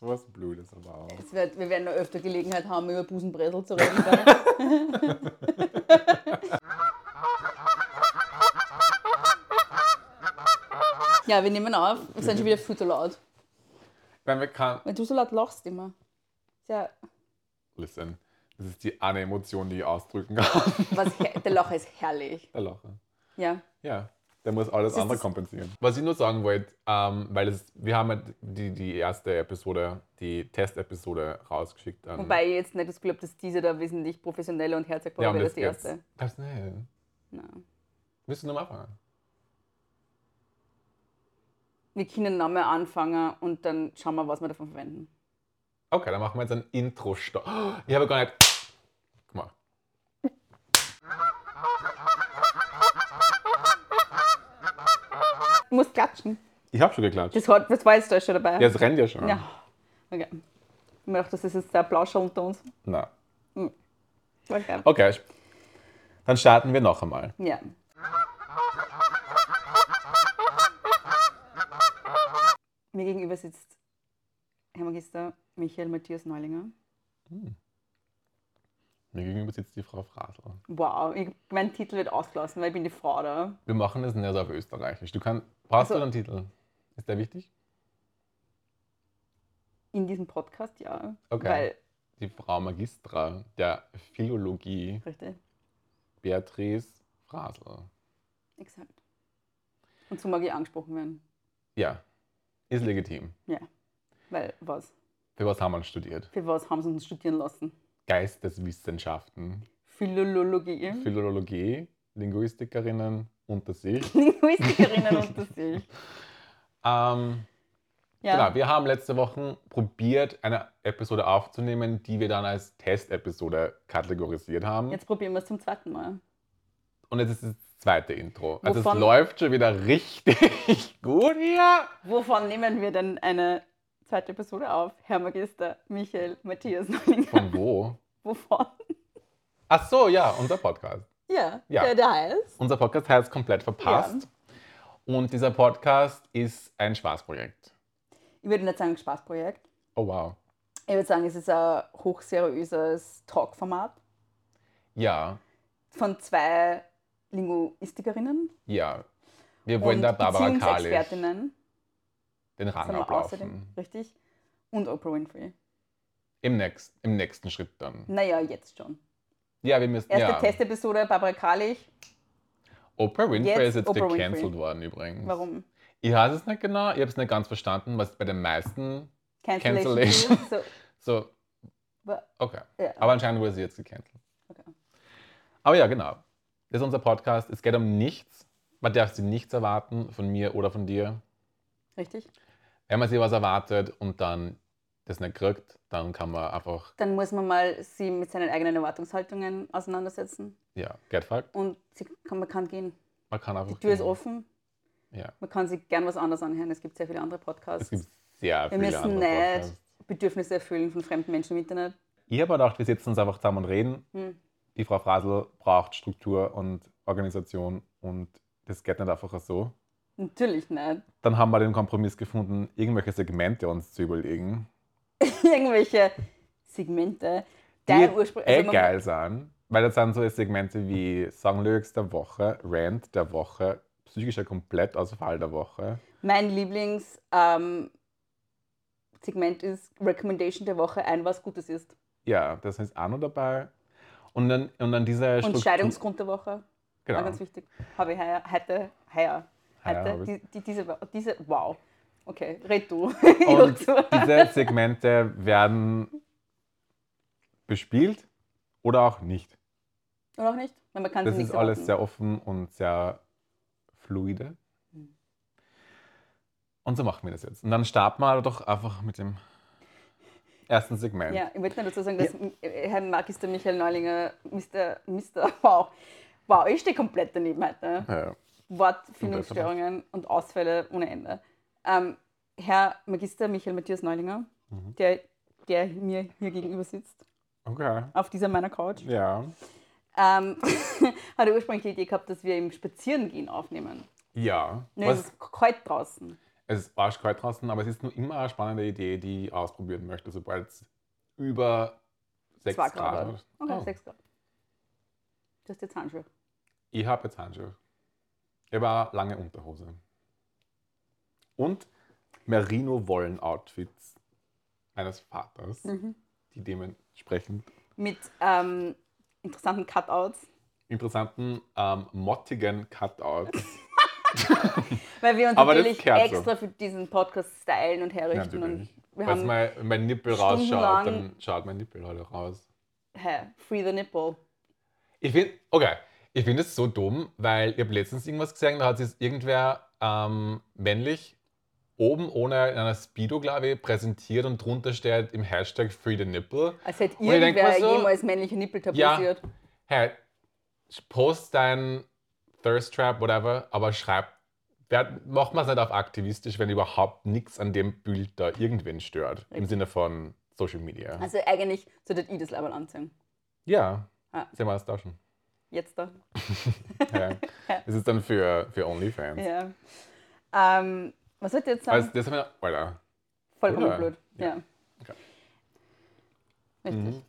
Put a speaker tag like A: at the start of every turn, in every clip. A: Sowas Blödes aber auch.
B: Es wird, wir werden noch öfter Gelegenheit haben, über Busenbresel zu reden. gell? ja, wir nehmen auf. Wir sind schon wieder viel zu laut.
A: Wenn wir kann,
B: Wenn du so laut lachst immer. Ist Ja,
A: listen, das ist die eine Emotion, die ich ausdrücken kann.
B: was, her- der Lacher ist herrlich.
A: Der Lachen.
B: Ja.
A: Ja, der muss alles
B: Das ist-
A: andere kompensieren. Was ich nur sagen wollte, ähm, weil es, wir haben halt die, die erste Episode, die Testepisode rausgeschickt. An,
B: Wobei ich jetzt nicht das Gefühl habe, dass diese da wesentlich professioneller und herzogbarer
A: ja, und
B: wäre
A: das
B: als die
A: jetzt.
B: erste.
A: Das nicht.
B: Nein.
A: Willst du nochmal anfangen?
B: Wir können nochmal anfangen und dann schauen wir, was wir davon verwenden.
A: Okay, dann machen wir jetzt ein Intro-Stopp. Ich habe gar nicht gemacht.
B: Du musst klatschen.
A: Ich habe schon geklatscht.
B: Das, hat, das war jetzt da schon dabei.
A: Ja, es rennt ja schon.
B: Ja. Okay. Ich mir gedacht, das ist jetzt der Plauscher unter uns.
A: Na.
B: War geil.
A: Okay, ich- dann starten wir noch einmal.
B: Ja. Mir gegenüber sitzt Herr Magister Michael Matthias Neulinger.
A: Mir gegenüber sitzt die Frau Frasel.
B: Wow, ich, mein Titel wird ausgelassen, weil ich bin die Frau da.
A: Wir machen das nicht so auf Österreichisch. Du kannst, brauchst du
B: Also-
A: einen Titel? Ist der wichtig?
B: In diesem Podcast, ja.
A: Okay.
B: Weil,
A: Die Frau Magistra der Philologie,
B: richtig,
A: Beatrice Frasel.
B: exakt. Und so mag ich angesprochen werden.
A: Ja, ist legitim.
B: Weil, was?
A: Für was haben wir studiert?
B: Für was haben sie uns studieren lassen?
A: Geisteswissenschaften,
B: Philologie.
A: Philologie, Linguistikerinnen unter sich.
B: Linguistikerinnen unter sich.
A: Ähm,
B: Ja.
A: Genau, wir haben letzte Woche probiert, eine Episode aufzunehmen, die wir dann als Testepisode kategorisiert haben.
B: Jetzt probieren wir es zum zweiten Mal.
A: Und jetzt ist das zweite Intro. Also es
B: Wovon-
A: läuft schon wieder richtig gut hier.
B: Wovon nehmen wir denn eine zweite Episode auf? Herr Magister Michael Matthias Neulinger.
A: Von wo?
B: Wovon?
A: Ach so, ja, unser Podcast.
B: Ja,
A: Ja.
B: Der, der heißt.
A: Unser Podcast heißt komplett verpasst. Und dieser Podcast ist ein Spaßprojekt.
B: Ich würde nicht sagen Spaßprojekt.
A: Oh wow.
B: Ich würde sagen, es ist ein hochseriöses Talkformat
A: Ja,
B: von zwei Linguistikerinnen
A: ja. Wir wollen da Barbara Kalisch
B: Beziehungsexpertinnen.
A: den Rang
B: Sind wir außerdem,
A: ablaufen.
B: richtig. Und Oprah Winfrey.
A: Im, nächst, Im nächsten Schritt dann.
B: Naja, jetzt schon.
A: Ja, wir müssen.
B: Erste
A: ja.
B: Testepisode, Barbara Kalisch.
A: Oprah Winfrey
B: Jetzt
A: ist jetzt
B: Oprah
A: gecancelt
B: Winfrey.
A: worden übrigens.
B: Warum?
A: Ich weiß es nicht genau, ich habe es nicht ganz verstanden, was bei den meisten
B: Cancellation.
A: Cancellation.
B: Rules. So,
A: so,
B: wa-
A: okay.
B: ja.
A: Aber anscheinend wurde sie jetzt gecancelt.
B: Okay.
A: Aber ja, genau. Das ist unser Podcast. Es geht um nichts. Man darf sie nichts erwarten von mir oder von dir.
B: Richtig.
A: Wenn man sie was erwartet und dann das nicht kriegt, dann kann man einfach,
B: dann muss man mal sie mit seinen eigenen Erwartungshaltungen auseinandersetzen
A: ja, get fucked.
B: und sie kann, man kann gehen.
A: Man kann einfach.
B: Die Tür ist
A: gehen.
B: offen.
A: Ja.
B: Man kann sich gern was anderes anhören. Es gibt sehr viele andere Podcasts.
A: Es gibt sehr
B: Wir
A: viele
B: müssen
A: andere
B: nicht-
A: Podcasts.
B: Bedürfnisse erfüllen von fremden Menschen im Internet.
A: Ich habe mir gedacht, wir sitzen uns einfach zusammen und reden.
B: Hm.
A: die Frau Frasel braucht Struktur und Organisation und das geht nicht einfach so.
B: Natürlich nicht.
A: Dann haben wir den Kompromiss gefunden, irgendwelche Segmente uns zu überlegen,
B: Irgendwelche Segmente. also Der Ursprung.
A: eh
B: man-
A: geil sind. Weil das sind so Segmente wie Songlyrics der Woche, Rant der Woche, psychischer Komplettausfall der Woche.
B: Mein Lieblings ähm, Segment ist Recommendation der Woche, ein was Gutes ist.
A: Ja, das ist auch noch dabei. Und dann, und dann diese
B: Und Scheidungsgrund der Woche.
A: Genau.
B: War ganz wichtig. Habe ich heuer, heute, heuer,
A: Heuer
B: heute,
A: habe ich-
B: die, die, diese, Wo- diese, wow. Okay, red du.
A: Und
B: Ich hör zu.
A: diese Segmente werden bespielt oder auch nicht.
B: Oder auch nicht? Weil man kann
A: Das
B: sie
A: ist
B: Also nicht
A: alles
B: erwarten.
A: sehr offen und sehr fluide.
B: Mhm.
A: Und so machen wir das jetzt. Und dann starten wir doch einfach mit dem ersten Segment.
B: Ja, ich wollte nur dazu sagen, dass äh, Herr Magister Michael Neulinger, Mr. Mr. Wow. Wow, ich stehe komplett daneben heute.
A: Äh,
B: Wortfindungsstörungen und Ausfälle ohne Ende. Ähm, Herr Magister Michael Matthias Neulinger,
A: Mhm.
B: der, der mir hier gegenüber sitzt,
A: Okay.
B: auf dieser meiner Couch,
A: Ja.
B: ähm, hat er ursprünglich die Idee gehabt, dass wir im Spazierengehen aufnehmen.
A: Ja.
B: Nein, es
A: Was?
B: ist k- kalt draußen.
A: Es ist arschkalt draußen, aber es ist nur immer eine spannende Idee, die ich ausprobieren möchte, sobald es über 6
B: Zwei
A: Grad,
B: Grad.
A: wird.
B: Okay,
A: Oh,
B: sechs Grad. Du hast jetzt Handschuhe.
A: Ich habe jetzt Handschuhe. Ich war lange Unterhose. Und Merino-Wollen-Outfits meines Vaters,
B: Mhm.
A: die dementsprechend
B: Mit ähm, interessanten Cutouts.
A: interessanten, ähm, mottigen Cutouts.
B: Weil wir uns
A: Aber das
B: natürlich
A: gehört so.
B: extra für diesen Podcast stylen und herrichten. und
A: Natürlich.
B: wir
A: Falls
B: haben
A: mein, mein Nippel rausschaut,
B: stundenlang-
A: dann schaut mein Nippel heute raus.
B: hä, Free the Nipple.
A: Ich finde, okay, ich finde es so dumm, weil ich habe letztens irgendwas gesehen, da hat sich irgendwer ähm, männlich oben ohne in einer Speedo, glaube ich, präsentiert und drunter steht im Hashtag Free the Nipple.
B: Als hätte
A: Und ich denk
B: irgendwer
A: mir so,
B: jemals männliche Nippel
A: Ja.
B: tabuisiert.
A: Hey, post dein Thirst Trap, whatever, aber schreib, wer, mach mal es nicht auf aktivistisch, wenn überhaupt nichts an dem Bild da irgendwen stört. Im Sinne von Social Media.
B: Also eigentlich sollte ich das Label anziehen.
A: ja,
B: Ah.
A: sehen wir uns da schon.
B: Jetzt da.
A: Ja. Es ist dann für, für OnlyFans.
B: Ja. Ähm, was wird jetzt sagen?
A: Also, das haben wir, Alter.
B: Vollkommen
A: Oder?
B: blöd. Ja.
A: Okay. Mhm.
B: Richtig.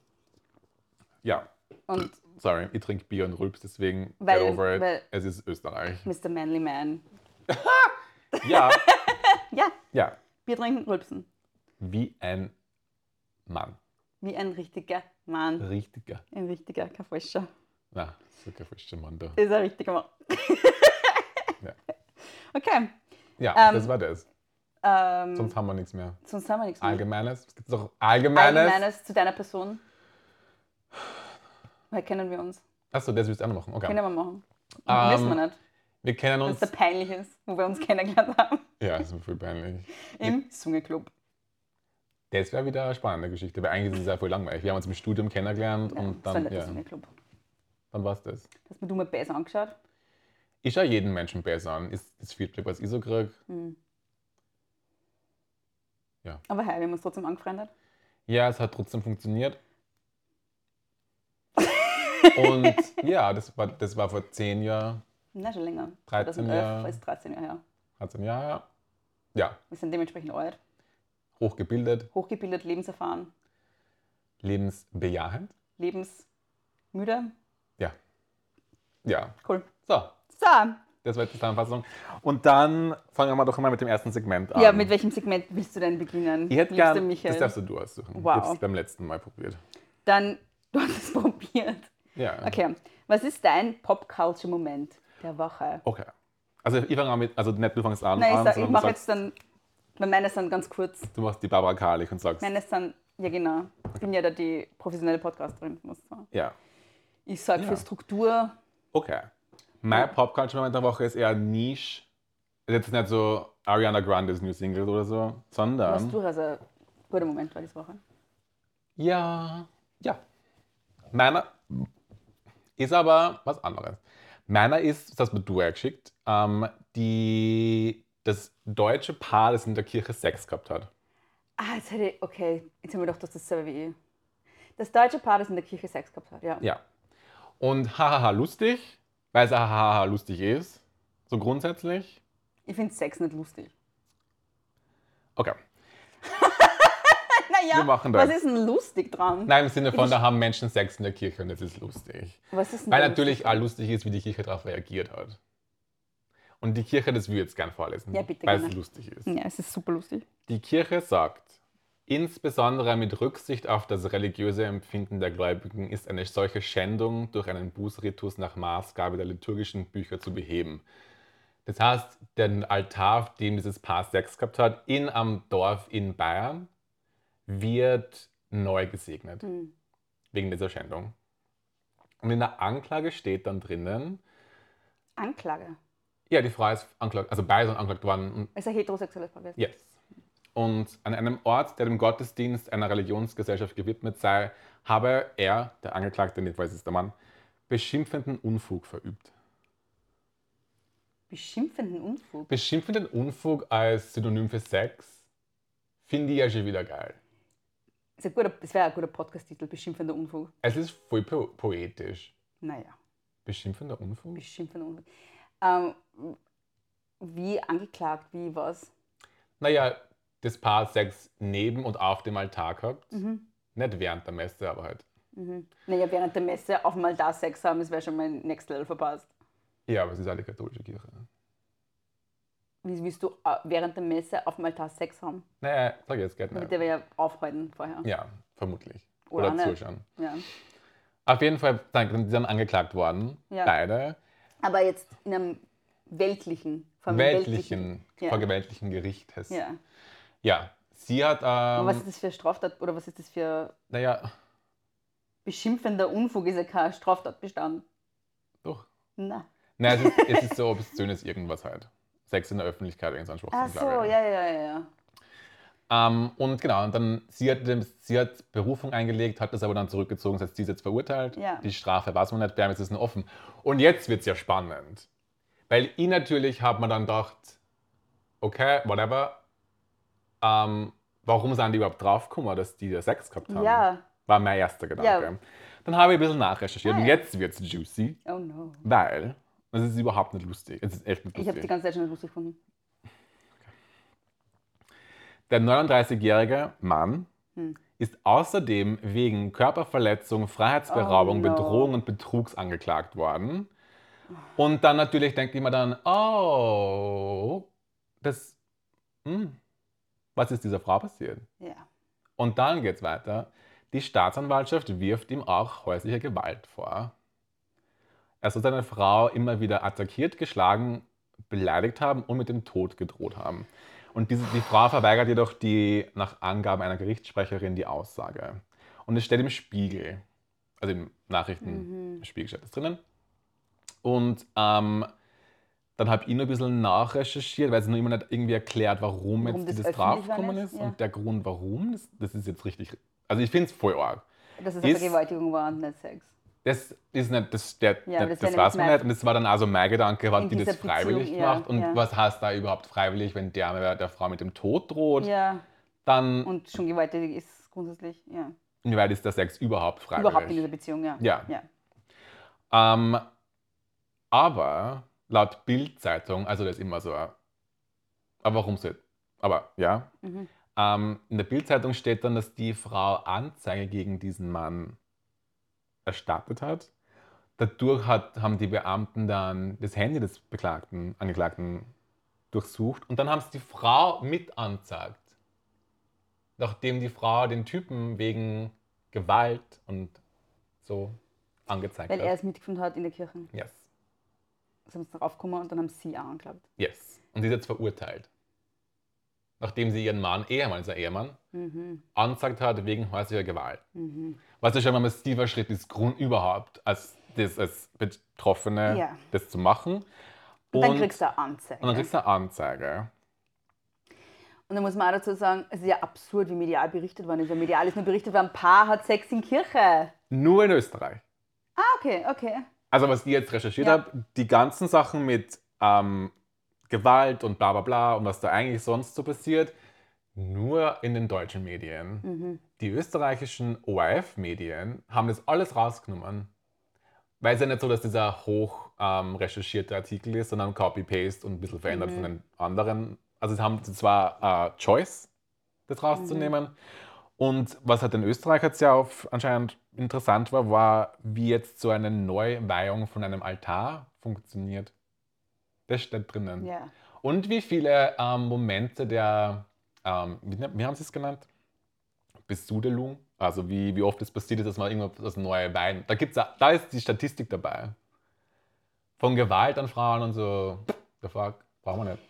A: Ja,
B: Und
A: sorry, ich trinke Bier und Rülps, deswegen
B: Weil-
A: get over it.
B: weil-
A: es ist Österreich.
B: Mr. Manly Man.
A: Ja,
B: Ja,
A: ja,
B: Bier trinken, rülpsen.
A: wie ein Mann.
B: Wie ein richtiger Mann.
A: Richtiger.
B: Ein richtiger, kein falscher.
A: Na, sogar frischer Mann da.
B: Ist ein richtiger Mann.
A: Ja.
B: Okay.
A: Ja,
B: Ähm,
A: das war das.
B: Ähm,
A: Sonst haben wir nichts mehr.
B: sonst haben wir nichts mehr.
A: Allgemeines? Es gibt noch Allgemeines.
B: Allgemeines zu deiner Person. Woher kennen wir uns?
A: Achso, das willst du auch noch machen. Okay.
B: Können wir machen.
A: Ähm,
B: Wissen wir nicht,
A: Wir kennen
B: dass
A: uns.
B: der peinlich Genau. ist, wo wir uns kennengelernt haben.
A: Ja, das ist mir voll peinlich.
B: Im Sungeclub.
A: Das wäre wieder eine spannende Geschichte, weil eigentlich ist es ja voll langweilig. Wir haben uns im Studium kennengelernt und
B: das war
A: dann,
B: nicht der
A: ja,
B: Sungeclub.
A: dann war es das.
B: Du hast mir du mal besser angeschaut.
A: Ich schaue jeden Menschen besser an. Ist das Feedback, was ich so kriege.
B: Aber hey, wir haben uns trotzdem angefreundet.
A: Ja, es hat trotzdem funktioniert. Und ja, das war, das war vor zehn Jahren,
B: Na, schon länger.
A: 13 Jahre.
B: ist 13 Jahre her.
A: 13 Jahre. also her. Ja,
B: Wir sind dementsprechend alt,
A: hochgebildet,
B: hochgebildet, lebenserfahren,
A: lebensbejahend.
B: lebensmüde.
A: Ja. Ja.
B: Cool.
A: So,
B: So, ja,
A: das war die Zusammenfassung. Und dann fangen wir doch mal mit dem ersten Segment an.
B: mit welchem Segment willst du denn beginnen?
A: ich hätte
B: Liebster
A: gern, Das
B: Michael.
A: darfst du du aussuchen. Ich
B: Wow.
A: hab's beim letzten Mal probiert.
B: Dann, du hast es probiert.
A: Ja.
B: Okay, was ist dein Pop-Culture-Moment der Woche?
A: Okay. Also ich fange an mit, also nicht du fängst an,
B: Nein, ich,
A: an
B: sag- ich
A: sondern du
B: mache
A: sagst-
B: jetzt dann, weil meine sind ganz kurz.
A: du machst die Barbara Karlich und sagst,
B: Meine sind, ja genau, ich bin ja da die professionelle Podcasterin, muss ich sagen.
A: ja,
B: Ich sorge
A: Ja.
B: für Struktur,
A: Okay. Mein Popculture-Moment der Woche ist eher niche. Jetzt ist nicht so Ariana Grande's New Single oder so,
B: was
A: sondern.
B: durchaus ein guter Moment war diese Woche.
A: Ja. Ja. Meiner ist aber was anderes. Meiner ist, das wird du ja geschickt, ähm, die, das deutsche Paar, das in der Kirche Sex gehabt hat.
B: Ah, jetzt hätte ich, okay, jetzt haben wir doch das dasselbe wie ich. Das deutsche Paar, das in der Kirche Sex gehabt hat, ja.
A: Ja. Und hahaha lustig, weil es hahaha lustig ist. So grundsätzlich.
B: Ich finde Sex nicht lustig.
A: Okay.
B: Naja,
A: Wir machen das.
B: was ist denn lustig dran?
A: Nein, im Sinne von, da haben Menschen Sex in der Kirche und das ist lustig.
B: Was ist denn
A: Weil
B: da
A: natürlich
B: lustig?
A: auch lustig ist, wie die Kirche darauf reagiert hat. Und die Kirche, das will ich jetzt gern vorlesen,
B: Ja, bitte,
A: weil es
B: gerne.
A: lustig ist.
B: Ja, es ist super lustig.
A: Die Kirche sagt, insbesondere mit Rücksicht auf das religiöse Empfinden der Gläubigen ist eine solche Schändung durch einen Bußritus nach Maßgabe der liturgischen Bücher zu beheben. Das heißt, der Altar, auf dem dieses Paar Sex gehabt hat, in am Dorf in Bayern, wird neu gesegnet
B: Mhm.
A: wegen dieser Schändung. Und in der Anklage steht dann drinnen,
B: Anklage.
A: ja, die Frau ist angeklagt, also beide sind angeklagt worden und
B: Es ist ein heterosexuelles Paar. gewesen.
A: Yes. Und an einem Ort, der dem Gottesdienst einer Religionsgesellschaft gewidmet sei, habe er, der Angeklagte, nicht weiß es der Mann, beschimpfenden Unfug verübt.
B: Beschimpfenden Unfug.
A: Beschimpfenden Unfug als Synonym für Sex finde ich ja schon wieder geil.
B: Das, ist ein guter- das wäre ein guter Podcast-Titel, Beschimpfender Unfug.
A: Es ist voll po poetisch.
B: Naja,
A: Beschimpfender Unfug?
B: Beschimpfender Unfug. Ähm, wie angeklagt, wie was?
A: naja, das Paar Sex neben und auf dem Altar gehabt.
B: Mhm.
A: Nicht während der Messe, aber halt.
B: Mhm. Naja, während der Messe auf mal da Sex haben, das wäre schon mein Next Level verpasst.
A: Ja, aber es ist eine katholische Kirche.
B: Wie willst du äh, während der Messe auf dem Altar Sex haben?
A: Naja, sag ich jetzt gerne.
B: Damit der wir ja aufhalten vorher.
A: Ja, vermutlich. Oder,
B: Oder auch nicht.
A: zuschauen.
B: Ja.
A: Auf jeden Fall dann, sind sie dann angeklagt worden.
B: Ja.
A: Beide.
B: Aber jetzt in einem weltlichen, vom
A: Weltlichen,
B: Ja.
A: vor gewaltlichen Gerichtes.
B: Ja.
A: Ja, Sie hat,
B: Aber was
A: ähm,
B: ist das für eine Straftat oder was ist das für
A: naja,
B: beschimpfender Unfug? Ist ja kein Straftatbestand.
A: doch.
B: Na.
A: Naja, es ist, es ist so obszönes irgendwas halt. Sex in der Öffentlichkeit, irgendein Schwachsinn,
B: Ach so, ja, ja, ja, ja.
A: Ähm, und genau, und dann, sie hat, dem- sie hat Berufung eingelegt, hat das aber dann zurückgezogen, das heißt, sie ist jetzt verurteilt.
B: Ja.
A: Die Strafe weiß man nicht, bleiben ist es noch offen. Und jetzt wird es ja spannend. Weil ich natürlich hat man dann gedacht, okay, whatever, ähm, warum sind die überhaupt draufgekommen, dass die da Sex gehabt haben?
B: Ja.
A: War mein erster Gedanke.
B: Ja.
A: Dann habe ich ein bisschen nachrecherchiert
B: Ah,
A: und
B: ja.
A: jetzt wird es juicy,
B: Oh no.
A: weil es ist überhaupt nicht lustig. Es ist echt nicht
B: Ich habe
A: lustig.
B: die ganze Zeit schon nicht lustig gefunden.
A: Der 39-jährige Mann
B: Hm.
A: ist außerdem wegen Körperverletzung, Freiheitsberaubung,
B: Oh no.
A: Bedrohung und Betrugs angeklagt worden. Und dann natürlich denkt immer dann, oh, das, hm, was ist dieser Frau passiert?
B: Ja.
A: Und dann geht's weiter. Die Staatsanwaltschaft wirft ihm auch häusliche Gewalt vor. Er soll seine Frau immer wieder attackiert, geschlagen, beleidigt haben und mit dem Tod gedroht haben. Und diese, die Frau verweigert jedoch die, nach Angaben einer Gerichtssprecherin, die Aussage. Und es steht im Spiegel, also im
B: Mhm.
A: Nachrichtenspiegel steht das drinnen. Und ähm, dann habe ich noch ein bisschen nachrecherchiert, weil es nur immer nicht irgendwie erklärt, warum,
B: Warum
A: jetzt
B: das
A: das
B: öffentlich
A: draufgekommen
B: war,
A: ist.
B: ja.
A: Und der Grund, warum, das, das ist jetzt richtig. Also ich finde es voll arg.
B: Dass es
A: Ist-
B: eine Vergewaltigung war und nicht Sex.
A: Das ist nicht, das, der,
B: Ja, aber
A: das,
B: das
A: das
B: wäre
A: weiß man
B: nämlich
A: nicht. Und das war dann also mein Gedanke, wann
B: In
A: die das
B: dieser
A: freiwillig
B: Beziehung, ja,
A: macht. Und
B: ja.
A: was heißt da überhaupt freiwillig, wenn der, der Frau mit dem Tod droht?
B: Ja.
A: Dann,
B: Und schon gewalttätig ist grundsätzlich, ja.
A: inwieweit ist der Sex überhaupt freiwillig?
B: Überhaupt in dieser Beziehung, ja.
A: Ja.
B: ja.
A: Ähm, aber laut Bild-Zeitung, also das ist immer so, ein- aber warum so? Aber ja,
B: Mhm.
A: ähm, in der Bild-Zeitung steht dann, dass die Frau Anzeige gegen diesen Mann erstattet hat. Dadurch hat, haben die Beamten dann das Handy des Beklagten, Angeklagten durchsucht und dann haben sie die Frau mit anzeigt. Nachdem die Frau den Typen wegen Gewalt und so angezeigt
B: Weil
A: hat.
B: er es mitgefunden hat in der Kirche.
A: Yes.
B: Sind sie drauf gekommen und dann haben sie auch angeklagt.
A: Yes. Und sie ist jetzt verurteilt. Nachdem sie ihren Mann, Ehemann, ist ja Ehemann,
B: Mhm.
A: anzeigt hat wegen häuslicher Gewalt.
B: Mhm.
A: Was ja schon mal ein massiver Schritt ist, Grund überhaupt, als, das, als Betroffene
B: Ja.
A: das zu machen.
B: Und dann kriegst du eine Anzeige.
A: und dann kriegst du eine Anzeige.
B: Und da muss man auch dazu sagen, es ist ja absurd, wie medial berichtet worden ist. Weil medial ist nur berichtet worden, ein Paar hat Sex in Kirche.
A: Nur in Österreich.
B: Ah, okay, okay.
A: Also was ich jetzt recherchiert
B: Ja.
A: habe, die ganzen Sachen mit ähm, Gewalt und bla bla bla und was da eigentlich sonst so passiert, nur in den deutschen Medien.
B: Mhm.
A: die österreichischen ORF-Medien haben das alles rausgenommen. Weil es ja nicht so, dass dieser hoch ähm, recherchierte Artikel ist, sondern Copy-Paste und ein bisschen verändert
B: Mhm.
A: von den anderen. Also sie haben zwar äh, Choice, das rauszunehmen.
B: Mhm.
A: Und was halt in Österreich hat's ja auf, anscheinend interessant war, war, wie jetzt so eine Neuweihung von einem Altar funktioniert. Das steht drinnen.
B: Ja.
A: Und wie viele ähm, Momente der, ähm, wie, nennt- wie haben sie es genannt? Besudelung. Also wie, wie oft es passiert ist, dass man irgendwas das neue Wein. Da gibt's ja- da ist die Statistik dabei. Von Gewalt an Frauen und so. The fuck, brauchen wir nicht.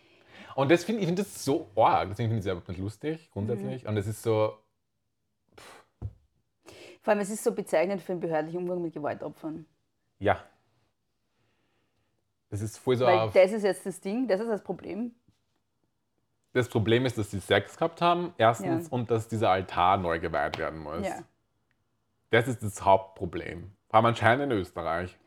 A: Und das finde ich finde das so arg. Deswegen finde ich es überhaupt nicht lustig, grundsätzlich.
B: Mhm.
A: Und es ist so,
B: Vor allem, es ist so bezeichnend für den behördlichen Umgang mit Gewaltopfern.
A: ja. Es ist voll so
B: Weil
A: Also auf-
B: das ist jetzt das Ding, das ist das Problem.
A: Das Problem ist, dass die Sex gehabt haben, erstens,
B: Ja.
A: und dass dieser Altar neu geweiht werden muss.
B: Ja.
A: Das ist das Hauptproblem. Vor allem anscheinend in Österreich.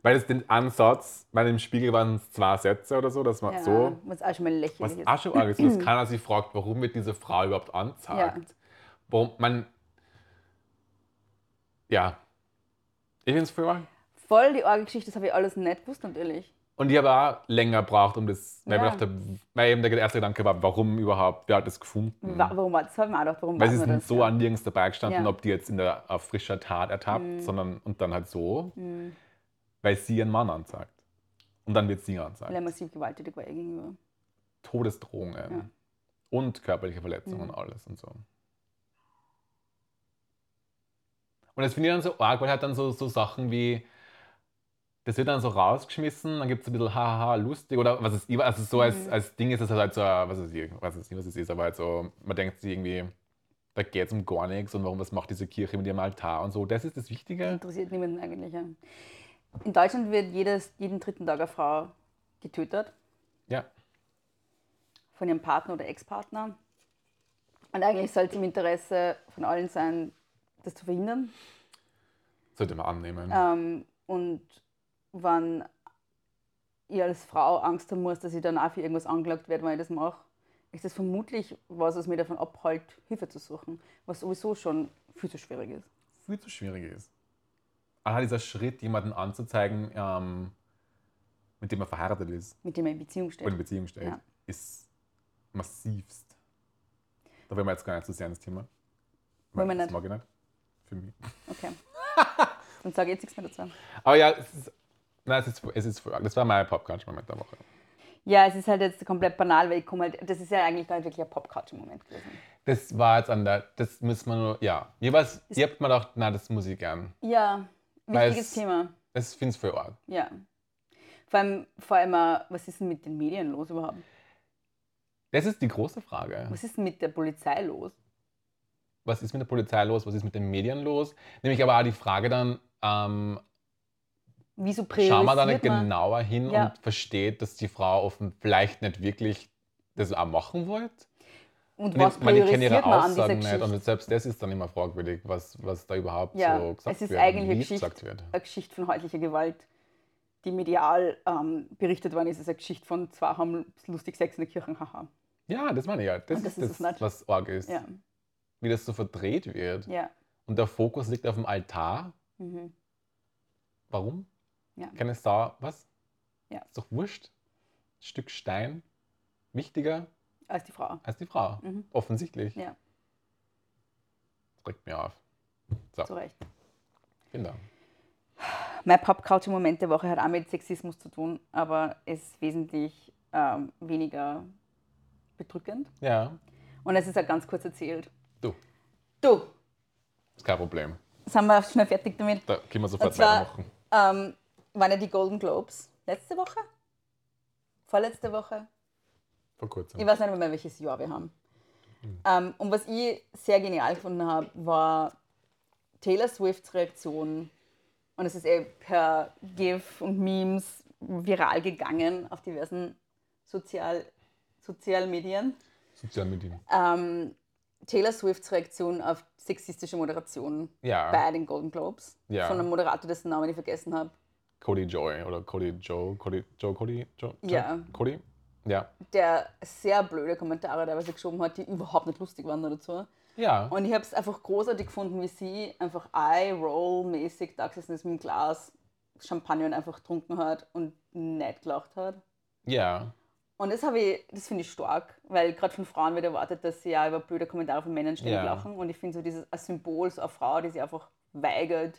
A: Weil es den Ansatz, weil im Spiegel waren es zwei Sätze oder so, dass man
B: ja.
A: so,
B: Was auch schon mal
A: was
B: lächerlich ist.
A: auch schon arg ist, dass keiner sich fragt, warum wird diese Frau überhaupt anzeigt.
B: Ja.
A: Warum, man, ja. Ich finde es voll arg.
B: Voll die Orgelgeschichte, das habe ich alles nicht gewusst natürlich.
A: Und ich habe auch länger gebraucht, um das, weil,
B: Ja.
A: ich mir gedacht hab, weil eben der erste Gedanke war, warum überhaupt, wer hat das gefunden?
B: Wa- Warum hat das hab ich mir auch gedacht, warum
A: Mhm. Weil
B: weiß
A: es ist
B: man
A: nicht
B: das?
A: so an nirgends dabei gestanden,
B: Ja.
A: ob die jetzt in der auf frischer Tat ertappt, sondern und dann halt so,
B: Mhm.
A: weil sie ihren Mann anzeigt. Und dann wird sie anzeigt.
B: Weil er massiv gewalttätig war ihr gegenüber.
A: Todesdrohungen
B: Ja. Mhm.
A: und körperliche Verletzungen und alles und so. Und das finde ich dann so arg, weil halt dann so, so Sachen wie, das wird dann so rausgeschmissen, dann gibt es ein bisschen hahaha lustig oder was ist, also so als,
B: Mhm.
A: als Ding ist es halt so, äh, was ist ich was ist, was es ist, aber halt so, man denkt sich irgendwie, da geht es um gar nichts und warum, was macht diese Kirche mit ihrem Altar und so, das ist das Wichtige.
B: Interessiert niemanden eigentlich. Ja. In Deutschland wird jedes, jeden dritten Tag eine Frau getötet
A: Ja,
B: von ihrem Partner oder Ex-Partner. Und eigentlich sollte es im Interesse von allen sein, das zu verhindern.
A: sollte man annehmen.
B: Ähm, und wenn ich als Frau Angst haben muss, dass ich dann auch für irgendwas angeklagt werde, wenn ich das mache, ist das vermutlich was, was mich davon abhält, Hilfe zu suchen. Was sowieso schon viel zu schwierig ist.
A: viel zu schwierig ist. Allein dieser Schritt, jemanden anzuzeigen, ähm, mit dem man verheiratet ist
B: Mit dem man in Beziehung
A: oder in
B: steht.
A: Beziehung steht,
B: Ja.
A: ist massivst. Da werden wir jetzt gar nicht so sehr ins Thema.
B: Wollen wir
A: Weil das
B: nicht.
A: mag ich nicht. Für mich.
B: Okay. Dann sage ich jetzt nichts mehr dazu.
A: Aber ja, es ist, nein, es ist, es ist das war mein Popcatch-Moment der Woche.
B: Ja, es ist halt jetzt komplett banal, weil ich komme halt, das ist ja eigentlich gar nicht wirklich ein Popcouch im Moment gewesen.
A: Das war jetzt an der, das müssen wir nur, ja. Jeweils, ihr habt mir gedacht, nein, das muss ich gern.
B: Ja,
A: Weil
B: wichtiges
A: es-
B: Thema.
A: Das finde ich für arg.
B: Ja. Vor allem, vor allem, äh, was ist denn mit den Medien los überhaupt?
A: Das ist die große Frage.
B: Was ist denn mit der Polizei los?
A: was ist mit der Polizei los, was ist mit den Medien los? Nämlich aber auch die Frage dann, ähm,
B: Wieso priorisiert
A: schauen wir da nicht
B: man?
A: genauer hin
B: Ja.
A: und versteht, dass die Frau offen vielleicht nicht wirklich das auch machen wollte.
B: Und
A: Weil
B: was priorisiert man an dieser
A: Aussagen
B: Geschichte?
A: und selbst das ist dann immer fragwürdig, was, was da überhaupt
B: ja,
A: so gesagt
B: es ist
A: wird
B: eigentlich
A: und
B: eine
A: wie
B: Geschichte,
A: gesagt wird.
B: eine Geschichte von häuslicher Gewalt, die medial ähm, berichtet worden ist. Es ist eine Geschichte von zwei haben lustig Sex in der Kirche, haha.
A: Ja, das meine ich ja. Das,
B: Und das
A: ist das,
B: ist es nicht.
A: was arg ist.
B: Ja,
A: Wie das so verdreht wird.
B: ja.
A: Und der Fokus liegt auf dem Altar.
B: Mhm.
A: Warum?
B: Ja.
A: Keine Sau. Was?
B: Ja.
A: Ist doch wurscht. Stück Stein. Wichtiger
B: Als Ah, die Frau.
A: als die Frau.
B: Mhm.
A: Offensichtlich.
B: Ja.
A: Das regt mir auf.
B: Zu Recht.
A: Vielen Dank.
B: Mein Popculture-Moment der Woche hat auch mit Sexismus zu tun, aber es ist wesentlich ähm, weniger bedrückend.
A: Ja,
B: Und es ist auch ganz kurz erzählt.
A: du.
B: Du,
A: Ist kein Problem.
B: sind wir schnell fertig damit?
A: Da können wir sofort
B: Und zwar-
A: weitermachen.
B: Ähm, waren ja die Golden Globes letzte Woche? Vorletzte Woche?
A: Vor kurzem.
B: Ich weiß nicht mehr, welches Jahr wir haben. Ähm, und was ich sehr genial gefunden habe, war Taylor Swifts Reaktion. Und es ist eh per GIF und Memes viral gegangen auf diversen Sozial Sozialmedien.
A: Sozialmedien.
B: Ähm, Taylor Swifts Reaktion auf sexistische Moderation
A: Ja,
B: bei den Golden Globes
A: Ja.
B: von einem Moderator, dessen Namen ich vergessen habe.
A: Cody Joy oder Cody Joe. Cody Joe, Cody Joe. Joe?
B: Ja.
A: Cody? Ja.
B: der sehr blöde Kommentare teilweise geschoben hat, die überhaupt nicht lustig waren dazu.
A: Ja.
B: Und ich habe es einfach großartig gefunden, wie sie einfach Eye-Roll-mäßig da gesessen ist mit einem Glas Champagner und einfach getrunken hat und nicht gelacht hat.
A: ja.
B: Und das habe ich, das finde ich stark, weil gerade von Frauen wird erwartet, dass sie ja über blöde Kommentare von Männern ständig
A: Ja.
B: lachen. Und ich finde so dieses als Symbol so eine Frau, die sich einfach weigert,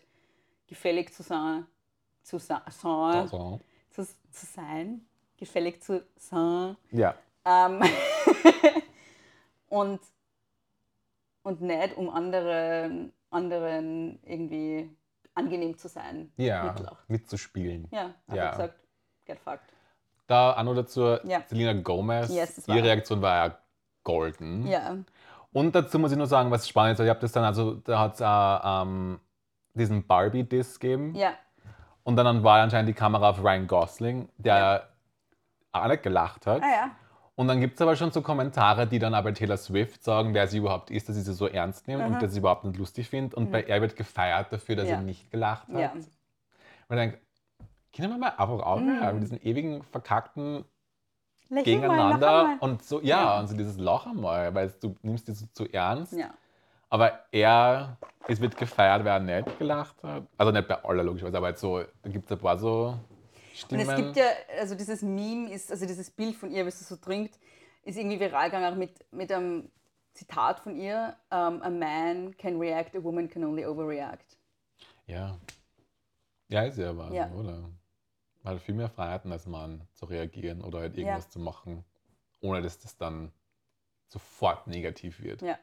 B: gefällig zu sein, zu sein, zu,
A: Also.
B: zu sein, gefällig zu sein.
A: Ja.
B: Ähm, und, und nicht, um anderen, anderen irgendwie angenehm zu sein.
A: Ja.
B: Mitlacht.
A: Mitzuspielen.
B: Ja, einfach
A: Ja.
B: gesagt, get fucked.
A: Da auch noch dazu
B: Ja.
A: Selena Gomez.
B: Yes, das war-
A: Ihre Reaktion war ja golden.
B: Ja, und
A: Und dazu muss ich nur sagen, was spannend ist. Ich habe das dann, also da hat es auch ähm, diesen Barbie-Disc gegeben.
B: ja,
A: Und dann war anscheinend die Kamera auf Ryan Gosling, der auch nicht gelacht hat.
B: ah ja,
A: Und dann gibt es aber schon so Kommentare, die dann aber Taylor Swift sagen, wer sie überhaupt ist, dass sie sie so ernst nehmen und dass sie überhaupt nicht lustig findet. Und bei er wird gefeiert dafür, dass
B: Mhm. Ja.
A: er nicht gelacht hat.
B: ja.
A: Und ich denke, können wir mal einfach aufhören
B: Mhm.
A: mit diesem ewigen verkackten
B: Lächeln
A: Gegeneinander
B: Mal,
A: und so, ja,
B: Ja.
A: und so dieses Loch einmal, weil du nimmst dir so zu ernst.
B: ja.
A: Aber er, es wird gefeiert, wer nicht gelacht hat. Also nicht bei aller logischerweise, aber halt so, da gibt es ein paar so Stimmen.
B: Und es gibt ja, also dieses Meme ist, also dieses Bild von ihr, wie sie so trinkt, ist irgendwie viral gegangen auch mit, mit einem Zitat von ihr: ähm, A man can react, a woman can only overreact.
A: ja. Ja, ist ja wahr,
B: Ja.
A: oder? Man hat viel mehr Freiheiten als Mann zu reagieren oder halt irgendwas zu machen, ohne dass das dann sofort negativ wird.
B: Ja.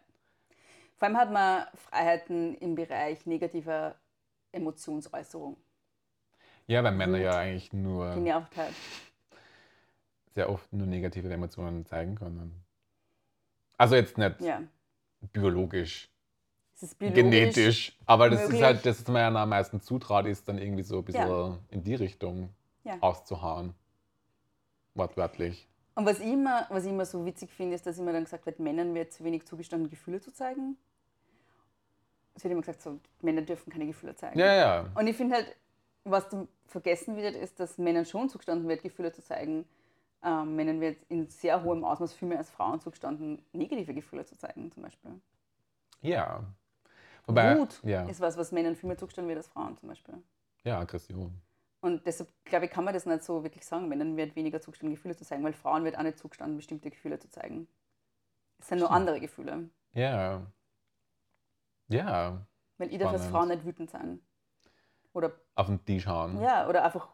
B: Vor allem hat man Freiheiten im Bereich negativer Emotionsäußerung,
A: Ja, weil Männer
B: Wut.
A: ja eigentlich nur
B: Genervtheit.
A: sehr oft nur negative Emotionen zeigen können. Also jetzt nicht
B: Ja.
A: biologisch,
B: Es ist biologisch.
A: genetisch, aber das
B: möglich.
A: ist halt, das ist mir ja am meisten zutraut, ist dann irgendwie so ein bisschen
B: Ja.
A: in die Richtung
B: Ja.
A: auszuhauen. Wortwörtlich.
B: Und was ich, immer, was ich immer so witzig finde, ist, dass immer dann gesagt wird, Männern wird zu wenig zugestanden, Gefühle zu zeigen. Es wird immer gesagt, so, Männer dürfen keine Gefühle zeigen.
A: Ja, ja.
B: Und ich finde halt, was du vergessen wird, ist, dass Männern schon zugestanden wird, Gefühle zu zeigen. Ähm, Männern wird in sehr hohem Ausmaß viel mehr als Frauen zugestanden, negative Gefühle zu zeigen, zum Beispiel.
A: Ja. Wobei,
B: Wut
A: ja,
B: ist was, was Männern viel mehr zugestanden wird als Frauen, zum Beispiel.
A: ja, Aggression.
B: Und deshalb, glaube ich, kann man das nicht so wirklich sagen. Männern wird weniger zugestanden, Gefühle zu zeigen, weil Frauen wird auch nicht zugestanden, bestimmte Gefühle zu zeigen. Es sind nur
A: Stimmt.
B: andere Gefühle.
A: Ja. Ja.
B: Weil ich darf als
A: Spannend.
B: Frau nicht wütend sein. Oder,
A: Auf den Tisch hauen.
B: ja, oder einfach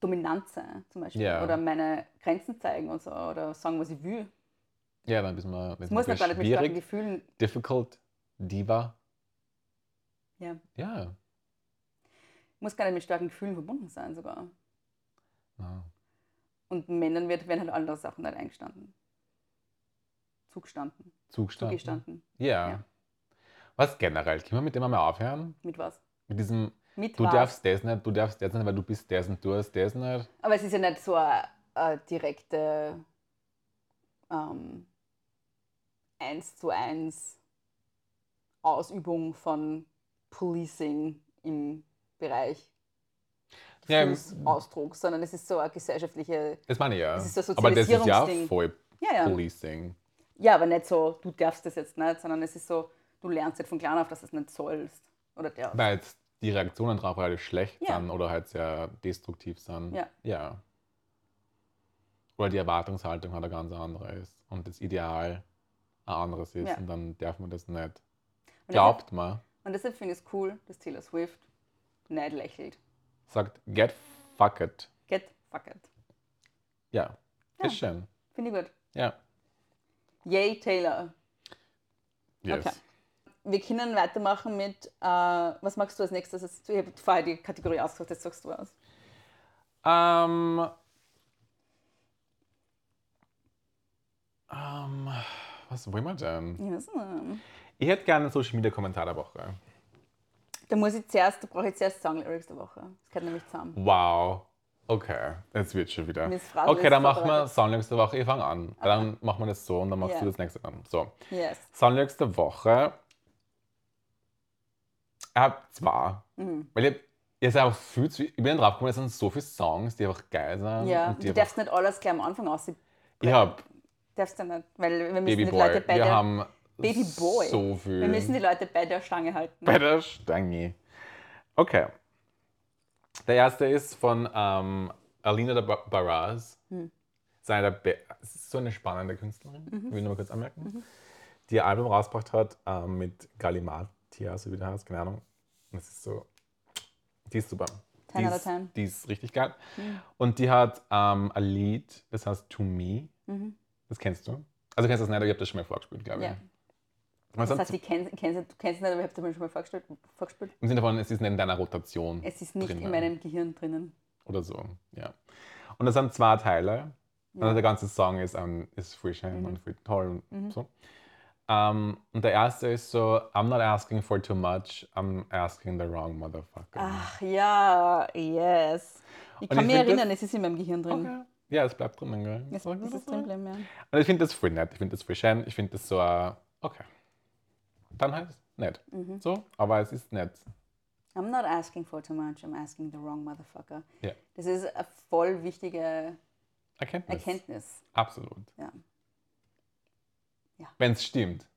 B: dominant sein, zum Beispiel.
A: Ja.
B: Oder meine Grenzen zeigen und so. Oder sagen, was ich will.
A: Ja, dann bist du
B: Es muss nicht gar nicht mit starken
A: schwierig.
B: Gefühlen.
A: Difficult. Diva.
B: Ja.
A: Ja.
B: Muss gar nicht mit starken Gefühlen verbunden sein sogar.
A: Na,
B: Und Männern wird, werden halt andere Sachen nicht eingestanden. Zugestanden.
A: Zugstand.
B: Zugestanden.
A: Ja.
B: Ja.
A: Was generell? Können wir mit dem mal aufhören?
B: Mit was?
A: Mit diesem,
B: Mit
A: du
B: was?
A: darfst das nicht, du darfst das nicht, weil du bist das und du hast das nicht.
B: Aber es ist ja nicht so eine, eine direkte ähm, 1 zu 1 Ausübung von Policing im Bereich
A: Ja, im-
B: Ausdruck, sondern es ist so eine gesellschaftliche,
A: Das meine ich ja.
B: Das ist so ein
A: aber das ist ja
B: Sozialisierungsding.
A: voll
B: ja, ja.
A: Policing.
B: Ja, aber nicht so, du darfst das jetzt nicht, sondern es ist so, du lernst jetzt von klein auf, dass du es nicht sollst. Oder der.
A: Weil jetzt die Reaktionen drauf relativ schlecht
B: Ja.
A: sind oder halt sehr destruktiv sind.
B: Ja.
A: ja. Oder die Erwartungshaltung halt eine ganz andere ist und das Ideal ein anderes ist
B: Ja.
A: und dann darf man das nicht.
B: Und deshalb,
A: Glaubt man,
B: und deshalb finde ich es cool, dass Taylor Swift nicht lächelt.
A: sagt get fucked.
B: Get fucked.
A: Ja,
B: Ja.
A: ist schön.
B: Finde ich gut.
A: Ja.
B: Yay, Taylor.
A: Yes.
B: Okay. Wir können weitermachen mit, äh, was magst du als nächstes? Ich habe vorher die Kategorie ausgesucht, jetzt sagst du aus.
A: Ähm, ähm, was wollen wir denn?
B: Yes.
A: Ich hätte gerne einen Social Media Kommentar der Woche.
B: Da muss ich zuerst, da brauche ich zuerst Songlyrics der Woche. Das gehört nämlich zusammen.
A: Wow. Okay, jetzt wird schon wieder.
B: Miss Frasel
A: Okay,
B: ist
A: dann machen wir
B: vorbereitet.
A: Soundlux der Woche. Ich fange an. Dann machen wir das so und dann machst
B: Ja.
A: du das nächste an. So,
B: Yes.
A: Soundlux der Woche. Ich hab zwar,
B: Mhm.
A: weil ich, ich, hab einfach viel zu, ich bin dann draufgekommen, es sind so viele Songs, die einfach geil sind.
B: Ja,
A: Ähm, und die
B: du
A: einfach,
B: darfst nicht alles gleich am Anfang aus.
A: ich hab
B: Darfst du nicht, weil wir müssen
A: Baby
B: die
A: Boy.
B: Leute bei
A: wir
B: der,
A: haben
B: Baby Boy.
A: so viel.
B: wir müssen die Leute bei der Stange halten.
A: Bei der Stange. Okay. Der erste ist von ähm, Alina de Ba- Barraz.
B: Hm.
A: Seiner Be es ist so eine spannende Künstlerin,
B: Mhm.
A: will ich nur mal kurz anmerken. Die ihr Album rausgebracht hat ähm, mit Galimatia, so wie der heißt, keine Ahnung. Das ist so. Die ist super.
B: 10
A: die,
B: out of Hm.
A: ist,
B: 10.
A: die ist richtig geil. Und die hat ähm, ein Lied, das heißt To Me. Das kennst du. Also du kennst das nicht, aber ich habe das schon mal vorgespielt, glaube ich.
B: Mhm. Ja.
A: Und es
B: Das
A: hat
B: heißt, ich kenn's, kenn's, du kennst es nicht, aber ich habe es mir schon mal vorgestellt, vorgespielt.
A: im Sinne von, es ist nicht in deiner Rotation.
B: Es ist nicht
A: Drinnen.
B: in meinem Gehirn drinnen.
A: Oder so, ja. Und das sind zwei Teile. Also der ganze Song ist, ähm, ist voll
B: Mhm.
A: schön und voll toll und so. Ähm, und der erste ist so, I'm not asking for too much, I'm asking the wrong motherfucker.
B: Ach ja, yes. Ich
A: Und
B: kann
A: ich
B: mich
A: find
B: erinnern, es ist in meinem Gehirn drin.
A: Okay. Ja, es bleibt drinnen, gell?
B: Es
A: Soll ich
B: ist
A: das
B: das
A: sagen?
B: Problem, ja.
A: Und ich finde das voll nett, ich finde das voll schön, ich finde das so, äh, okay. Dann heißt es nett.
B: Mhm.
A: So, aber es ist nett.
B: I'm not asking for too much, I'm asking the wrong motherfucker.
A: Ja,
B: Das ist eine voll wichtige
A: Erkenntnis.
B: Erkenntnis.
A: Absolut.
B: Ja.
A: Wenn es stimmt.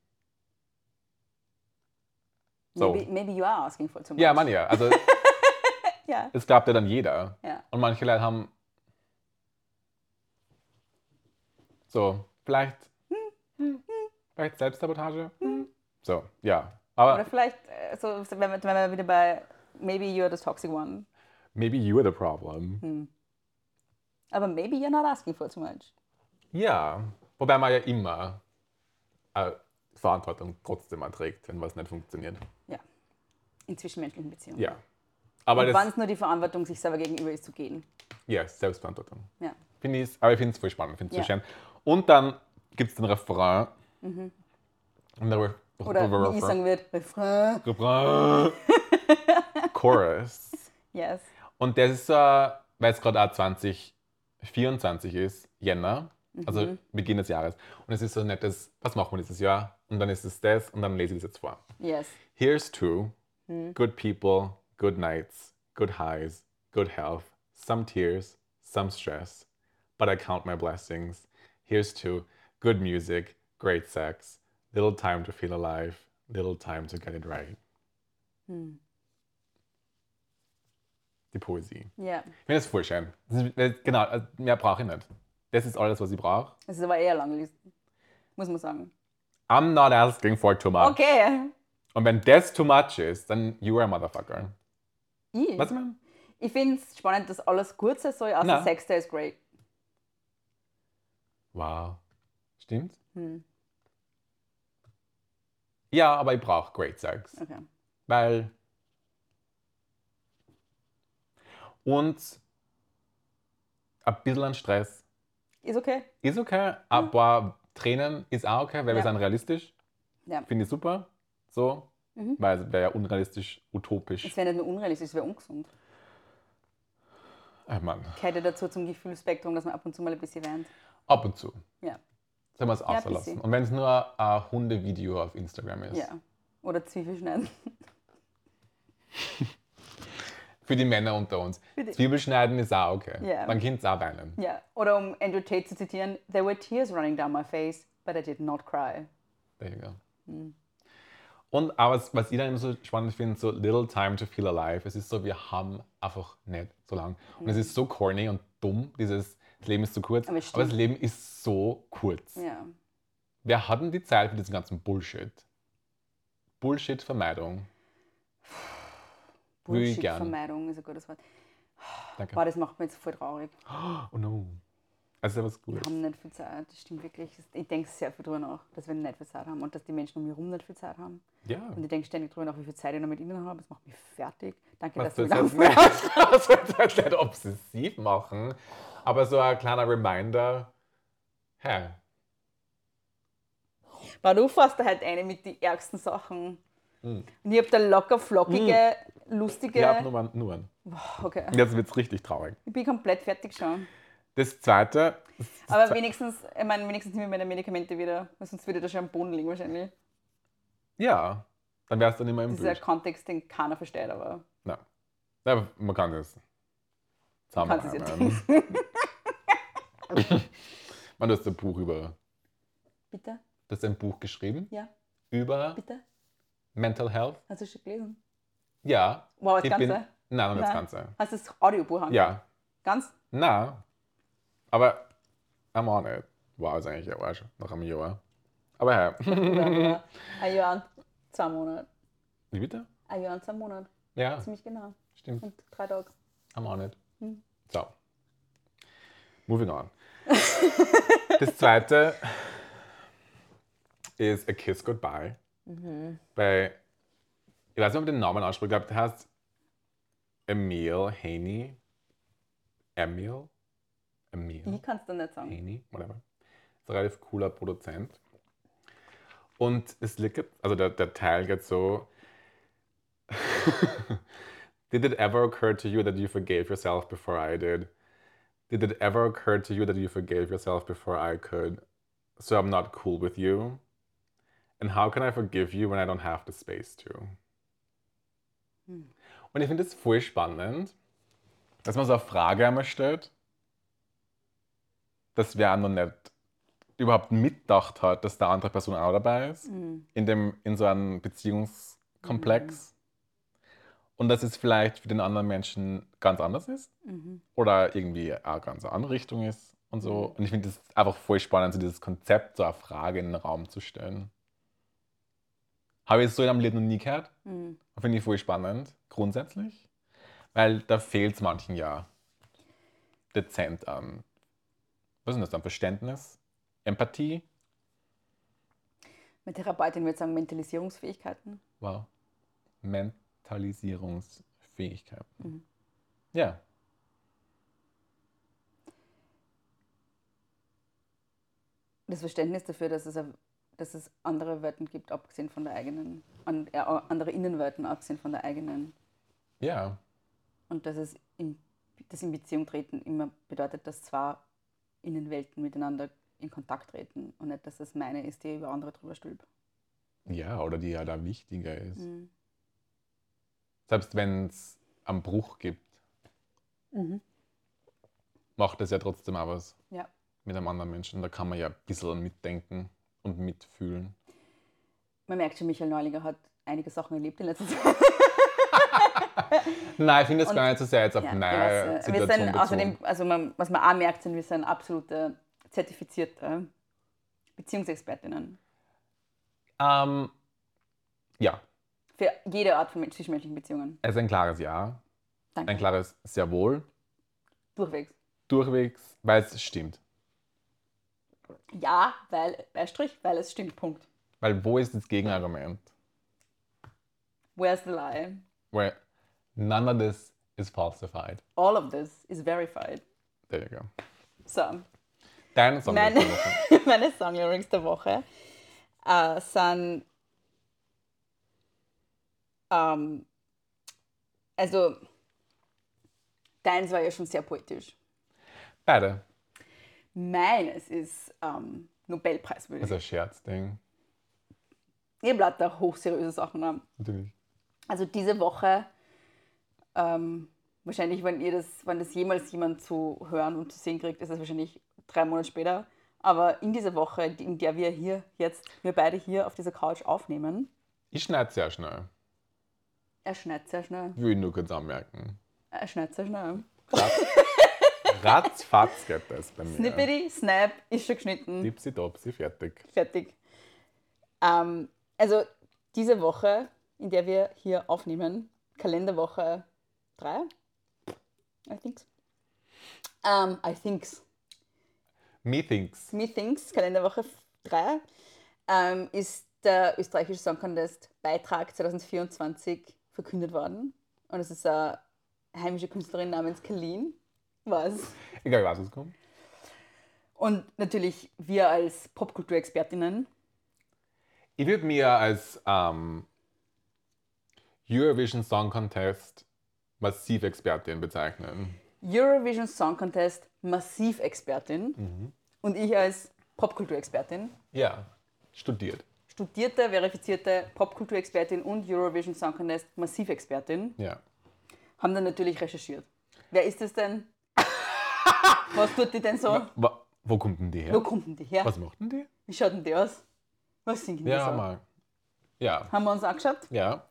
A: So.
B: Maybe, maybe you are asking for too much.
A: Ja, Mann, ja. Also
B: ja,
A: Das glaubt ja dann jeder.
B: ja.
A: Und manche Leute haben. So, vielleicht. Vielleicht Selbstsabotage. So, ja.
B: Oder
A: Aber
B: vielleicht, äh, so, wenn, wir, wenn wir wieder bei Maybe you're the toxic one.
A: maybe you're the problem.
B: Aber maybe you're not asking for too much.
A: Ja. Wobei man ja immer äh, Verantwortung trotzdem erträgt, wenn was nicht funktioniert.
B: Ja. In zwischenmenschlichen Beziehungen.
A: Ja. Aber
B: Wann
A: das.
B: es nur die Verantwortung sich selber gegenüber ist zu gehen.
A: Ja, Selbstverantwortung.
B: Ja.
A: Find ich's, aber ich finde es voll spannend, finde es
B: Ja.
A: voll schön. Und dann gibt es den Refrain. Und der Re-
B: Mhm. Oder wie ich
A: Refrain.
B: sagen wird, Refrain.
A: Refrain. Chorus.
B: Yes.
A: Und das ist, äh, weil es gerade auch 2024 ist, Jänner, also Beginn des Jahres. Und es ist so ein nettes, was machen wir dieses Jahr? Und dann ist es das und dann lese ich das jetzt vor.
B: Yes.
A: Here's to good people, good nights, good highs, good health, some tears, some stress, but I count my blessings. Here's to good music, great sex, little time to feel alive, little time to get it right. Die Poesie.
B: Ja.
A: Ich finde das voll schön. Das ist, das, genau, also mehr brauche ich nicht. Das ist alles, was ich brauche.
B: Es ist aber eher lang gelesen. Muss man sagen.
A: I'm not asking for too much.
B: Okay.
A: Und wenn das too much ist, dann you are a motherfucker.
B: I.
A: Was ich meine?
B: Ich finde es spannend, dass alles gut sein soll, außer
A: Na.
B: Sex, der ist great.
A: Wow. Stimmt?
B: Hm.
A: Ja, aber ich brauche Great Sex.
B: Okay.
A: Weil. Und ein bisschen an Stress
B: Ist okay.
A: ist okay, ein paar Tränen ist auch okay, weil wir
B: Hm. Ja.
A: sind realistisch.
B: Ja. Mhm.
A: Finde ich super. So. Weil es wäre ja unrealistisch, utopisch.
B: Es wäre nicht nur unrealistisch, es wäre ungesund.
A: Ach Mann,
B: Gehört ja dazu zum Gefühlsspektrum, dass man ab und zu mal ein bisschen weint.
A: ab und zu.
B: Ja.
A: Sollen wir es
B: ein
A: auslassen.
B: bisschen.
A: Und wenn es nur ein Hundevideo auf Instagram ist.
B: Ja. Oder Zwiebel schneiden.
A: Für die Männer unter uns.
B: Für die-
A: Zwiebelschneiden ist auch okay.
B: Ja.
A: Dann könnt ihr auch weinen.
B: Ja. Oder um Andrew Tate zu zitieren, there were tears running down my face, but I did not cry.
A: There you go.
B: Hm.
A: Und aber was, was ich dann immer so spannend finde, so little time to feel alive. Es ist so, wir haben einfach nicht so lang. Und es ist so corny und dumm, dieses das Leben ist zu kurz.
B: Hm.
A: Aber,
B: Aber es
A: das Leben ist so kurz.
B: Ja.
A: Wer hat denn die Zeit für diesen ganzen Bullshit? Bullshit-Vermeidung. Würde ich gern.
B: Bullshit-Vermeidung ist ein gutes Wort.
A: Danke.
B: Boah, das macht mich jetzt voll traurig.
A: Oh no. Also das ist was
B: Wir
A: Gutes.
B: haben nicht viel Zeit, das stimmt wirklich. Ich denke sehr viel drüber nach, dass wir nicht viel Zeit haben und dass die Menschen um mich herum nicht viel Zeit haben.
A: Ja.
B: Und ich denke ständig drüber nach, wie viel Zeit ich noch mit ihnen habe. Das macht mich fertig. Danke,
A: Was
B: dass
A: das
B: du
A: jetzt
B: mir
A: nicht, was wir jetzt nicht obsessiv machen, aber so ein kleiner Reminder. Hä?
B: Weil du fährst da halt eine mit den ärgsten Sachen. Und ich habe da locker flockige, lustige.
A: Hm. Ich habe Nummern. Nummern.
B: Boah, okay.
A: Jetzt wird's richtig traurig.
B: Ich bin komplett fertig schon.
A: Das zweite,
B: Aber wenigstens, ich meine, wenigstens nehme ich meine Medikamente wieder, weil sonst würde ich da schon am Boden liegen wahrscheinlich.
A: ja, dann wär's dann immer im
B: Dieser
A: Bild.
B: Kontext, den keiner versteht, aber
A: Nein. Nein, man kann das
B: kannst es jetzt
A: zusammenreimen. Man, du hast ein Buch über.
B: Bitte?
A: Du hast ein Buch geschrieben
B: Ja,
A: über
B: bitte?
A: Mental Health.
B: Hast du schon gelesen?
A: Ja.
B: Wow, das
A: ich
B: Ganze?
A: Bin, nein, nicht das
B: Nein.
A: Ganze.
B: Hast du das Audiobuch angehört?
A: Ja.
B: Ganz?
A: Na. Aber I'm on it. Wow, ist eigentlich ein Arsch. Nach einem Jahr. Aber hey.
B: Oder ein Jahr und zwei Monate.
A: Wie bitte?
B: Ein Jahr und zwei Monate.
A: Ja,
B: Ziemlich genau.
A: stimmt.
B: Und drei Tage.
A: I'm on it. So. Moving on. das zweite ist A Kiss Goodbye. Bei, ich weiß nicht, ob ich den Namen ausspreche, ich glaube, der heißt Emil Haney. Emil? Emil?
B: Ich kann es dir nicht sagen.
A: Haney, whatever. Ist ein relativ cooler Produzent. Und es liegt, also der, der Teil geht so. did it ever occur to you that you forgave yourself before I did? Did it ever occur to you that you forgave yourself before I could? So I'm not cool with you? And how can I forgive you when I don't have the space to? Und ich finde es voll spannend, dass man so eine Frage einmal stellt dass wer noch nicht überhaupt mitgedacht hat, dass der andere Person
B: Mhm.
A: auch dabei ist, in, dem, in so einem Beziehungskomplex. Und dass es vielleicht für den anderen Menschen ganz anders ist
B: Mhm.
A: oder irgendwie eine ganz andere Richtung ist und so. Und ich finde das einfach voll spannend, so dieses Konzept so eine Frage in den Raum zu stellen. Habe ich so in meinem Leben noch nie gehört.
B: Mhm.
A: Finde ich voll spannend, grundsätzlich. Weil da fehlt es manchen ja dezent an. Was ist denn das dann? Verständnis? Empathie?
B: Meine Therapeutin würde sagen, Mentalisierungsfähigkeiten.
A: Wow. Mentalisierungsfähigkeit. Ja.
B: Das Verständnis dafür, dass es, eine- dass es andere Welten gibt, abgesehen von der eigenen, an, äh, andere Innenwelten, abgesehen von der eigenen.
A: Ja.
B: Und dass es in, das in Beziehung treten immer bedeutet, dass zwei Innenwelten miteinander in Kontakt treten und nicht, dass das meine ist, die über andere drüber stülpt.
A: Ja, oder die ja da wichtiger ist.
B: Mhm.
A: Selbst wenn es am Bruch gibt, macht das ja trotzdem auch was
B: Ja.
A: mit einem anderen Menschen. Da kann man ja ein bisschen mitdenken und mitfühlen.
B: Man merkt schon, Michael Neulinger hat einige Sachen erlebt in letzter Zeit.
A: Nein, ich finde das
B: Und-
A: gar nicht so sehr jetzt auf
B: Ja,
A: meine
B: also, wir
A: Situation
B: sind
A: bezogen.
B: außerdem, also man, was man auch merkt, sind wir sind absolute zertifizierte Beziehungsexpertinnen
A: Ähm, ja,
B: für jede Art von zwischenmenschlichen Beziehungen.
A: es ist ein klares Ja,
B: Danke.
A: ein klares sehr wohl,
B: Durchwegs.
A: durchwegs, weil es stimmt.
B: Ja, weil, bei Strich, weil es stimmt. Punkt.
A: Weil wo ist das Gegenargument?
B: Where's the lie?
A: Well, none of this is falsified.
B: All of this is verified.
A: There you go.
B: So,
A: Dein Song.
B: Mein-
A: der Woche.
B: meine Songlyrics der Woche äh, sind. Ähm, also, deins war ja schon sehr poetisch.
A: Beide.
B: Meines ist ähm, Nobelpreiswürdig.
A: Das ist ein Scherzding.
B: Ihr bleibt da hochseriöse Sachen an.
A: Natürlich.
B: Also diese Woche, ähm, wahrscheinlich, wenn ihr das, wenn das jemals jemand zu hören und zu sehen kriegt, ist es wahrscheinlich drei Monate später. Aber in dieser Woche, in der wir hier jetzt, wir beide hier auf dieser Couch aufnehmen,
A: Ich schneide sehr schnell.
B: er schneit sehr schnell.
A: Will ich nur kurz anmerken.
B: Er schneit sehr schnell.
A: Ratzfatz geht das bei mir.
B: Snippity, Snap, ist schon geschnitten.
A: Dipsy Dopsy, fertig.
B: Fertig. Ähm, also diese Woche, in der wir hier aufnehmen, Kalenderwoche 3, I think. Ähm, I think's.
A: Methinks.
B: Me thinks, Kalenderwoche 3, ähm, ist der österreichische Song Contest Beitrag 2024 verkündet worden. Und es ist eine heimische Künstlerin namens Kalin. Was?
A: Egal, was es kommt.
B: Und natürlich wir als Popkulturexpertinnen.
A: Ich würde mir als ähm, Eurovision Song Contest massiv Expertin bezeichnen.
B: Eurovision Song Contest Massivexpertin und ich als Popkulturexpertin,
A: Ja, studiert.
B: studierte, verifizierte Popkulturexpertin und Eurovision Song Contest Massivexpertin,
A: Ja.
B: haben dann natürlich recherchiert. Wer ist es denn? Was tut die denn so?
A: Wa- Wo kommt denn die her?
B: Wo kommt denn die her?
A: Was macht denn die?
B: Wie schaut denn die aus? Was singen die
A: Ja,
B: so?
A: mal. Ja,
B: Haben wir uns angeschaut
A: ja.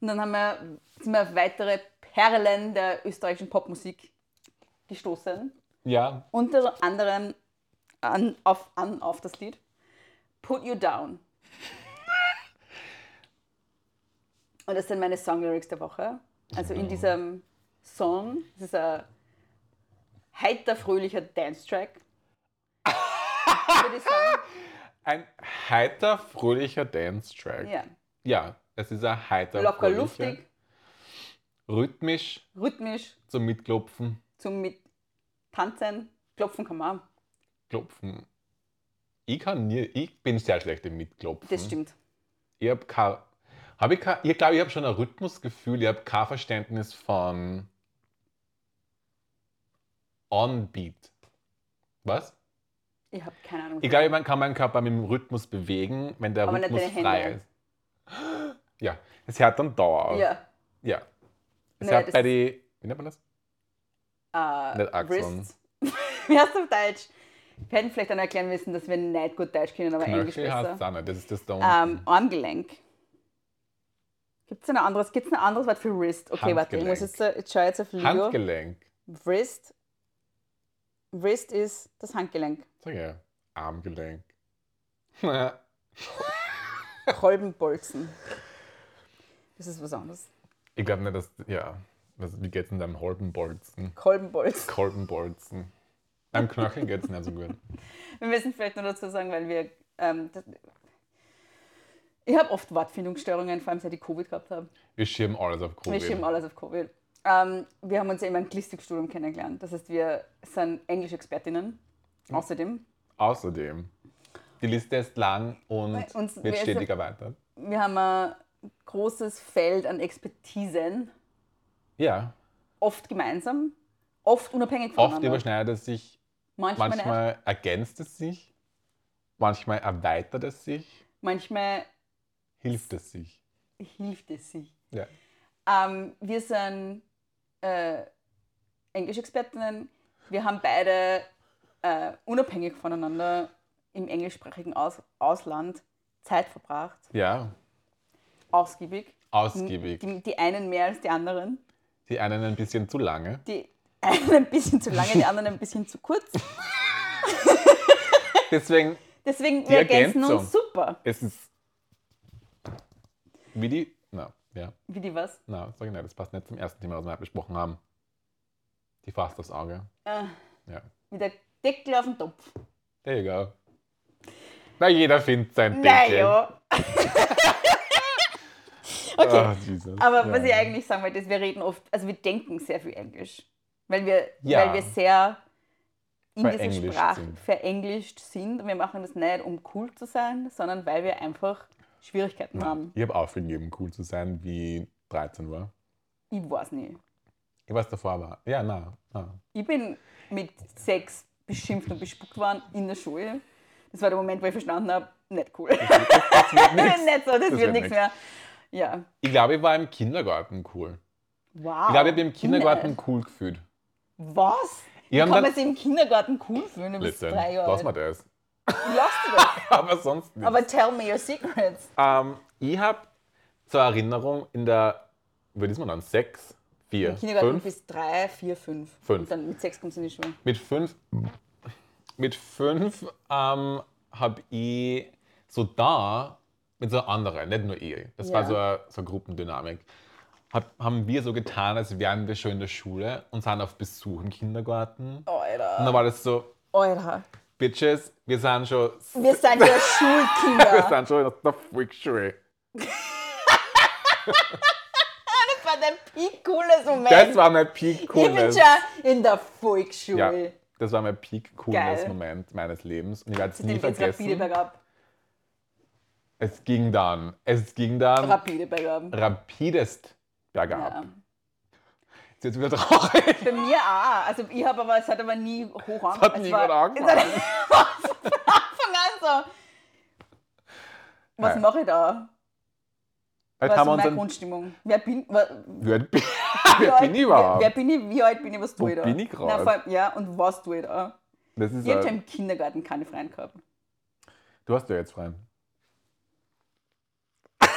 B: und dann haben wir, sind wir auf weitere Perlen der österreichischen Popmusik gestoßen.
A: Ja,
B: unter anderem an, auf, an, auf das Lied Put You Down. Und das sind meine Songlyrics der Woche. Also in diesem Song, das ist ein heiter, fröhlicher Dance-Track. Würde ich sagen.
A: Ein heiter, fröhlicher Dance-Track.
B: Ja.
A: Ja, es ist ein heiter,
B: Locker,
A: fröhlicher,
B: luftig,
A: rhythmisch
B: rhythmisch,
A: zum Mitklopfen.
B: zum mit Tanzen, Klopfen kann man auch.
A: Klopfen. Ich kann nie, ich bin sehr schlecht im Mitklopfen.
B: Das stimmt.
A: Ich habe kein, hab ich, kein, ich glaube, ich habe schon ein Rhythmusgefühl, ich habe kein Verständnis von On-Beat. Was?
B: Ich habe keine Ahnung.
A: Ich glaube, man kann meinen Körper mit dem Rhythmus bewegen, wenn der
B: Aber nicht
A: Rhythmus
B: deine
A: frei
B: Hände.
A: ist. Ja, es hört dann Dauer auf.
B: ja.
A: ja. Es
B: Naja,
A: hört
B: das-
A: bei die, wie nennt man das?
B: äh,
A: Nicht Achseln.
B: Wrists. Wie heißt auf Deutsch? Wir hätten vielleicht dann erklären müssen, dass wir nicht gut Deutsch können, aber Englisch Ähm,
A: Knöchel heißt
B: besser.
A: es auch nicht, das ist das da unten.
B: Ähm, Armgelenk. Gibt es ein anderes, gibt's ein anderes Wort für Wrist? Okay, warte, ich muss jetzt, jetzt schaue jetzt auf Leo.
A: Handgelenk.
B: Wrist. Wrist ist das Handgelenk.
A: Sag ja. Armgelenk.
B: Kolbenbolzen. Das ist was anderes.
A: ich glaube nicht, dass. Ja. Was, wie geht's denn deinem Holbenbolzen?
B: Kolbenbolzen.
A: Kolbenbolzen. Deinem Knöchel geht's nicht so gut.
B: Wir müssen vielleicht nur dazu sagen, weil wir. Ähm, das, ich habe oft Wortfindungsstörungen, vor allem seit ich Covid gehabt habe.
A: Wir schirmen alles auf Covid.
B: Wir schieben alles auf Covid. Ähm, wir haben uns ja im Anglistikstudium kennengelernt. Das heißt, wir sind Englisch-Expertinnen. Außerdem,
A: Außerdem, die Liste ist lang und
B: Bei uns- wir
A: wird
B: sind-
A: stetig erweitert.
B: wir haben ein großes Feld an Expertisen,
A: Ja,
B: oft gemeinsam, oft unabhängig
A: oft
B: voneinander.
A: überschneidet es sich,
B: manchmal, nicht,
A: manchmal ergänzt es sich, manchmal erweitert es sich,
B: manchmal
A: hilft es sich.
B: hilft es sich.
A: Ja.
B: Ähm, wir sind äh, Englischexpertinnen. Wir haben beide äh, unabhängig voneinander im englischsprachigen Aus Ausland Zeit verbracht,
A: Ja,
B: ausgiebig.
A: ausgiebig.
B: Die, die einen mehr als die anderen.
A: Die einen ein bisschen zu lange.
B: Die einen ein bisschen zu lange, die anderen ein bisschen zu kurz.
A: Deswegen
B: Deswegen, wir ergänzen
A: Ergänzung.
B: uns super.
A: ist es. Wie die. Na, ja,
B: Wie die was?
A: na, sag ich nicht, das passt nicht zum ersten Thema, was wir heute besprochen haben. Die Faust aufs Auge.
B: Äh,
A: Ja.
B: wie der Deckel auf dem Topf.
A: There you go. Na, jeder findet sein Ding.
B: Naja. okay.
A: Ah, Jesus.
B: Aber was
A: Ja.
B: ich eigentlich sagen wollte, ist, wir reden oft, also wir denken sehr viel Englisch. Weil wir,
A: Ja.
B: weil wir sehr in dieser
A: Verenglischt
B: Sprache
A: sind.
B: verenglischt sind. Und wir machen das nicht, um cool zu sein, sondern weil wir einfach Schwierigkeiten haben.
A: Ich habe aufgegeben, cool zu sein, wie 13 war.
B: Ich weiß nicht.
A: Ich weiß davor war. Ja, na, na.
B: Ich bin mit sechs beschimpft und bespuckt worden in der Schule. Das war der Moment, wo ich verstanden habe, nicht cool. nicht so, das, wird,
A: wird
B: nichts
A: nix.
B: mehr. Ja.
A: Ich glaube, ich war im Kindergarten cool.
B: Wow.
A: Ich glaube, ich habe im Kindergarten
B: Nicht.
A: cool gefühlt.
B: Was? Wie
A: Ich
B: kann
A: habe
B: man
A: dann.
B: sich im Kindergarten cool fühlen? Du bist
A: Listen,
B: drei Jahre
A: lass mal
B: alt.
A: das.
B: Lass du das.
A: Aber sonst nicht.
B: Aber tell me your secrets.
A: ähm, ich habe zur Erinnerung in der. Wie ist man dann? Sechs, vier,
B: Im Kindergarten
A: fünf?
B: bis drei, vier, fünf.
A: Fünf.
B: Und dann mit sechs kommst du in die Schule.
A: Mit fünf, mit fünf ähm, habe ich so da mit so anderen, nicht nur ich, das war
B: Ja.
A: so eine, so eine Gruppendynamik, hab, haben wir so getan, als wären wir schon in der Schule und sind auf Besuch im Kindergarten. Und
B: Alter.
A: dann war das so,
B: Alter.
A: Bitches, wir sind schon,
B: Wir sind ja
A: wir
B: Schulkinder.
A: sind schon in der Freakschule.
B: Das war dein peak cooles Moment.
A: Das war mein Peak
B: Ich bin
A: Coolness.
B: schon in der Volksschule.
A: Ja, das war mein Peak Coolness
B: Geil.
A: Moment meines Lebens und ich werde es nie
B: Dem geht's rapide
A: vergessen.
B: bergab.
A: Es ging dann, es ging dann.
B: Rapide bergab.
A: rapidest bergab.
B: Ja.
A: Ist jetzt wieder traurig.
B: Bei mir auch. Also ich habe aber, es hat aber nie hoch angefangen.
A: hat nie
B: war-
A: gut angefangen.
B: Es hat von Anfang an so. Was
A: Nein.
B: mache ich da?
A: Jetzt
B: Was ist
A: haben wir
B: meine
A: unseren.
B: Grundstimmung? Wer bin, wa-
A: Wer, bin-
B: wie
A: wer
B: alt-
A: bin ich
B: wer,
A: überhaupt?
B: wer bin ich? Wie alt bin ich? Was
A: Wo
B: tue ich da?
A: bin ich grad?
B: Nein, vor allem- Ja, und was tue ich da?
A: das ist
B: Ich habe schon
A: ein,
B: im Kindergarten keine Freien gehabt.
A: du hast ja jetzt Freien.
B: Ich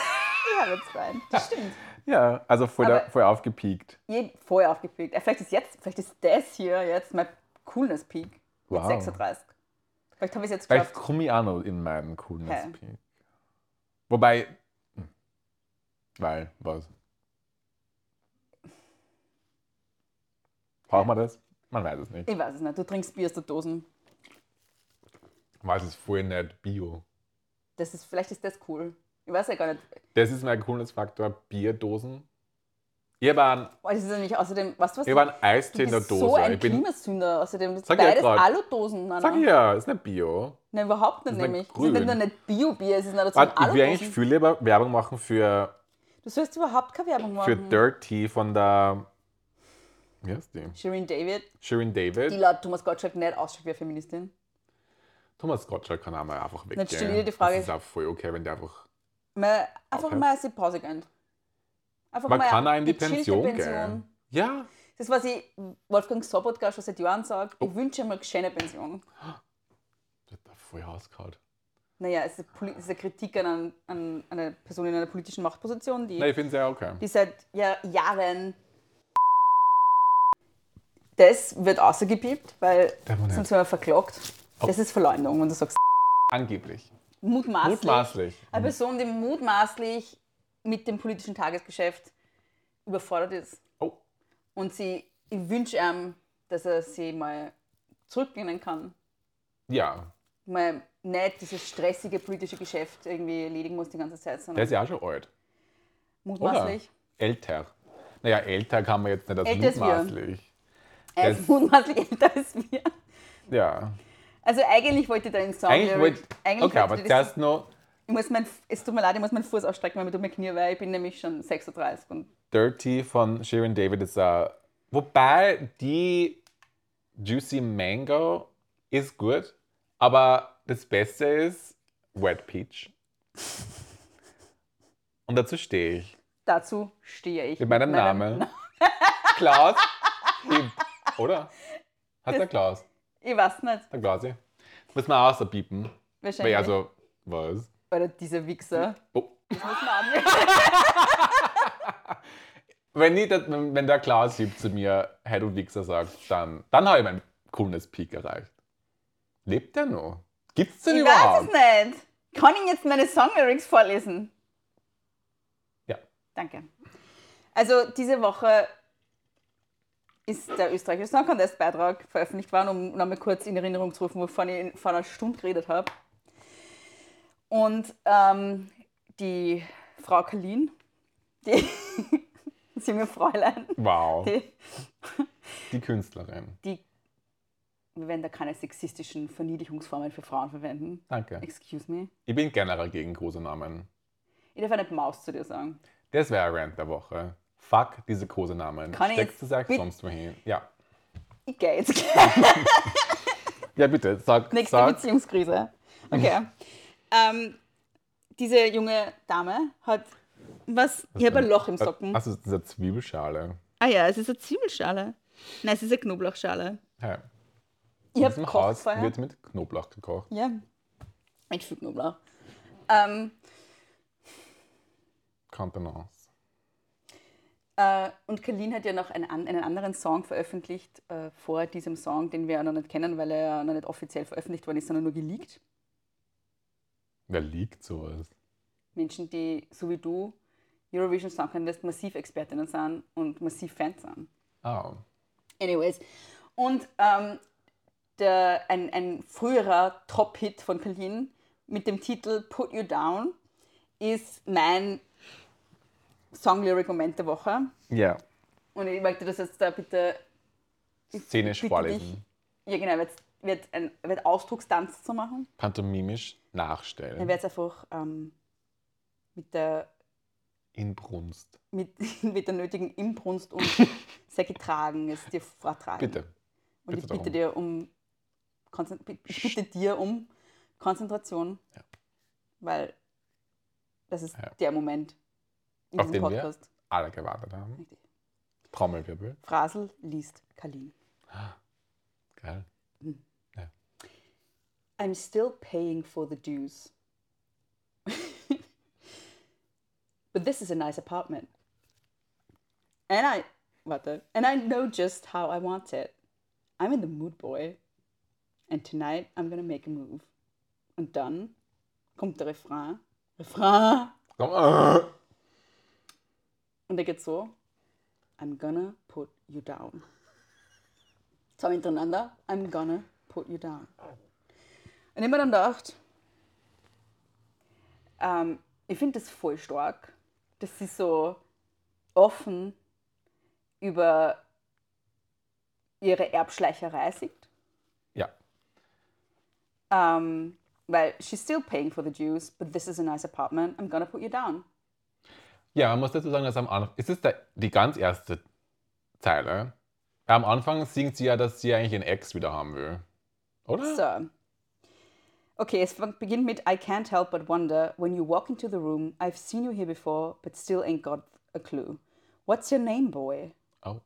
B: habe jetzt Freien. Das stimmt.
A: Ja, also voll,
B: Aber-
A: da, voll aufgepiekt.
B: Je, vorher aufgepickt. Äh, Vielleicht ist jetzt, vielleicht ist das hier jetzt mein Coolness-Peak. Mit
A: Wow.
B: 36. Vielleicht habe ich es jetzt
A: Vielleicht
B: geschafft.
A: komme ich auch noch in meinen Coolness
B: Hä?
A: Peak. Wobei. hm, Weil, was? Braucht man das? Man weiß es nicht.
B: Ich weiß es nicht. Du trinkst Bier aus der Dosen.
A: Weiß es voll nicht Bio.
B: Das ist, vielleicht ist das cool. Ich weiß ja gar nicht.
A: Das ist mein Coolness-Faktor: Bierdosen. Ihr waren
B: Oh, das ist ja nicht außerdem, weißt du was?
A: Ich war ein Eistee
B: du
A: in der
B: bist
A: Dose.
B: so ein
A: ich bin,
B: Klimasünder. Außerdem das
A: Sag ich ja
B: beides
A: grad.
B: Aludosen. Nein,
A: sag
B: nein.
A: ich ja, ist nicht Bio.
B: nein, überhaupt nicht
A: Das ist
B: nämlich. Es
A: grün.
B: ist nicht nur nicht Bio-Bier, es ist nicht dazu
A: Warte, ich will eigentlich
B: Aludosen.
A: viel lieber Werbung machen für,
B: Du sollst überhaupt keine Werbung
A: für
B: machen.
A: Dirty von der. Wie heißt die?
B: Shirin David,
A: Shirin
B: die
A: David.
B: laut Thomas Gottschalk nicht ausschaut wie eine Feministin.
A: Thomas Gottschalk kann einmal einfach weggehen.
B: Jetzt stell dir die Frage-
A: Das ist auch voll okay, wenn der einfach.
B: Mal, einfach
A: Okay.
B: mal sich Pause gönnt. Einfach
A: Man
B: mal
A: kann auch in die
B: gechillte
A: Pension, gehen. Ja,
B: Das, was ich Wolfgang Sobotka
A: Oh.
B: schon seit Jahren sagt, ich wünsche mir eine schöne Pension.
A: wird da voll rausgehauen.
B: naja, es ist, poli- es ist eine Kritik an, an, an einer Person in einer politischen Machtposition, die
A: Nein, ich finde es ja okay.
B: die seit ja Jahren. Das wird rausgepiept, weil
A: Darf man
B: sonst werden wir verklagt.
A: Oh.
B: Das ist Verleumdung, wenn du sagst.
A: Angeblich.
B: Mutmaßlich.
A: Mutmaßlich.
B: Eine Person, die mutmaßlich mit dem politischen Tagesgeschäft überfordert ist.
A: Oh,
B: Und sie, ich wünsche ihm, dass er sie mal zurücknehmen kann.
A: ja.
B: Mal nicht dieses stressige politische Geschäft irgendwie erledigen muss die ganze Zeit,
A: Der
B: sondern
A: ist ja auch schon alt. Oder?
B: mutmaßlich.
A: Älter. Naja, älter kann man jetzt nicht als
B: Älter ist wir.
A: mutmaßlich.
B: Er ist
A: Das-
B: mutmaßlich älter als wir.
A: Ja.
B: Also eigentlich wollte ich da einen Song.
A: Eigentlich
B: Lyric-
A: wollte
B: eigentlich
A: Okay, aber
B: wollte ich das,
A: zuerst noch
B: ich muss mein, es tut mir leid, ich muss meinen Fuß ausstrecken, weil mir tut mein Knie weh. Ich bin nämlich schon 36 und
A: Dirty von Sharon David ist ein. Wobei die Juicy Mango ist gut, aber das Beste ist Wet Peach. Und dazu stehe ich.
B: dazu stehe ich.
A: Mit meinem Namen. Klaus Hipp. Oder? Hat der Klaus?
B: Ich weiß nicht,
A: Der Klausi. Muss man außerpiepen. Weil
B: wahrscheinlich.
A: also, was?
B: Oder dieser Wichser.
A: Oh.
B: Das muss man anmerken.
A: Wenn, ich das, wenn wenn der Klaus Hipp zu mir Hey du Wichser sagt, dann, dann habe ich meinen cooles Peak erreicht. Lebt der noch? Gibt's den
B: Ich weiß
A: überhaupt?
B: es nicht. Kann ich jetzt meine Songlyrics vorlesen?
A: Ja.
B: Danke. Also diese Woche ist der österreichische Song Contest Beitrag veröffentlicht worden, um nochmal kurz in Erinnerung zu rufen, wovon ich in- vor einer Stunde geredet habe. Und ähm, die Frau Kalin, die das junge Fräulein,
A: Wow,
B: die,
A: die Künstlerin.
B: die wir werden da keine sexistischen Verniedlichungsformen für Frauen verwenden.
A: Danke.
B: Excuse me.
A: Ich bin generell gegen große Namen.
B: Ich darf auch nicht Maus zu dir sagen.
A: Das wäre ein Rant der Woche. Fuck diese großen Namen.
B: Kann ich
A: Steckst
B: jetzt
A: du sag
B: mit-
A: sonst wohin? Ja.
B: Ich gehe jetzt.
A: Ja, bitte, sag.
B: Nächste
A: sag.
B: Beziehungskrise. Okay. ähm, diese junge Dame hat was. Ich habe ein Loch
A: Äh,
B: im Socken.
A: Achso, das ist eine Zwiebelschale.
B: Ah ja, es ist eine Zwiebelschale. Nein, es ist eine Knoblauchschale.
A: Ja.
B: Ich
A: In
B: habe
A: diesem Haus
B: gekocht vorher.
A: wird mit Knoblauch gekocht.
B: Ja. Mit viel Knoblauch. Ähm,
A: Kontenance.
B: Äh, und Kalin hat ja noch einen, an- einen anderen Song veröffentlicht äh, vor diesem Song, den wir ja noch nicht kennen, weil er ja noch nicht offiziell veröffentlicht worden ist, sondern nur geleakt.
A: Wer liegt sowas?
B: Menschen, die so wie du Eurovision Song Contest massiv Expertinnen sind und massiv Fans sind.
A: Ah,
B: Anyways. Und ähm, der, ein, ein früherer Top-Hit von Kalin mit dem Titel Put You Down ist mein Song-Lyric-Moment der Woche.
A: Ja.
B: Und ich möchte das jetzt da bitte
A: Szenisch
B: bitte
A: vorlesen.
B: dich- Ja, genau, wird, wird, ein, wird Ausdruckstanz zu machen.
A: Pantomimisch
B: Dann
A: nachstellen.
B: wird es einfach ähm, mit, der,
A: Inbrunst.
B: mit, mit der nötigen Imbrunst und sehr getragen es dir vortragen.
A: Bitte.
B: und
A: bitte
B: ich
A: darum.
B: bitte, dir um Konzen- bi- ich bitte dir um Konzentration,
A: Ja.
B: weil das ist
A: Ja.
B: der Moment in
A: Auf
B: diesem
A: den wir-
B: Podcast.
A: Alle gewartet haben.
B: Richtig.
A: Trommelwirbel.
B: Frasel liest Kalin.
A: Geil.
B: I'm still paying for the dues. but this is a nice apartment. And I warte, and I know just how I want it. I'm in the mood, boy. And tonight I'm gonna make a move. Und dann kommt der Refrain. Refrain!
A: Komm. äh.
B: Und der geht so. I'm gonna put you down. Zwei hintereinander. I'm gonna put you down. Und ich hab mir dann gedacht, ähm, ich finde das voll stark, dass sie so offen über ihre Erbschleicherei sieht.
A: Ja.
B: Ähm, weil she's still paying for the dues, but this is a nice apartment. I'm gonna put you down.
A: Ja, man muss dazu sagen, dass am Anfang. Es ist der, die ganz erste Zeile. Am Anfang singt sie ja, dass sie eigentlich ihren Ex wieder haben will. Oder?
B: So. Okay, es fang- beginnt mit I can't help but wonder when you walk into the room. I've seen you here before, but still ain't got a clue. What's your name, boy?
A: Oh.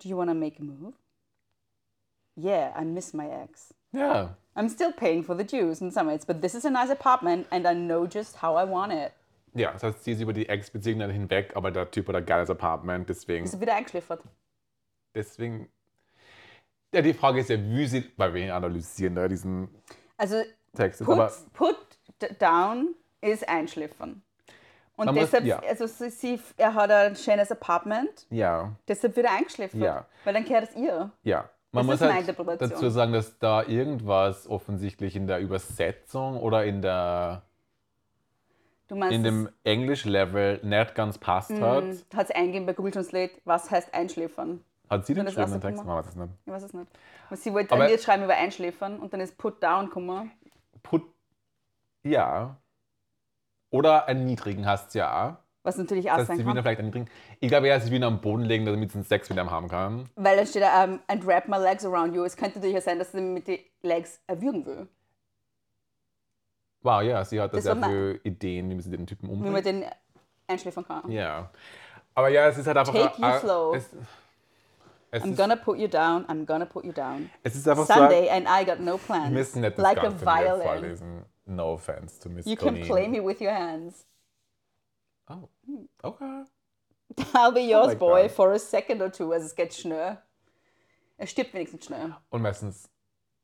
B: Do you want to make a move? Yeah, I miss my ex.
A: Ja.
B: I'm still paying for the dues and summits, but this is a nice apartment and I know just how I want it.
A: Ja, das heißt, sie ist über die Ex-Beziehung dann hinweg, aber der Typ hat ein geiles Apartment, deswegen.
B: Ist wieder eingeschliffert.
A: deswegen ja, die Frage ist ja, wie sie. Weil wir analysieren da diesen
B: Also
A: Text.
B: put,
A: Aber
B: put d- down ist einschliffern. Und
A: Man muss-
B: deshalb,
A: ja.
B: also sie, sie, er hat ein schönes Apartment,
A: ja,
B: deshalb wird er eingeschliffert.
A: Ja.
B: Weil dann gehört es ihr.
A: ja. Man
B: Das
A: muss
B: ist meine
A: halt
B: Interpretation.
A: dazu sagen, dass da irgendwas offensichtlich in der Übersetzung oder in der
B: Du meinst,
A: in dem Englisch-Level nicht ganz passt
B: Hm.
A: hat.
B: hat sie eingegeben bei Google Translate, was heißt einschläfern?
A: Hat sie den
B: das
A: geschrieben, den
B: aussuchen
A: Text? Man weiß es nicht.
B: Ich weiß es nicht. Aber sie wollte
A: Aber-
B: ein Lied schreiben über einschläfern und dann ist put down gekommen.
A: Put. Ja. Oder einen niedrigen hast du ja auch.
B: Was natürlich auch
A: Das heißt,
B: sein
A: sie will
B: kann.
A: ihn vielleicht einen niedrigen. Ich glaube, er hat sich wieder am Boden legen, damit sie einen Sex mit ihm haben kann.
B: Weil dann steht da, um, and wrap my legs around you. Es könnte natürlich auch sein, dass sie mit den Legs erwürgen will.
A: Wow, ja, sie hat da
B: Das
A: sehr
B: war mein-
A: viele Ideen, wie man sie den Typen
B: Wie man
A: umbringt.
B: den einschläfern kann.
A: Mhm. Ja. Aber ja, es ist halt einfach.
B: Take you
A: ah,
B: slow.
A: Es, es,
B: I'm
A: ist,
B: gonna put you down, I'm gonna put you down.
A: es ist einfach
B: Sunday
A: so.
B: and I got no
A: Wir
B: plans.
A: müssen nicht das
B: like a
A: Ganze hier
B: violin.
A: vorlesen. No offense to Miss
B: You can
A: Colleen.
B: play me with your hands.
A: Oh, okay.
B: I'll be yours,
A: like
B: boy,
A: that.
B: for a second or two. Also es geht schnell. Er stirbt wenigstens schnell.
A: Und meistens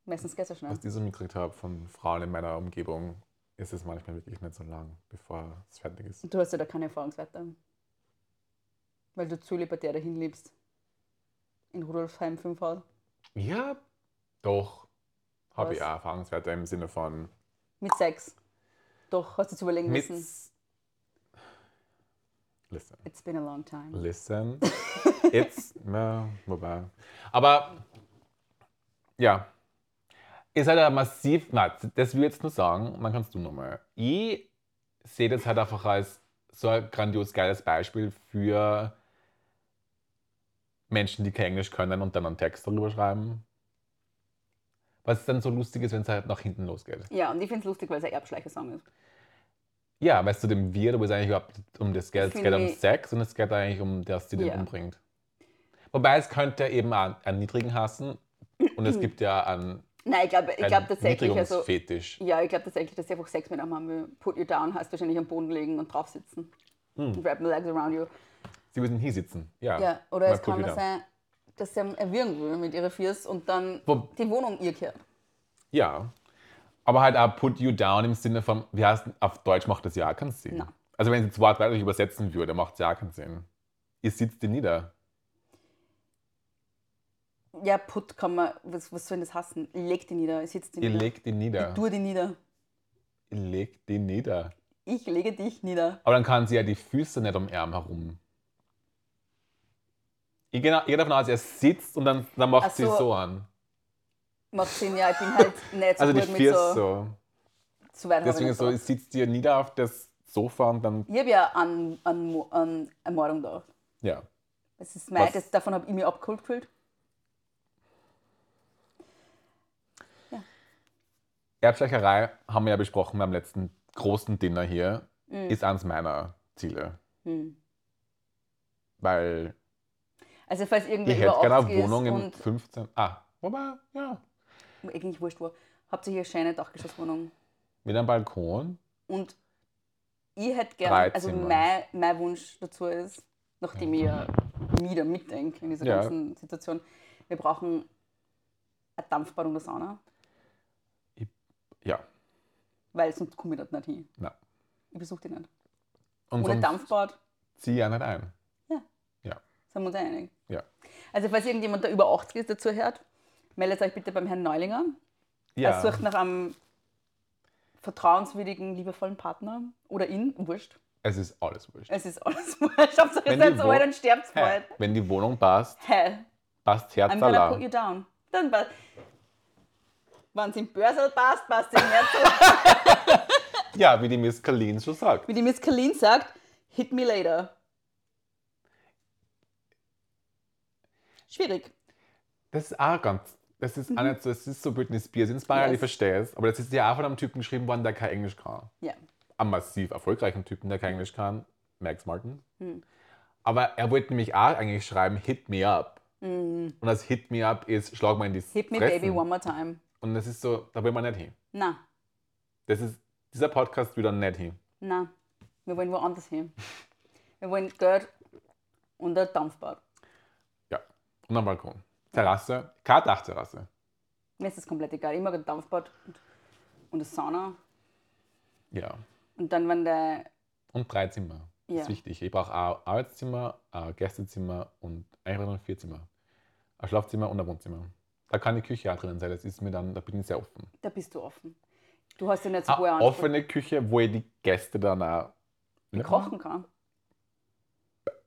B: Meistens geht es ja schnell.
A: was ich so mitgekriegt habe von Frauen in meiner Umgebung, ist es manchmal wirklich nicht so lang, bevor es fertig ist.
B: Du hast ja da keine Erfahrungswerte. Weil du zu libertär dahin lebst. In Rudolfsheim 5 Haus.
A: Ja, doch. Habe
B: Was?
A: ich auch Erfahrungswerte im Sinne von
B: Mit Sex. Doch, hast du zu überlegen
A: mit.
B: müssen.
A: Listen.
B: It's been a long time.
A: Listen. It's. Na, wobei. Aber. Ja. Ist halt ein massiv. Nein, das will ich jetzt nur sagen, und dann kannst du nochmal. Ich sehe das halt einfach als so ein grandios geiles Beispiel für Menschen, die kein Englisch können und dann einen Text darüber schreiben. Was dann so lustig ist, wenn es halt nach hinten losgeht.
B: Ja, und ich finde es lustig, weil es ein Erbschleicher-Song ist.
A: Ja, weißt du, dem Wir, du bist eigentlich überhaupt nicht um das Geld. Es geht
B: Finde
A: um
B: ich-
A: Sex und es geht eigentlich um, dass die den
B: Ja.
A: umbringt. Wobei es könnte eben auch einen niedrigen hassen und es gibt ja einen,
B: Nein, ich glaube ich glaub
A: einen
B: tatsächlich, also.
A: Niedrigungsfetisch.
B: Ja, ich glaube tatsächlich, dass sie einfach Sex mit einem haben will. Put you down heißt wahrscheinlich am Boden legen und drauf sitzen.
A: Hm.
B: Und wrap my legs around you.
A: Sie müssen hier sitzen. Ja,
B: Ja, oder
A: Mal
B: es
A: gut
B: kann auch
A: wieder.
B: sein, dass sie ihn erwürgen will mit ihren Fiers und dann
A: Wo-
B: die Wohnung ihr gehört.
A: Ja. Aber halt auch put you down im Sinne von, wie heißt auf Deutsch macht das ja auch keinen Sinn.
B: Nein.
A: Also wenn sie es wortwörtlich übersetzen würde, macht es ja auch keinen Sinn. Ihr sitzt die nieder.
B: Ja, put kann man, was, was soll denn das heißen? Leg die nieder, sitz die
A: Ihr
B: nieder.
A: legt die nieder.
B: Tu die nieder.
A: Ihr legt die nieder.
B: Ich lege dich nieder.
A: Aber dann kann sie ja die Füße nicht am Arm herum. Ich gehe ich geh davon aus, er sitzt und dann, dann macht
B: Ach
A: sie
B: so.
A: so an.
B: Macht Sinn, ja, ich bin halt nicht so
A: Also die
B: gut mit
A: Füße
B: so,
A: so.
B: zu weit hab ich
A: Deswegen
B: nicht
A: so,
B: drauf.
A: sitzt ihr nieder auf das Sofa und dann,
B: Ich habe ja an, an, Mo- an Ermordung da.
A: ja.
B: Das ist mein,
A: Was?
B: das, davon habe ich mich abgeholt gefühlt.
A: Erbschleicherei haben wir ja besprochen beim letzten großen Dinner hier,
B: Mhm.
A: ist eines meiner Ziele.
B: Hm.
A: Weil
B: Also falls
A: ich
B: irgendwer
A: hätte
B: über
A: gerne
B: 80
A: eine
B: ist
A: Wohnung im
B: und
A: 15. Ah, wobei, ja.
B: eigentlich wurscht wo. Habt ihr hier eine schöne Dachgeschosswohnung?
A: Mit einem Balkon.
B: Und ich hätte gerne,
A: Drei
B: also
A: Zimmer.
B: mein, mein Wunsch dazu ist, nachdem ich ja nie da mitdenke in dieser
A: Mhm. Ja.
B: ganzen Situation, wir brauchen ein Dampfbad und eine Sauna,
A: Ja.
B: weil sonst komme ich dort nicht hin.
A: Nein.
B: Ich besuche die nicht.
A: Und
B: Ohne
A: sonst
B: Dampfbad
A: zieh ich ja nicht ein.
B: sind wir uns eh einig.
A: Ja.
B: Also falls irgendjemand da über 80 ist, dazu hört, meldet euch bitte beim Herrn Neulinger.
A: Ja.
B: Er sucht nach einem vertrauenswürdigen, liebevollen Partner oder ihn, wurscht.
A: Es ist alles wurscht.
B: Es ist alles wurscht. Hauptsache, ihr
A: Wenn die
B: seid so
A: wo-
B: alt und sterbt
A: Hä?
B: bald.
A: Wenn die Wohnung passt,
B: Hä?
A: passt
B: I'm gonna
A: Herzala.
B: put you down. Dann passt. Wenn es im Börsel passt, passt es im Herzen.
A: Ja, wie die Miss Colleen schon sagt.
B: Wie die Miss Colleen sagt, hit me later. Schwierig.
A: Das ist auch ganz. Das ist auch nicht so, das ist so Britney Spears inspired,
B: Yes.
A: ich verstehe es. Aber das ist ja auch von einem Typen geschrieben worden, der kein Englisch kann.
B: Ja.
A: Am massiv erfolgreichen Typen, der kein Englisch kann, Max Martin. Aber er wollte nämlich auch eigentlich schreiben, Mhm. hit me up. Und das hit me up ist, schlag mal in die
B: Hit me
A: Fressen.
B: baby one more time.
A: Und Und das ist so, da will man nicht hin.
B: Na,
A: Das ist, dieser Podcast will dann nicht hin.
B: na, wir wollen woanders hin. Wir wollen dort unter Dampfbad.
A: Ja. Und am Balkon. Terrasse, keine Dachterrasse.
B: Mir ist das komplett egal. Ich mag ein Dampfbad und, und eine Sauna.
A: Ja.
B: Und dann, wenn der.
A: Und drei Zimmer. Das ist
B: Ja.
A: wichtig. Ich brauche ein Arbeitszimmer, ein Gästezimmer und eigentlich brauche ich noch vier Zimmer. Ein Schlafzimmer und ein Wohnzimmer. Da kann die Küche auch drinnen sein. Das ist mir dann, da bin ich sehr offen.
B: Da bist du offen. Du hast ja nicht so hohe
A: Eine
B: Ansprüche.
A: offene Küche, wo ich die Gäste dann auch Ja.
B: Kochen kann.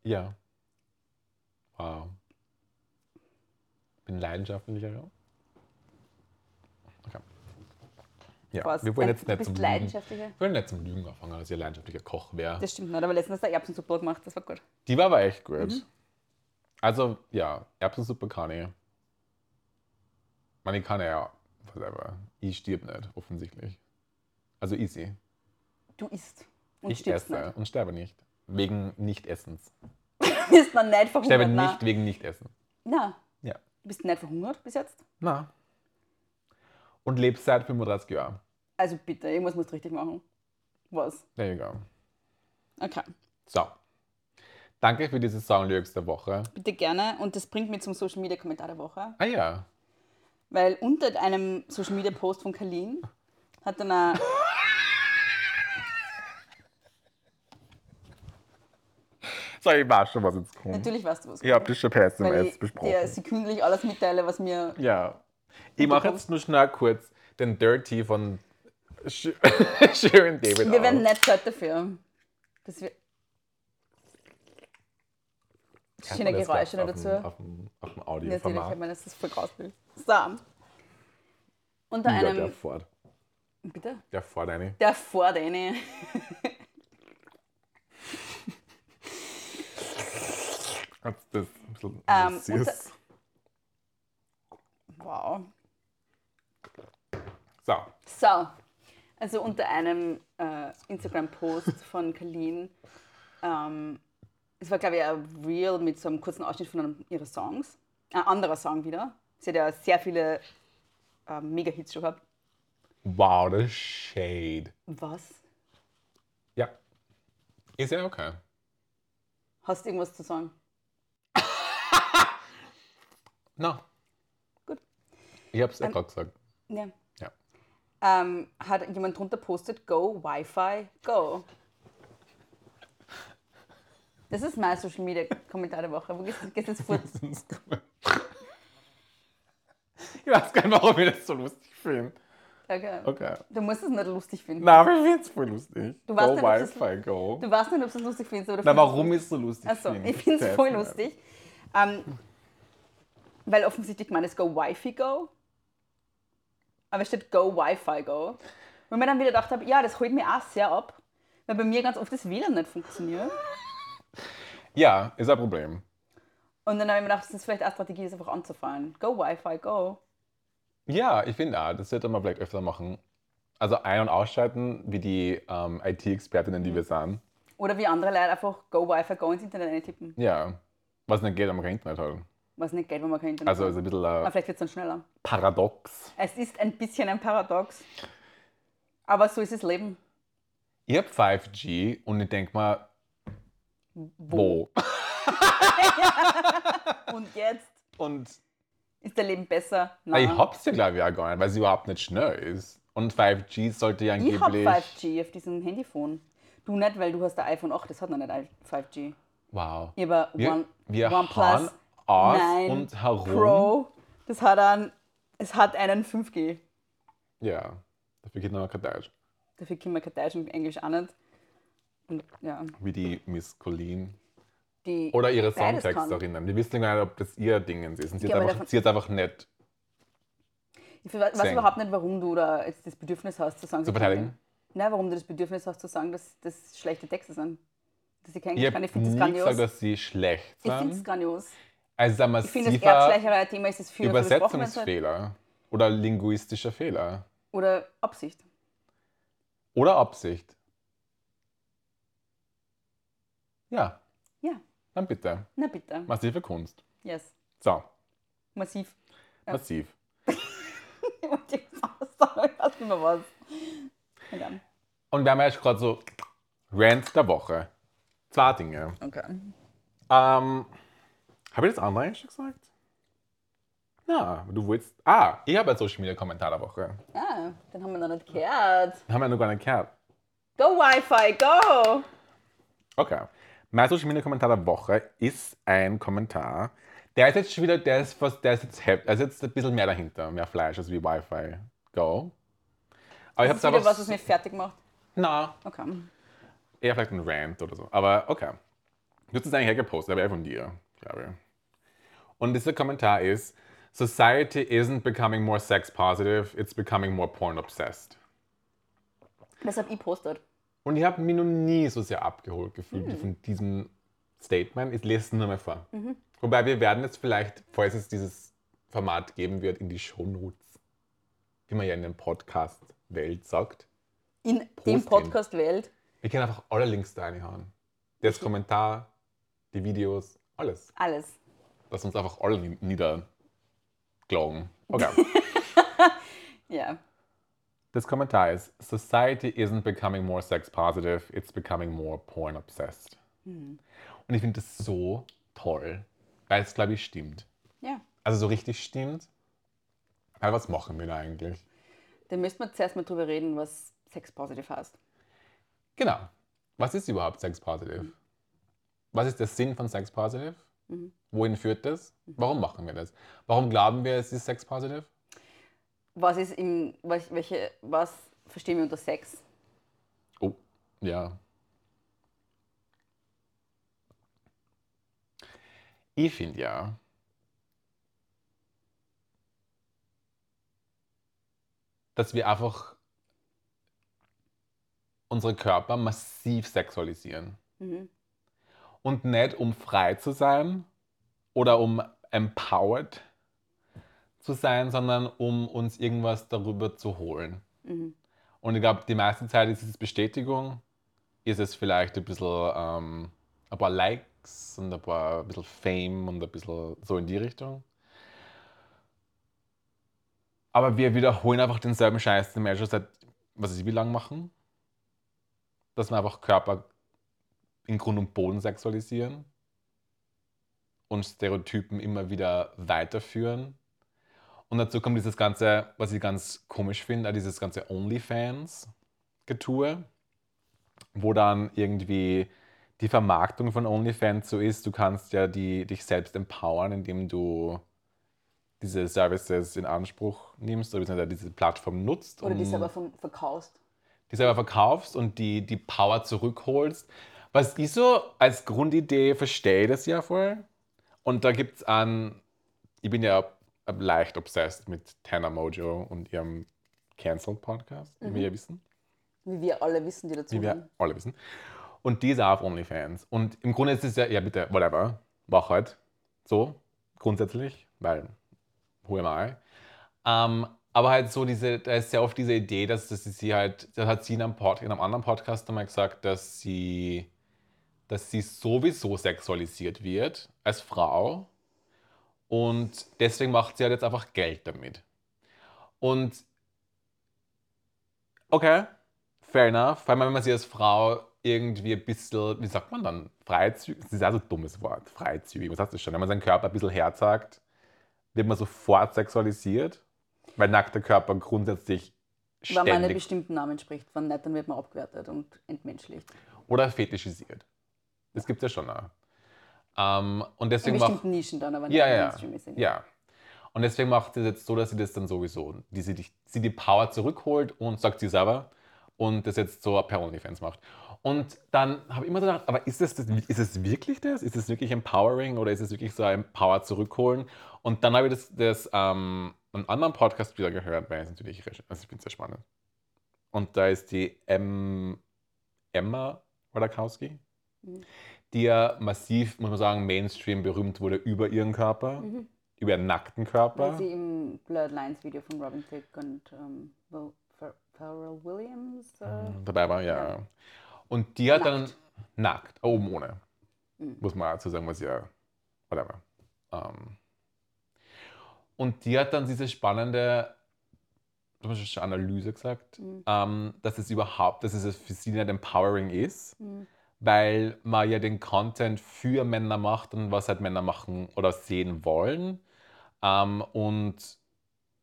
A: Ja. Wow. Bin leidenschaftlicher. Okay. Ja,
B: Was?
A: wir wollen
B: Du
A: jetzt nicht
B: bist
A: zum Lügen.
B: leidenschaftlicher.
A: Wir wollen nicht zum Lügen anfangen, dass ihr leidenschaftlicher Koch wäre.
B: Das stimmt nicht, aber letztens hast du eine Erbsensuppe gemacht, das war gut.
A: Die war aber echt gut.
B: Mhm.
A: Also, ja, Erbsensuppe kann ich. Man, ich kann ja, whatever. Ich stirb nicht, offensichtlich. Also easy.
B: Du isst und
A: ich
B: stirbst
A: esse
B: nicht.
A: und sterbe nicht. Wegen Nichtessens.
B: Du bist noch nicht
A: Ich sterbe
B: verhungert.
A: nicht
B: Nein.
A: wegen Nichtessen.
B: Nein.
A: Ja.
B: Du bist nicht verhungert bis jetzt?
A: Na. Und lebst seit 35 Jahren.
B: Also bitte, irgendwas musst du richtig machen. Was?
A: There you go.
B: Okay.
A: So. Danke für diese Songlyrics der Woche.
B: Bitte gerne. Und das bringt mich zum Social Media Kommentar der Woche.
A: Ah ja.
B: Weil unter einem Social Media Post von Kalin hat dann eine.
A: So, ich weiß schon, was jetzt kommt.
B: Natürlich weißt du was.
A: Ihr habt das schon per
B: weil
A: SMS
B: ich dir
A: besprochen.
B: sekündlich alles mitteile, was mir.
A: Ja. Ich mache
B: kommst-
A: jetzt nur schnell kurz den Dirty von Sh Sharon David
B: Wir
A: auf.
B: werden nicht Zeit dafür. Dass wir.
A: Hat
B: Schöne
A: man das
B: Geräusche noch
A: gleich
B: dazu.
A: Auf dem, auf dem
B: Natürlich, Ähm, ich
A: Audioformat.
B: meine, das ist voll grauslich. So. Unter
A: Ja, der
B: einem.
A: Ford.
B: Bitte?
A: Der Ford, eine.
B: Der vor deine.
A: Hat das ein bisschen
B: Ähm,
A: süß.
B: Wow.
A: So.
B: So, also unter einem äh, Instagram-Post von Kalin, ähm, es war glaube ich ein Reel mit so einem kurzen Ausschnitt von einem ihrer Songs, ein anderer Song wieder. Sie hat ja sehr viele äh, Mega-Hits schon gehabt.
A: Wow, das Shade.
B: Was?
A: Ja. Ist ja okay.
B: Hast du irgendwas zu sagen?
A: Na.
B: Gut.
A: Ich hab's ja
B: Ähm,
A: gerade gesagt.
B: Ja.
A: Ja.
B: Ähm, hat jemand drunter postet, go Wi-Fi, go. Das ist mein Social Media Kommentar der Woche. Wo gehst du jetzt fort?
A: Ich weiß gar nicht, warum ich das so lustig finde.
B: Okay.
A: Okay.
B: Du musst es nicht lustig finden.
A: Na, aber ich finde es voll lustig.
B: Du weißt
A: go
B: nicht, ob das-
A: Wi-Fi, go.
B: Du weißt nicht, ob du es lustig findest oder
A: Na,
B: findest
A: warum
B: du-
A: ist es so lustig?
B: Achso,
A: find?
B: ich finde
A: weiß
B: es voll
A: nicht.
B: lustig. Ähm, weil offensichtlich meint es Go Wi-Fi Go. Aber es steht Go Wi-Fi Go. Weil mir dann wieder gedacht habe, ja, das holt mir auch sehr ab. Weil bei mir ganz oft das WLAN nicht funktioniert.
A: Ja, ist ein Problem.
B: Und dann habe ich mir gedacht, das ist vielleicht eine Strategie, das einfach anzufallen. Go Wi-Fi Go.
A: Ja, ich finde auch, das sollte man vielleicht öfter machen. Also ein- und ausschalten, wie die ähm, IT-Expertinnen,
B: Mhm.
A: die wir sind.
B: Oder wie andere Leute einfach Go Wi-Fi Go ins Internet eintippen.
A: Ja. Was nicht geht, aber kein Internet
B: Mhm.
A: halt.
B: Was nicht geht, wenn man kein Internet
A: Also
B: hat.
A: ist ein bisschen
B: Aber
A: ein
B: vielleicht wird es dann schneller.
A: Paradox.
B: Es ist ein bisschen ein Paradox. Aber so ist das Leben.
A: Ich habe 5G und ich denke mal, wo?
B: Und jetzt
A: Und
B: ist dein Leben besser.
A: Weil ich
B: Nein.
A: hab's ja, glaube ich, auch gar nicht, weil sie überhaupt nicht schnell ist. Und 5G sollte ja
B: Ich habe
A: angeblich.
B: 5G auf diesem Handyphone. Du nicht, weil du hast ein iPhone 8, das hat noch nicht 5G.
A: Wow.
B: Ich habe
A: Wir,
B: One,
A: wir
B: OnePlus
A: hauen aus
B: 9
A: und herum.
B: Pro, das hat einen, es hat einen 5G.
A: Ja, dafür geht noch kein Deutsch.
B: Dafür können wir kein Deutsch und Englisch auch nicht. Und ja,
A: Wie die Miss Colleen.
B: die
A: Oder ihre
B: Beides kann.
A: Songtexterinnen. Wir wissen gar nicht, genau, ob das ihr Dingens ist. Und sie,
B: Ich
A: hat
B: gehe mal
A: einfach,
B: davon-
A: sie hat einfach nicht
B: Ich weiß
A: Sing.
B: überhaupt nicht, warum du da jetzt das Bedürfnis hast, zu sagen,
A: zu verteidigen.
B: Nein, warum du das Bedürfnis hast, zu sagen, dass das schlechte Texte sind. Dass ich kein
A: Ich
B: Englisch
A: habe
B: kann.
A: nie
B: Ich finde das
A: gesagt,
B: grandios.
A: dass sie schlecht
B: Ich finde es
A: sind.
B: grandios.
A: Also es ist ein
B: Ich finde, das
A: massiver
B: erbschleichere Thema ist das viel, über das brauchen wir jetzt nicht.
A: Übersetzungsfehler. Oder linguistischer Fehler.
B: Oder Absicht.
A: Oder Absicht. Ja,
B: Ja,
A: dann bitte.
B: na bitte.
A: Massive Kunst.
B: Yes.
A: So,
B: Massiv.
A: massiv.
B: und die Pasta, ich weiß nicht mehr was. Und dann,
A: Und wir haben ja jetzt gerade so Rant der Woche. Zwei Dinge.
B: okay.
A: Ähm, habe ich das andere eigentlich schon gesagt? Ja, du wolltest. Ah, ich habe einen Social Media Kommentar der Woche.
B: Ah, den haben wir noch nicht gehört.
A: Haben wir noch gar nicht gehört.
B: Go Wi-Fi, go!
A: Okay. Mein Social Media Kommentar der Woche ist ein Kommentar. Der ist jetzt schon wieder, der ist fast, der ist jetzt, heft, also jetzt ein bisschen mehr dahinter, mehr Fleisch als wie Wi-Fi Go. Aber ich
B: Das
A: hab's
B: ist wieder
A: einfach.
B: was, was mich fertig macht.
A: na,
B: Okay.
A: eher vielleicht ein Rant oder so. Aber okay. Du hast es eigentlich hergepostet, aber eher von dir, glaube ich. Und dieser Kommentar ist: Society isn't becoming more sex positive, it's becoming more porn obsessed.
B: Das habe ich postet.
A: Und ich habe mich noch nie so sehr abgeholt gefühlt wie von diesem Statement. Ich lese es nur mal vor. Wobei wir werden jetzt vielleicht, falls es dieses Format geben wird, in die Shownotes, wie man ja in der Podcast-Welt sagt.
B: In
A: Posting.
B: dem Podcast Welt.
A: Wir können einfach alle Links da reinhauen. Das Kommentar, die Videos, alles.
B: Alles.
A: Lass uns einfach alle nie- niederklagen. Okay.
B: Ja.
A: das Kommentar ist, Society isn't becoming more sex positive, it's becoming more porn obsessed. Und ich finde das so toll, weil es, glaube ich, stimmt.
B: Ja.
A: Also so richtig stimmt. Weil was machen wir da eigentlich?
B: Dann müssten wir zuerst mal drüber reden, was Sex positiv heißt.
A: Genau. Was ist überhaupt sex positive? Was ist der Sinn von sex positive? Wohin führt das? Warum machen wir das? Warum glauben wir, es ist sex positive?
B: Was ist im, was, welche, was verstehen wir unter Sex?
A: Oh, ja. Ich finde ja. Dass wir einfach unsere Körper massiv sexualisieren.
B: Mhm.
A: Und nicht um frei zu sein oder um empowered zu sein, sondern um uns irgendwas darüber zu holen.
B: Mhm.
A: Und ich glaube, die meiste Zeit ist es Bestätigung, ist es vielleicht ein bisschen ähm, ein paar Likes und ein paar ein bisschen Fame und ein bisschen so in die Richtung. Aber wir wiederholen einfach denselben Scheiß, den wir schon seit, was weiß ich, wie lang machen. Dass wir einfach Körper in Grund und Boden sexualisieren und Stereotypen immer wieder weiterführen. Und dazu kommt dieses ganze, was ich ganz komisch finde, auch dieses ganze OnlyFans-Getue, wo dann irgendwie die Vermarktung von OnlyFans so ist, du kannst ja die, dich selbst empowern, indem du diese Services in Anspruch nimmst oder beziehungsweise diese Plattform nutzt.
B: Oder die
A: um-
B: selber von, verkaufst.
A: die selber verkaufst und die, die Power zurückholst. Was ich so als Grundidee verstehe, das ja voll. Und da gibt es an, ich bin ja leicht obsessed mit Tana Mojo und ihrem Cancel-Podcast, wie wir ja wissen
B: Wie wir alle wissen, die
A: wie wir
B: dazuhören.
A: alle wissen. Und die ist auch auf OnlyFans. Und im Grunde ist es ja, ja bitte, whatever, mach halt. So, grundsätzlich, weil, who am I? Ähm, aber halt so diese, da ist sehr oft diese Idee, dass, dass sie halt, das hat sie in einem, Pod, in einem anderen Podcast einmal gesagt, dass sie, dass sie sowieso sexualisiert wird als Frau. Und deswegen macht sie halt jetzt einfach Geld damit. Und okay, Fair enough. Vor allem, wenn man sie als Frau irgendwie ein bisschen, wie sagt man dann, freizügig, das ist also ein dummes Wort, freizügig, was heißt das schon? Wenn man seinen Körper ein bisschen herzagt, wird man sofort sexualisiert, weil nackter Körper grundsätzlich
B: Wenn man einen
A: ständig
B: bestimmten Namen spricht, wenn nicht, dann wird man abgewertet und entmenschlicht.
A: oder fetischisiert. Das gibt es ja schon auch. Ähm, und
B: In
A: deswegen macht,
B: bestimmten Nischen dann, aber nicht
A: ja,
B: im
A: ja,
B: Mainstream ist ja nicht.
A: ja. Und deswegen macht sie das jetzt so, dass sie das dann sowieso, die, sie, die, sie die Power zurückholt und sagt sie selber und das jetzt so per OnlyFans macht. Und dann habe ich immer so gedacht, aber ist das, das, ist das wirklich das? Ist das wirklich empowering oder ist es wirklich so ein Power zurückholen? Und dann habe ich das, das ähm, einen anderen Podcast wieder gehört, weil es natürlich, recherch- also ich finde es sehr spannend. Und da ist die M, Emma Wadakowski,
B: Mhm.
A: die ja massiv, muss man sagen, Mainstream berühmt wurde über ihren Körper, über ihren nackten
B: Mhm. Weil
A: Körper.
B: sie im Blurred Lines Video von Robin Thicke und ähm, Will, Fer Pharrell Williams. Äh,
A: Dabei war, ja. Und die hat dann nackt, Hm. oben ohne.
B: Mhm.
A: Muss man dazu sagen, was ja, whatever. Ähm. Und die hat dann diese spannende du hast schon Analyse gesagt, ähm, dass es überhaupt, dass es für sie nicht empowering ist, weil man ja den Content für Männer macht und was halt Männer machen oder sehen wollen. Ähm, und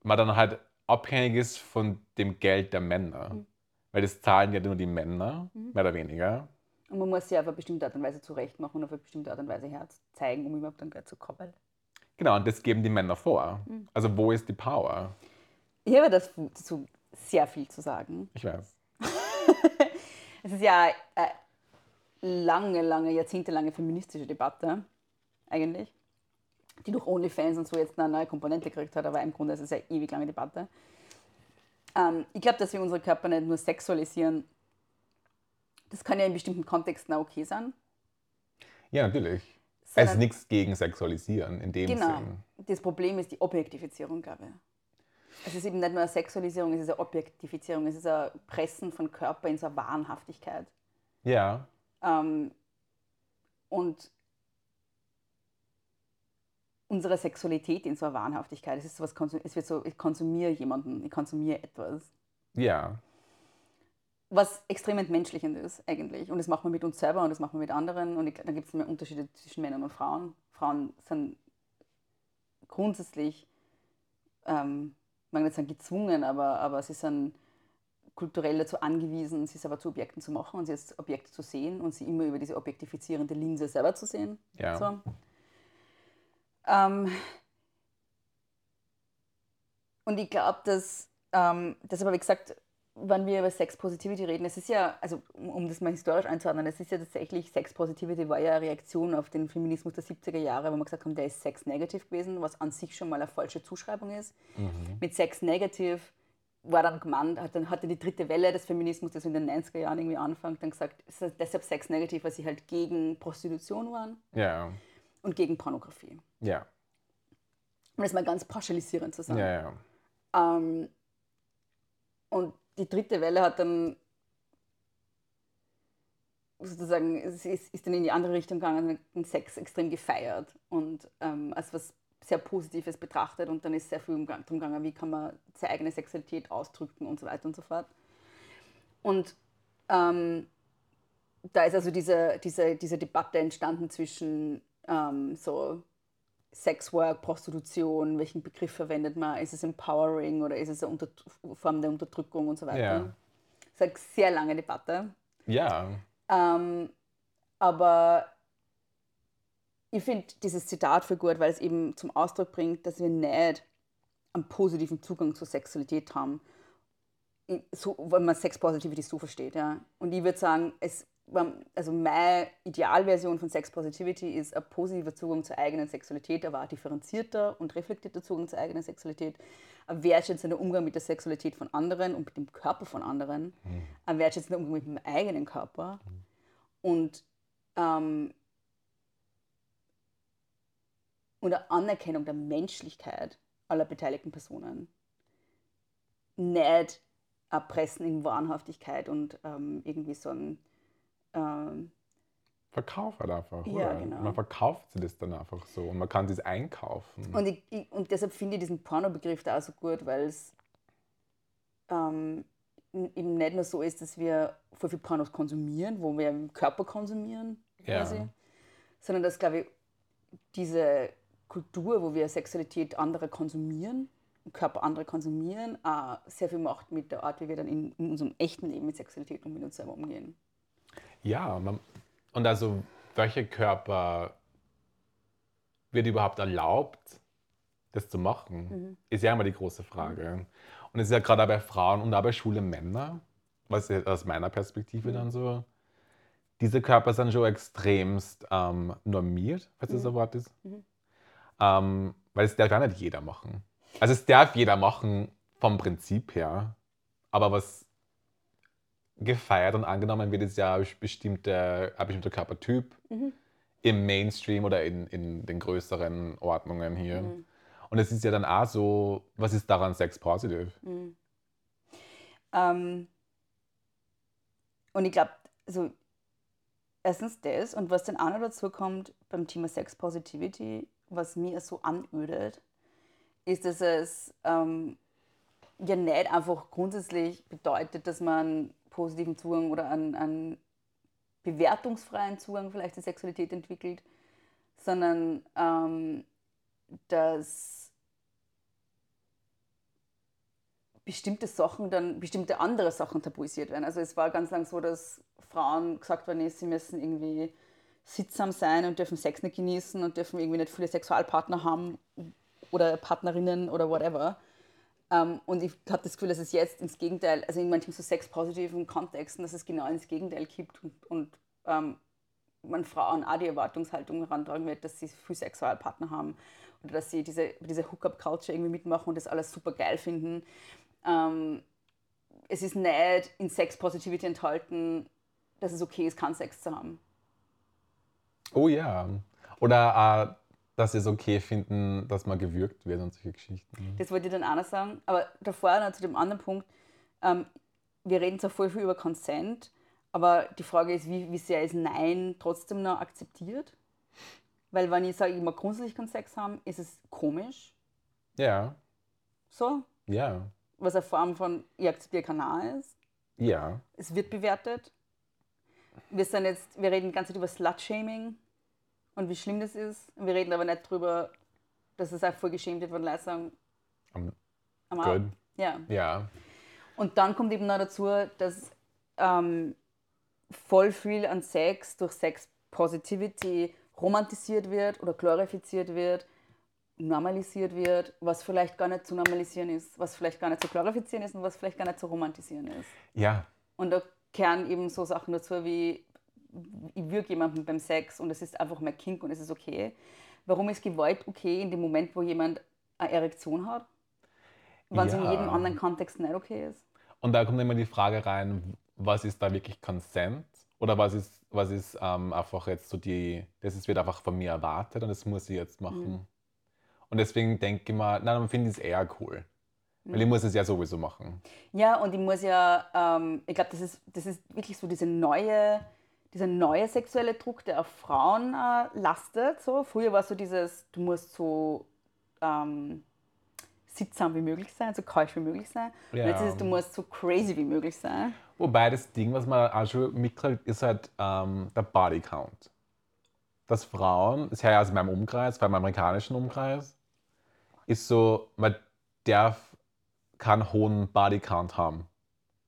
A: man dann halt abhängig ist von dem Geld der Männer. Weil das zahlen ja nur die Männer,
B: Mhm.
A: mehr oder weniger.
B: Und man muss sie auf eine bestimmte Art und Weise zurecht machen und auf eine bestimmte Art und Weise herzeigen, um überhaupt dann Geld zu kommen.
A: Genau, und das geben die Männer vor.
B: Mhm.
A: Also wo ist die Power?
B: Ich habe das- dazu sehr viel zu sagen.
A: Ich weiß.
B: Es ist ja eine lange, lange, jahrzehntelange feministische Debatte, eigentlich, die durch OnlyFans und so jetzt eine neue Komponente gekriegt hat, aber im Grunde ist es eine ewig lange Debatte. Ähm, ich glaube, dass wir unsere Körper nicht nur sexualisieren, das kann ja in bestimmten Kontexten auch okay sein.
A: Ja, natürlich. Es ist
B: sondern-
A: nichts gegen Sexualisieren in dem
B: Genau.
A: Sinn.
B: Das Problem ist die Objektifizierung, glaube ich. Es ist eben nicht nur eine Sexualisierung, es ist eine Objektifizierung, es ist ein Pressen von Körper in so eine Wahnhaftigkeit.
A: Ja,
B: Ähm, und unsere Sexualität in so einer Wahnhaftigkeit. Es, ist sowas, konsum- es wird so, ich konsumiere jemanden, ich konsumiere etwas.
A: ja,
B: Was extrem entmenschlichend ist, eigentlich. Und das macht man mit uns selber und das macht man mit anderen. Und ich, glaub, da gibt es immer Unterschiede zwischen Männern und Frauen. Frauen sind grundsätzlich, ähm, ich mag nicht sagen gezwungen, aber, aber sie sind kulturell dazu angewiesen, sie selber zu Objekten zu machen und sie als Objekte zu sehen und sie immer über diese objektifizierende Linse selber zu sehen.
A: ja.
B: So. Ähm, und ich glaube, dass, ähm, das aber wie gesagt, wenn wir über Sex Positivity reden, es ist ja, also um, um das mal historisch einzuordnen, es ist ja tatsächlich, Sex Positivity war ja eine Reaktion auf den Feminismus der 70er Jahre, wo man gesagt haben, der ist Sex Negative gewesen, was an sich schon mal eine falsche Zuschreibung ist.
A: Mhm.
B: Mit Sex Negative war dann gemeint, hat dann hatte die dritte Welle des Feminismus, das in den 90er Jahren irgendwie anfängt, dann gesagt, es ist deshalb Sex Negative, weil sie halt gegen Prostitution waren
A: Ja,
B: und gegen Pornografie.
A: ja,
B: Um das mal ganz pauschalisierend zu
A: ja,
B: sagen.
A: ja.
B: Ähm, und die dritte Welle hat dann sozusagen, es ist, ist dann in die andere Richtung gegangen und hat den Sex extrem gefeiert und ähm, als was sehr Positives betrachtet und dann ist sehr viel um- darum gegangen, wie kann man seine eigene Sexualität ausdrücken und so weiter und so fort. Und ähm, da ist also diese, diese, diese Debatte entstanden zwischen ähm, so Sexwork, Prostitution, welchen Begriff verwendet man, ist es empowering oder ist es eine Unter Form der Unterdrückung und so weiter.
A: Ja.
B: Das ist eine sehr lange Debatte.
A: ja.
B: Ähm, aber ich finde dieses Zitat für gut, weil es eben zum Ausdruck bringt, dass wir nicht einen positiven Zugang zur Sexualität haben, I- so, wenn man Sexpositivity so versteht. Ja. Und ich würde sagen, es, wenn- also meine Idealversion von Sexpositivity ist ein positiver Zugang zur eigenen Sexualität, aber ein differenzierter und reflektierter Zugang zur eigenen Sexualität, ein wertschätzender Umgang mit der Sexualität von anderen und mit dem Körper von anderen, ein wertschätzender Umgang mit dem eigenen Körper und ähm, und eine Anerkennung der Menschlichkeit aller beteiligten Personen. Nicht erpressen in Wahnhaftigkeit und ähm, irgendwie so ein. Ähm,
A: Verkauf halt einfach,
B: Ja,
A: oder?
B: genau.
A: Man verkauft sie das dann einfach so und man kann es einkaufen.
B: und, ich, ich, und deshalb finde ich diesen Pornobegriff da auch so gut, weil es ähm, n- eben nicht nur so ist, dass wir voll viel Pornos konsumieren, wo wir im Körper konsumieren,
A: Ja.
B: quasi, sondern dass, glaube ich, diese Kultur, wo wir Sexualität anderer konsumieren, den Körper anderer konsumieren, auch sehr viel macht mit der Art, wie wir dann in, in unserem echten Leben mit Sexualität und mit uns selber umgehen.
A: ja, man, und also welcher Körper wird überhaupt erlaubt, das zu machen?
B: Mhm.
A: Ist ja immer die große Frage. Und es ist ja gerade auch bei Frauen und auch bei schwulen Männern, was jetzt aus meiner Perspektive dann so, diese Körper sind schon extremst ähm, normiert, falls das ein Wort ist. Ähm, weil es darf ja nicht jeder machen. Also es darf jeder machen vom Prinzip her, aber was gefeiert und angenommen wird, ist ja ein bestimmter, ein bestimmter Körpertyp im Mainstream oder in, in den größeren Ordnungen hier.
B: Mhm.
A: Und es ist ja dann auch so, was ist daran sex positive?
B: Mhm. Ähm, und ich glaube, also erstens das und was dann auch noch dazu kommt beim Thema Sex Positivity, was mir so anödet, ist, dass es ähm, ja nicht einfach grundsätzlich bedeutet, dass man positiven Zugang oder einen, einen bewertungsfreien Zugang vielleicht zur Sexualität entwickelt, sondern ähm, dass bestimmte Sachen dann, bestimmte andere Sachen tabuisiert werden. Also es war ganz lang so, dass Frauen gesagt worden ist, sie müssen irgendwie sittsam sein und dürfen Sex nicht genießen und dürfen irgendwie nicht viele Sexualpartner haben oder Partnerinnen oder whatever. Ähm, und ich habe das Gefühl, dass es jetzt ins Gegenteil, also in manchen so sexpositiven Kontexten, dass es genau ins Gegenteil kippt und, und ähm, man Frauen auch die Erwartungshaltung herantragen wird, dass sie viel Sexualpartner haben oder dass sie diese, diese Hookup-Culture irgendwie mitmachen und das alles super geil finden. Ähm, es ist nicht in Sex-Positivity enthalten, dass es okay ist, keinen Sex zu haben.
A: Oh ja. Oder äh, dass sie es okay finden, dass man gewürgt wird und solche Geschichten.
B: Das wollte ich dann auch noch sagen. Aber davor noch zu dem anderen Punkt. Ähm, wir reden zwar voll viel über Consent, aber die Frage ist, wie, wie sehr ist Nein trotzdem noch akzeptiert? Weil wenn ich sage, ich mag grundsätzlich keinen Sex haben, ist es komisch.
A: Ja,
B: So,
A: ja,
B: was eine Form von, ich akzeptiere kein Nein ist.
A: ja.
B: Es wird bewertet. Wir, sind jetzt, wir reden die ganze Zeit über Slut-Shaming und wie schlimm das ist. Wir reden aber nicht drüber, dass es auch voll geschämt wird, wenn Leute sagen,
A: Am-
B: am Arsch.
A: Good.
B: Ja.
A: Ja.
B: Und dann kommt eben noch dazu, dass ähm, voll viel an Sex durch Sex Positivity romantisiert wird oder glorifiziert wird, normalisiert wird, was vielleicht gar nicht zu normalisieren ist, was vielleicht gar nicht zu glorifizieren ist und was vielleicht gar nicht zu romantisieren ist.
A: Ja.
B: Und da kehren eben so Sachen dazu wie, ich würge jemanden beim Sex und es ist einfach mein Kink und es ist okay. Warum ist Gewalt okay in dem Moment, wo jemand eine Erektion hat? Wenn es in
A: Ja.
B: jedem anderen Kontext nicht okay ist?
A: Und da kommt immer die Frage rein, was ist da wirklich Consent? Oder was ist, was ist ähm, einfach jetzt so die, das ist, wird einfach von mir erwartet und das muss ich jetzt machen. Und deswegen denke ich mal, nein, man findet es eher cool. Weil ich muss es ja sowieso machen.
B: Ja, und ich muss ja, ähm, ich glaube, das ist, das ist wirklich so diese neue, dieser neue sexuelle Druck, der auf Frauen äh, lastet. So. Früher war so dieses, du musst so ähm, sittsam wie möglich sein, so keusch wie möglich sein. Und jetzt
A: Ja.
B: ist es, du musst so crazy wie möglich sein.
A: Wobei das Ding, was man auch schon mitkriegt, ist halt ähm, der Body Count. Dass Frauen, das ist ja aus meinem Umkreis, vor allem amerikanischen Umkreis, ist so, man darf keinen hohen Body Count haben,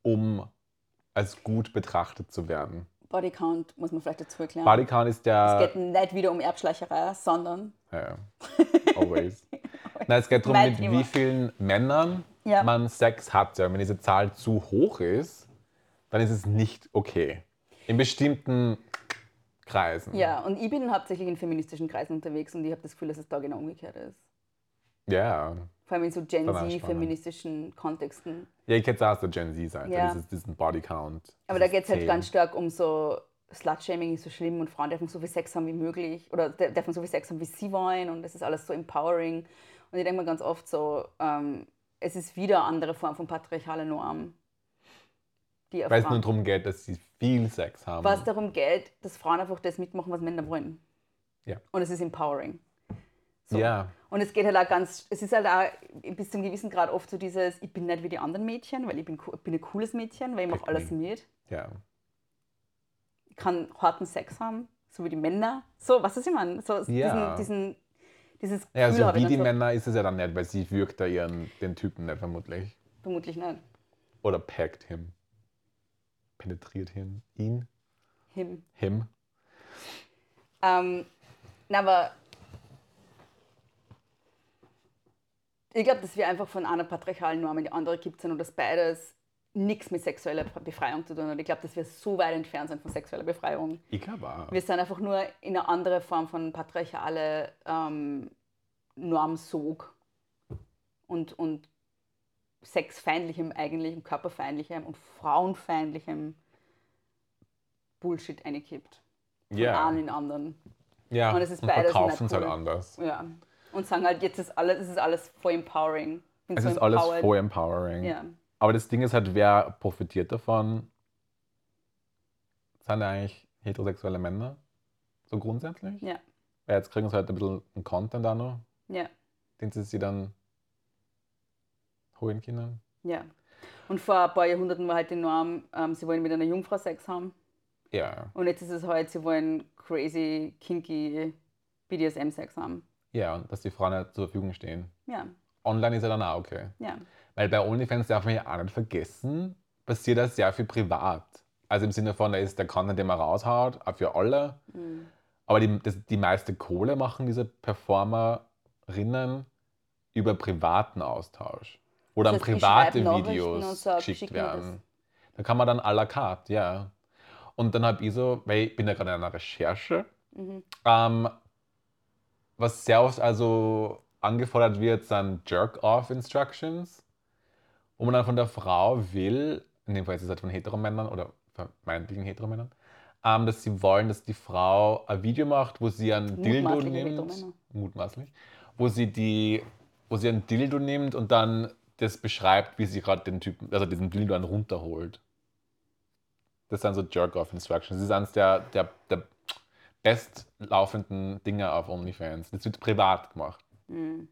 A: um als gut betrachtet zu werden.
B: Bodycount muss man vielleicht dazu erklären.
A: Body Count ist der.
B: es geht nicht wieder um Erbschleicherei, sondern
A: Ja, always. Nein, es geht darum,
B: Mein
A: mit
B: Thema.
A: wie vielen Männern
B: Ja.
A: man Sex hatte. Und wenn diese Zahl zu hoch ist, dann ist es nicht okay. In bestimmten Kreisen.
B: ja. Und ich bin hauptsächlich in feministischen Kreisen unterwegs und ich habe das Gefühl, dass es da genau umgekehrt ist.
A: Ja.
B: Vor allem in so Gen
A: Total spannend.
B: Z-feministischen Kontexten.
A: Ja, ich hätte auch der Gen Z sein.
B: Ja.
A: Ja. Dieses, diesen Body Count.
B: Aber da
A: dieses
B: geht es halt
A: 10.
B: ganz stark um so, Slutshaming ist so schlimm und Frauen dürfen so viel Sex haben wie möglich oder d- dürfen so viel Sex haben, wie sie wollen und das ist alles so empowering. Und ich denke mir ganz oft so, ähm, es ist wieder eine andere Form von patriarchaler Norm. Die auf
A: Weil es
B: Frauen-
A: nur darum geht, dass sie viel Sex haben.
B: was darum geht, dass Frauen einfach das mitmachen, was Männer wollen.
A: Ja.
B: Und es ist empowering. So.
A: Ja.
B: Und es geht halt auch ganz, es ist halt auch bis zu einem gewissen Grad oft so dieses, ich bin nicht wie die anderen Mädchen, weil ich bin, co- bin ein cooles Mädchen, weil ich mache
A: Pick
B: alles
A: me.
B: mit.
A: ja.
B: Ich kann harten Sex haben, so wie die Männer. So, was ist ich meine? So,
A: Ja.
B: diesen, diesen, dieses Gefühl
A: Ja, so
B: habe ich
A: wie
B: dann
A: die
B: so,
A: Männer ist es ja dann nicht, weil sie wirkt da ihren, den Typen nicht vermutlich.
B: vermutlich nicht.
A: Oder packt him. Penetriert ihn. Ihn.
B: Him.
A: Him.
B: Hm. Ähm, na, aber ich glaube, dass wir einfach von einer patriarchalen Norm in die andere gibt sind und dass beides nichts mit sexueller Befreiung zu tun hat. Ich glaube, dass wir so weit entfernt sind von sexueller Befreiung.
A: Ich glaube auch.
B: Wir sind einfach nur in eine andere Form von patriarchale ähm, Normsog und, und sexfeindlichem eigentlich und körperfeindlichem und frauenfeindlichem Bullshit eingekippt. Von
A: Ja.
B: einem in den anderen.
A: ja.
B: Und es ist beides
A: verkaufen es
B: nicht
A: halt
B: cool.
A: anders.
B: Ja. Und sagen halt, jetzt ist alles, es ist alles voll empowering. Ich Bin
A: Es
B: so
A: ist alles
B: empowered.
A: voll empowering.
B: Ja.
A: Aber das Ding ist halt, wer profitiert davon? Sind eigentlich heterosexuelle Männer? So grundsätzlich?
B: Ja.
A: Weil jetzt kriegen sie halt ein bisschen einen Content auch noch,
B: ja.
A: den sie sich dann holen können.
B: Ja. Und vor ein paar Jahrhunderten war halt die Norm, ähm, sie wollen mit einer Jungfrau Sex haben.
A: Ja,
B: Und jetzt ist es halt, sie wollen crazy, kinky BDSM-Sex haben.
A: ja, und dass die Frauen halt zur Verfügung stehen.
B: Ja,
A: Online ist ja dann auch okay.
B: ja.
A: Weil bei OnlyFans darf man ja auch nicht vergessen, passiert das sehr viel privat. Also im Sinne von, da ist der Content, den man raushaut, auch für alle.
B: Mhm.
A: Aber die, das, die meiste Kohle machen diese Performerinnen über privaten Austausch. Oder an
B: Das heißt, die
A: private
B: schreiben Nachrichten und
A: Videos
B: so,
A: geschickt
B: schicken mir
A: werden. Da kann man dann à la carte, ja. Und dann habe ich so, weil ich bin ja gerade in einer Recherche,
B: Mhm.
A: ähm, was sehr oft also angefordert wird, sind Jerk-Off-Instructions, wo man dann von der Frau will, in dem Fall ist es halt von Heteromännern oder vermeintlichen Heteromännern, ähm, dass sie wollen, dass die Frau ein Video macht, wo sie einen Dildo
B: Mutmaßliche
A: nimmt,
B: Heteromänner.
A: mutmaßlich, wo sie die, wo sie einen Dildo nimmt und dann das beschreibt, wie sie gerade den Typen, also diesen Dildo dann runterholt. Das sind so Jerk-Off-Instructions. Das ist eines der, der, der bestlaufenden Dinge auf OnlyFans. Das wird privat gemacht.
B: Mhm.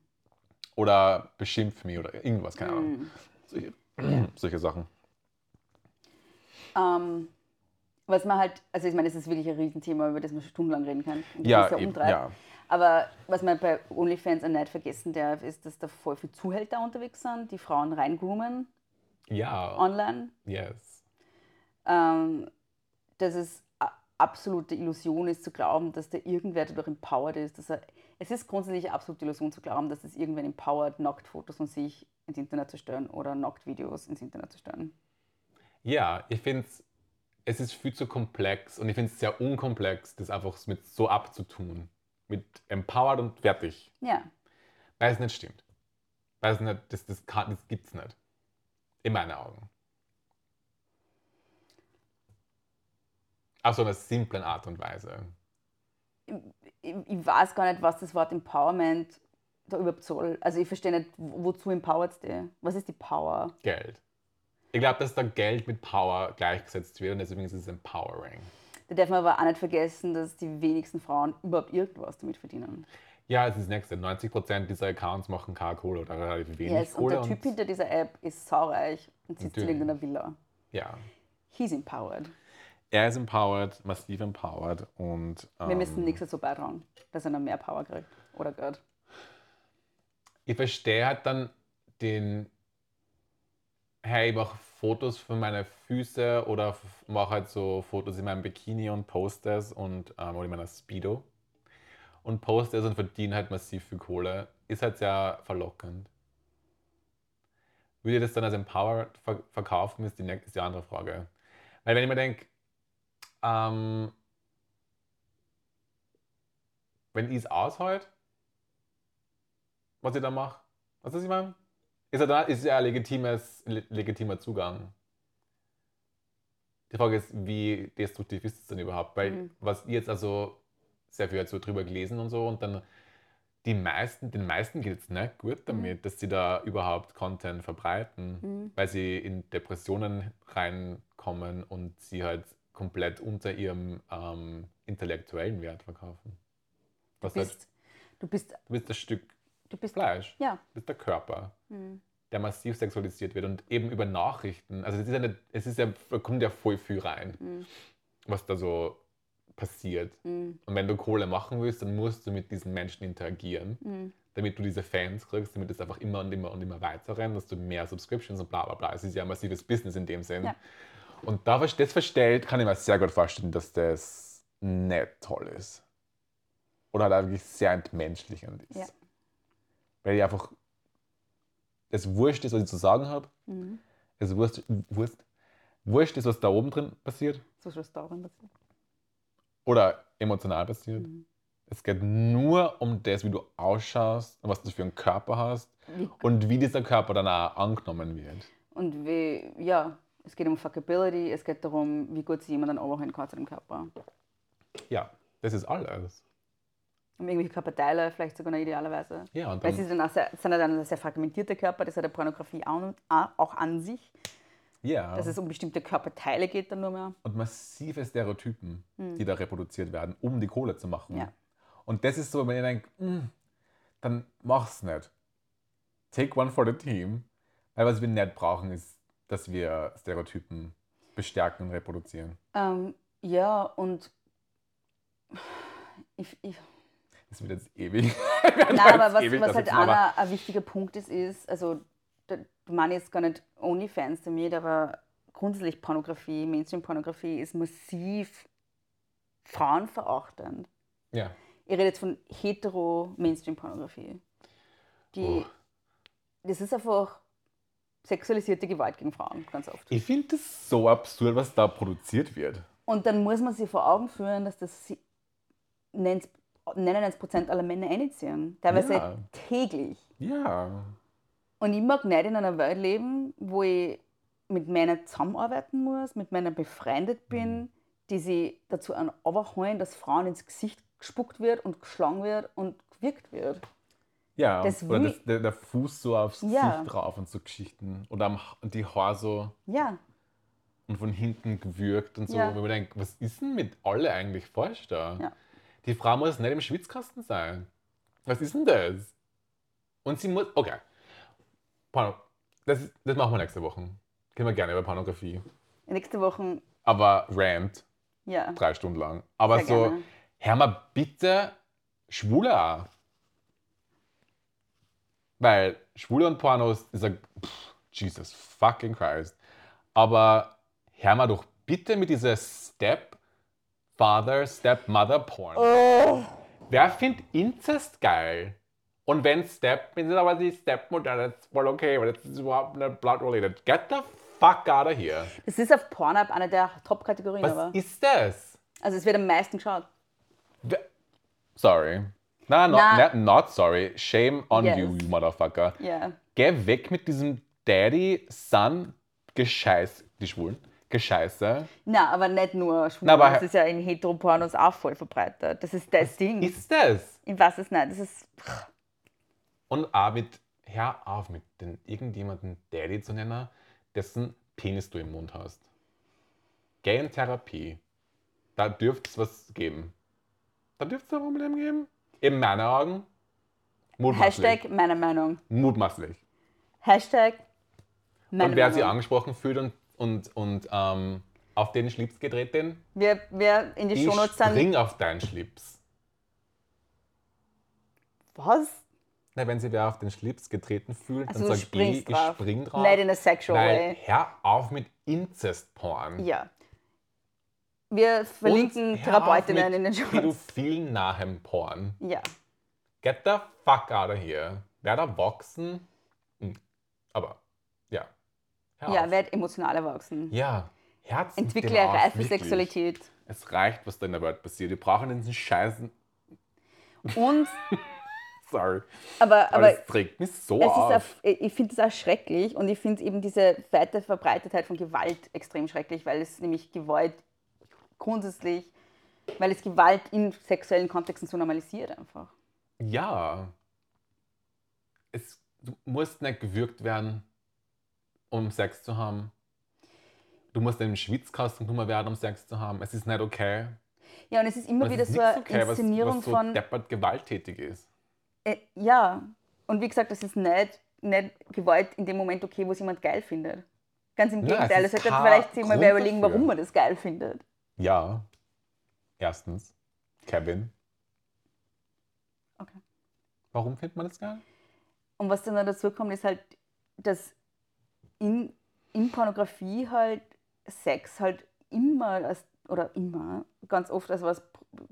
A: Oder beschimpf mich oder irgendwas, keine Ahnung.
B: Mhm.
A: Solche, solche Sachen.
B: Ähm, was man halt, also ich meine, es ist wirklich ein Riesenthema, über das man stundenlang reden kann. Und das
A: Ja,
B: ist ja
A: eben,
B: umtreibt.
A: ja.
B: Aber was man bei OnlyFans auch nicht vergessen darf, ist, dass da voll viele Zuhälter unterwegs sind, die Frauen reingroomen
A: Ja,
B: online.
A: yes.
B: Ähm, dass es a- absolute Illusion ist, zu glauben, dass da irgendwer dadurch empowered ist. Dass er, es ist grundsätzlich eine absolute Illusion zu glauben, dass es irgendwer empowert, Nacktfotos von sich ins Internet zu stellen oder Nacktvideos ins Internet zu stellen.
A: Ja, ich finde es, es ist viel zu komplex und ich finde es sehr unkomplex, das einfach mit so abzutun. Mit empowered und fertig.
B: Ja,
A: Weil es nicht stimmt. Weil es nicht, das, das, kann, das gibt's nicht. In meinen Augen. Auf so einer simplen Art und Weise.
B: ich, ich weiß gar nicht, was das Wort Empowerment da überhaupt soll. Also ich verstehe nicht, wo- wozu empowert die? Was ist die Power?
A: Geld. Ich glaube, dass da Geld mit Power gleichgesetzt wird und deswegen ist es empowering.
B: Da darf man aber auch nicht vergessen, dass die wenigsten Frauen überhaupt irgendwas damit verdienen.
A: Ja, es ist das nächste. 90% dieser Accounts machen keine Kohle oder relativ wenig
B: yes, und
A: Kohle.
B: der Typ hinter dieser App ist saureich und sitzt in
A: Natürlich.
B: irgendeiner Villa.
A: ja.
B: He's empowered.
A: Er ist empowered, massiv empowered und
B: Wir
A: ähm,
B: müssen nichts dazu beitragen, dass er noch mehr Power kriegt oder Geld.
A: ich verstehe halt dann den, hey, ich mache Fotos von meinen Füßen oder f- mache halt so Fotos in meinem Bikini und poste es und, ähm, oder in meiner Speedo und poste es und verdiene halt massiv viel Kohle. Ist halt sehr verlockend. Würde das dann als Empowered ver verkaufen, ist die, näch- ist die andere Frage. Weil wenn ich mir denke, ähm, wenn ich es aushalte, was ich da mache. Weißt du, was ich meine? Ist ja, da, ist ja ein legitimes, le legitimer Zugang. Die Frage ist, wie destruktiv ist es denn überhaupt? Weil,
B: Mhm.
A: was ich jetzt also sehr viel so drüber gelesen und so und dann die meisten, den meisten geht es nicht gut damit, dass sie da überhaupt Content verbreiten,
B: Mhm.
A: weil sie in Depressionen reinkommen und sie halt komplett unter ihrem ähm, intellektuellen Wert verkaufen.
B: Du
A: Was halt-
B: bist, du bist,
A: du bist das Stück
B: du bist,
A: Fleisch
B: ja.
A: ist der Körper,
B: Mhm.
A: der massiv sexualisiert wird und eben über Nachrichten. Also es ist ja, nicht, es ist ja da kommt ja voll viel rein,
B: Mhm.
A: was da so passiert.
B: Mhm.
A: Und wenn du Kohle machen willst, dann musst du mit diesen Menschen interagieren,
B: Mhm.
A: damit du diese Fans kriegst, damit es einfach immer und immer und immer weiter rennt, dass du mehr Subscriptions und bla bla bla. Es ist ja ein massives Business in dem Sinn.
B: Ja.
A: Und da vers- das verstellt, kann ich mir sehr gut vorstellen, dass das nicht toll ist. Oder halt eigentlich sehr entmenschlichend ist.
B: Ja.
A: Weil ich einfach es wurscht ist, was ich zu sagen habe.
B: Mhm.
A: Es wurscht, wurscht, wurscht ist, was da oben drin passiert.
B: So soll es dauern. das-
A: Oder emotional passiert.
B: Mhm.
A: Es geht nur um das, wie du ausschaust und was du für einen Körper hast
B: Wie-
A: und wie dieser Körper dann auch angenommen wird.
B: Und wie, ja, es geht um Fuckability, es geht darum, wie gut sich jemand dann anmachen kann zu dem Körper.
A: Ja, das ist alles.
B: Um irgendwelche Körperteile, vielleicht sogar noch idealerweise.
A: Ja, und
B: Weil sie
A: dann,
B: sind, auch sehr, sind ja dann ein sehr fragmentierter Körper, das hat der Pornografie auch, auch an sich,
A: ja.
B: dass es um bestimmte Körperteile geht dann nur mehr.
A: und massive Stereotypen, die da reproduziert werden, um die Kohle zu machen.
B: Mhm. Ja.
A: Und das ist so, wenn ihr denkt, "Mm, dann mach's nicht. Take one for the team. Weil was wir nicht brauchen, ist, dass wir Stereotypen bestärken und reproduzieren.
B: Ähm, ja, und ich, ich,
A: Das wird jetzt ewig.
B: Nein, aber was,
A: ewig
B: was
A: das
B: halt
A: jetzt, aber-
B: einer ein wichtiger Punkt ist, ist, also da- du meinst jetzt gar nicht Onlyfans damit, aber grundsätzlich Pornografie, Mainstream-Pornografie ist massiv frauenverachtend.
A: Ja.
B: Ich rede jetzt von hetero-Mainstream-Pornografie. Die,
A: Oh.
B: Das ist einfach sexualisierte Gewalt gegen Frauen, ganz oft.
A: Ich finde das so absurd, was da produziert wird.
B: Und dann muss man sich vor Augen führen, dass das sie- 99 Prozent aller Männer einziehen. Teilweise
A: Ja.
B: täglich.
A: Ja.
B: Und ich mag nicht in einer Welt leben, wo ich mit Männern zusammenarbeiten muss, mit Männern befreundet bin,
A: Mhm.
B: die sie dazu an overholen, dass Frauen ins Gesicht gespuckt wird und geschlagen wird und gewirkt wird.
A: Ja,
B: Das
A: oder
B: will-
A: das, der, der Fuß so aufs
B: Ja.
A: Gesicht drauf und so Geschichten. Oder am, Ha- die Haare so
B: Ja,
A: und von hinten gewürgt und so.
B: Ja.
A: Wenn man denkt, was ist denn mit alle eigentlich falsch da?
B: Ja.
A: Die Frau muss nicht im Schwitzkasten sein. Was ist denn das? Und sie muss. Okay. Porno. Das, ist- das machen wir nächste Woche. Können wir gerne über Pornografie.
B: nächste Woche,
A: Aber rant,
B: ja.
A: drei Stunden lang. Aber
B: Sehr
A: so,
B: gerne.
A: hör mal bitte Schwule an. Weil Schwule und Pornos ist ein. Pff, Jesus fucking Christ. Aber hör mal doch bitte mit dieser Stepfather, Stepmother Porn.
B: Oh.
A: Wer findet Inzest geil? Und wenn Step, wenn sind aber die Stepmutter, das ist voll okay, weil das ist überhaupt nicht blood related. Get the fuck out of here.
B: Das ist auf Pornhub eine der Top-Kategorien,
A: Was
B: aber.
A: ist das?
B: Also es wird am meisten geschaut.
A: Wer- Sorry. Na, no,
B: Na.
A: na- not sorry. Shame on
B: Yes.
A: you, you motherfucker.
B: Ja.
A: Geh weg mit diesem Daddy-Son-Gescheiß. Die Schwulen. Gescheiße.
B: Na, aber nicht nur Schwule.
A: Na, aber-
B: das ist ja in Heteropornos auch voll verbreitet. Das ist das Ding.
A: Ist das?
B: ich weiß es nicht. Das ist.
A: Und auch mit, hör auf mit den, irgendjemanden Daddy zu nennen, dessen Penis du im Mund hast. Geh in Therapie. Da dürft's was geben. Da dürft's ein Problem geben. In meinen Augen. Mutmaßlich.
B: Hashtag meiner Meinung.
A: Mutmaßlich.
B: Hashtag meine
A: Und wer
B: Meinung.
A: sich angesprochen fühlt und, und, und ähm, auf den Schlips gedreht, den,
B: Wir, wir in die
A: ich
B: Shownotes sind.
A: spring auf deinen Schlips.
B: Was?
A: Na, wenn sie wer auf den Schlips getreten fühlt,
B: Also du
A: dann sagt ich,
B: springst
A: ich
B: drauf.
A: spring drauf.
B: Nicht in a sexual
A: Weil,
B: way.
A: hör auf mit Inzest-Porn.
B: Ja. Wir verlinken
A: Und hör auf
B: Therapeutinnen
A: mit
B: in den Shownotes.
A: Pädophilen nahem Porn.
B: Ja.
A: Get the fuck out of here. Wer da boxen? Hm. Aber, ja. Hör
B: Ja,
A: auf.
B: werd emotional erwachsen.
A: ja. Herz mit
B: Entwickle
A: dem auf,
B: reife
A: wirklich.
B: Sexualität.
A: Es reicht, was da in der Welt passiert. Wir brauchen diesen scheißen.
B: Und,
A: Sorry.
B: aber,
A: Aber
B: aber
A: es trägt mich so
B: es ist
A: auf.
B: auch, ich ich finde es auch schrecklich und ich finde eben diese weite Verbreitetheit von Gewalt extrem schrecklich, weil es nämlich Gewalt grundsätzlich, weil es Gewalt in sexuellen Kontexten so normalisiert einfach.
A: Ja. Es, du musst nicht gewürgt werden, um Sex zu haben. Du musst nicht im Schwitzkasten genommen werden, um Sex zu haben. Es ist nicht okay.
B: Ja, und es ist immer
A: Es
B: wieder
A: ist
B: so
A: nichts
B: eine Inszenierung
A: was, was so
B: von.
A: deppert gewalttätig ist.
B: Äh, ja, und wie gesagt, das ist nicht, nicht Gewalt in dem Moment okay, wo es jemand geil findet. Ganz im
A: Ja,
B: Gegenteil,
A: es
B: es
A: ist
B: hätte
A: kein
B: vielleicht sich mal
A: Grund
B: wer überlegen,
A: dafür.
B: warum man das geil findet.
A: Ja. Erstens, Kevin.
B: Okay.
A: Warum findet man das geil?
B: Und was dann noch dazu kommt, ist halt, dass in, in Pornografie halt Sex halt immer als, oder immer ganz oft als was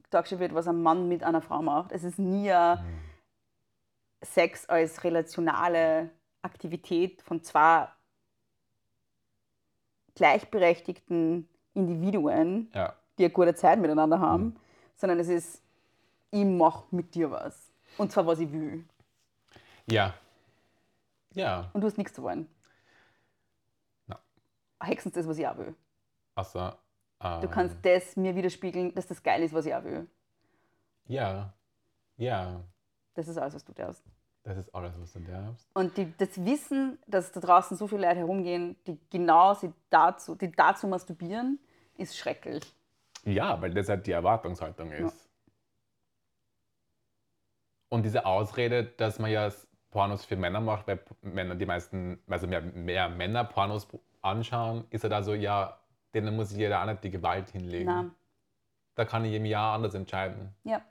B: dargestellt wird, was ein Mann mit einer Frau macht. Es ist nie ein Sex als relationale Aktivität von zwei gleichberechtigten Individuen,
A: Ja.
B: die eine gute Zeit miteinander haben,
A: Mhm.
B: sondern es ist, ich mache mit dir was. Und zwar, was ich will.
A: Ja. Ja.
B: Und du hast nichts zu wollen.
A: Na.
B: Hexens das, was ich auch will.
A: Außer. Ah. ähm,
B: Du kannst das mir widerspiegeln, dass das geil ist, was ich auch will.
A: Ja. Ja.
B: Das ist alles, was du darfst.
A: Das ist alles, was du darfst.
B: Und die, das Wissen, dass da draußen so viele Leute herumgehen, die genau sie dazu, die dazu masturbieren, ist schrecklich.
A: Ja, weil das halt die Erwartungshaltung ist. Und diese Ausrede, dass man ja s- Pornos für Männer macht, weil Männer die meisten, also mehr, mehr Männer Pornos anschauen, ist er da so, ja, denen muss jeder auch nicht die Gewalt hinlegen.
B: Nein.
A: Da kann ich im Jahr anders entscheiden.
B: Ja.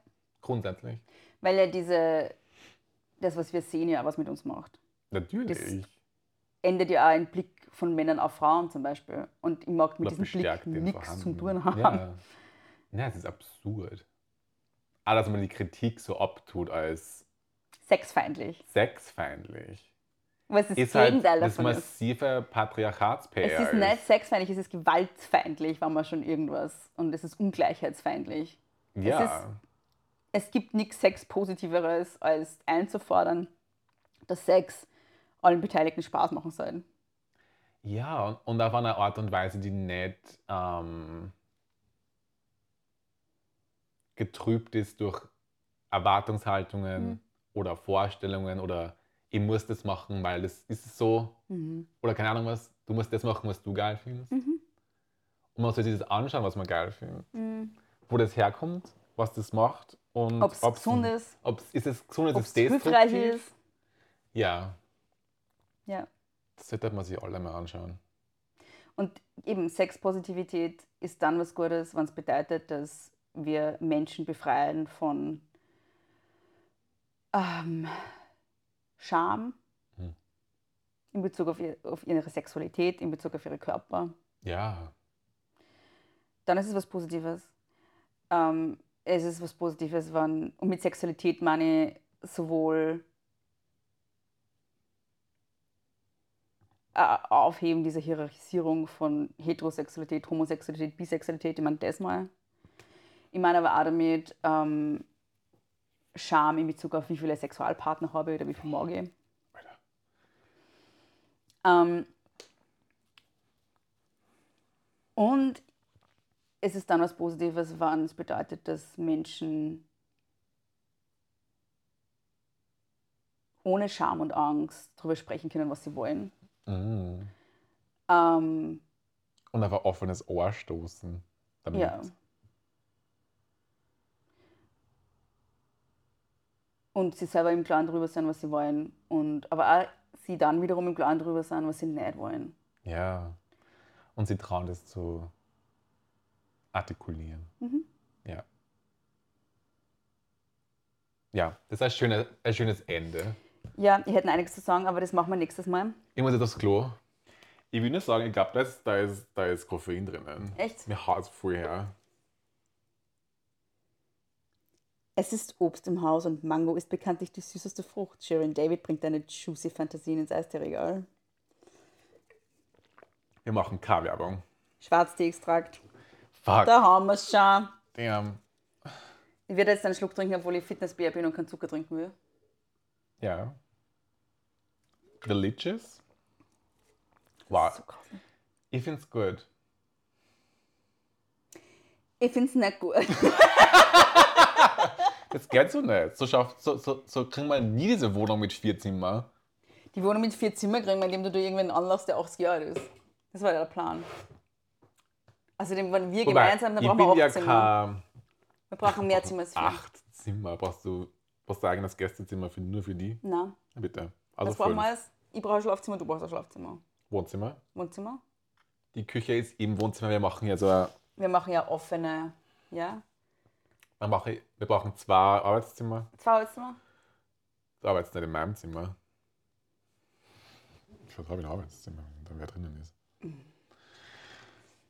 A: Grundsätzlich.
B: Weil ja diese, das, was wir sehen, ja auch was mit uns macht.
A: Natürlich.
B: Endet ja auch ein Blick von Männern auf Frauen zum Beispiel. Und ich mag mit
A: Oder
B: diesem Blick
A: bestärkt den
B: nichts zu
A: vorhandenen.
B: tun haben.
A: Ja. ja, es ist absurd. Ah, dass man die Kritik so abtut als
B: Sexfeindlich.
A: sexfeindlich.
B: Was das
A: Ist halt
B: Gegenteil
A: das
B: davon ist.
A: massive Patriarchats-PR.
B: Es ist nicht sexfeindlich, es ist gewaltfeindlich, wenn man schon irgendwas. Und es ist ungleichheitsfeindlich.
A: Ja.
B: es gibt nichts Sex-Positiveres, als einzufordern, dass Sex allen Beteiligten Spaß machen soll.
A: Ja, und- und auf eine Art und Weise, die nicht ähm, getrübt ist durch Erwartungshaltungen
B: Mhm.
A: oder Vorstellungen oder ich muss das machen, weil das ist so oder keine Ahnung was, du musst das machen, was du geil findest.
B: Mhm.
A: Und man soll sich das anschauen, was man geil findet, wo das herkommt, was das macht und
B: Ob es gesund ist,
A: Ob's, ist es gesund, ist
B: ob
A: es
B: es hilfreich
A: destruktiv?
B: ist.
A: Ja,
B: Ja.
A: das sollte man sich alle mal anschauen.
B: Und eben Sexpositivität ist dann was Gutes, wenn es bedeutet, dass wir Menschen befreien von ähm, Scham
A: Mhm.
B: in Bezug auf, ihr, auf ihre Sexualität, in Bezug auf ihre Körper.
A: Ja,
B: dann ist es was Positives. Ähm, es ist was Positives, wenn, und mit Sexualität meine ich sowohl äh, Aufheben dieser Hierarchisierung von Heterosexualität, Homosexualität, Bisexualität, ich meine das mal. Ich meine aber auch damit ähm, Scham in Bezug auf wie viele Sexualpartner habe ich oder wie viel mag ich. Ähm, und es ist dann was Positives, wenn es bedeutet, dass Menschen ohne Scham und Angst darüber sprechen können, was sie wollen.
A: Mhm.
B: Ähm,
A: Und einfach offenes Ohr stoßen. Damit.
B: ja. Und sie selber im Klaren darüber sein, was sie wollen. Und, aber auch sie dann wiederum im Klaren darüber sein, was sie nicht wollen.
A: Ja. Und sie trauen das zu artikulieren.
B: Mhm.
A: Ja. Ja, das ist ein schönes, ein schönes Ende.
B: Ja, ich hätte noch einiges zu sagen, aber das machen wir nächstes Mal.
A: Ich muss jetzt aufs Klo. Ich will nur sagen, ich glaube, da ist, da, ist, da ist Koffein drinnen.
B: Echt?
A: Mir haut es voll her.
B: Es ist Obst im Haus und Mango ist bekanntlich die süßeste Frucht. Sharon David bringt deine juicy Fantasien ins Eisderegal.
A: Wir machen keine Werbung.
B: Schwarztee-Extrakt.
A: Fuck.
B: Da haben wir es schon.
A: Damn.
B: Ich werde jetzt einen Schluck trinken, obwohl ich Fitnessbier bin und keinen Zucker trinken will.
A: Ja. Delicious. Wow.
B: So krass.
A: Ich find's gut.
B: Ich finde es nicht gut.
A: Das geht so nicht. So, schafft, so, so, so kriegen wir nie diese Wohnung mit vier Zimmer.
B: Die Wohnung mit vier Zimmer kriegen, indem du dir irgendwen anlässt, der 80 Jahre alt ist. Das war ja der Plan. Außerdem waren wir gemeinsam, dann
A: ich
B: brauchen
A: bin
B: wir
A: ja
B: acht Zimmer.
A: kein
B: Wir brauchen mehr Zimmer als vier.
A: acht Zimmer. Brauchst du, brauchst du ein eigenes Gästezimmer für, nur für die?
B: Nein,
A: Bitte.
B: das
A: Also
B: brauchen
A: fünf.
B: wir jetzt. Ich brauche ein Schlafzimmer, du brauchst ein Schlafzimmer.
A: Wohnzimmer.
B: Wohnzimmer?
A: Die Küche ist im Wohnzimmer. Wir machen ja so, ein-
B: Wir machen ja offene, ja?
A: wir, machen, wir brauchen zwei Arbeitszimmer.
B: Zwei Holzzimmer?
A: Du arbeitest nicht in meinem Zimmer. Ich vertraue in ein Arbeitszimmer, dann wer drinnen ist.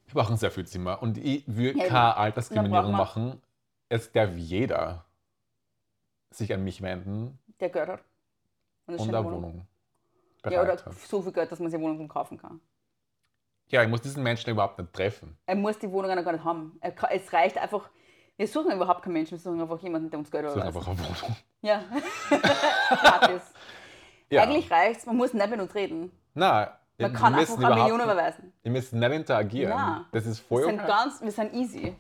A: Wir brauchen sehr viel Zimmer und ich will
B: Ja, eben.
A: keine Altersdiskriminierung
B: Dann brauchen
A: machen. Es darf jeder sich an mich wenden
B: Der gehört hat. Und eine
A: und
B: schöne
A: eine Wohnung bereit halt.
B: Ja, oder
A: hat.
B: so viel Geld, dass man sich eine Wohnung kaufen kann.
A: Ja, ich muss diesen Menschen überhaupt nicht treffen.
B: Er muss die Wohnung ja noch gar nicht haben. Er kann, es reicht einfach. Wir suchen überhaupt keinen Menschen, wir suchen einfach jemanden, der uns Geld
A: Das ist
B: überweist.
A: einfach eine Wohnung.
B: Ja. Gratis.
A: Ja.
B: Eigentlich reicht's, man muss nicht mit uns reden.
A: Nein,
B: Man
A: wir
B: kann
A: müssen
B: einfach eine Million
A: überhaupt
B: überweisen.
A: wir müssen nicht interagieren.
B: Nein.
A: Das ist voll
B: Wir sind,
A: okay.
B: ganz, wir sind easy.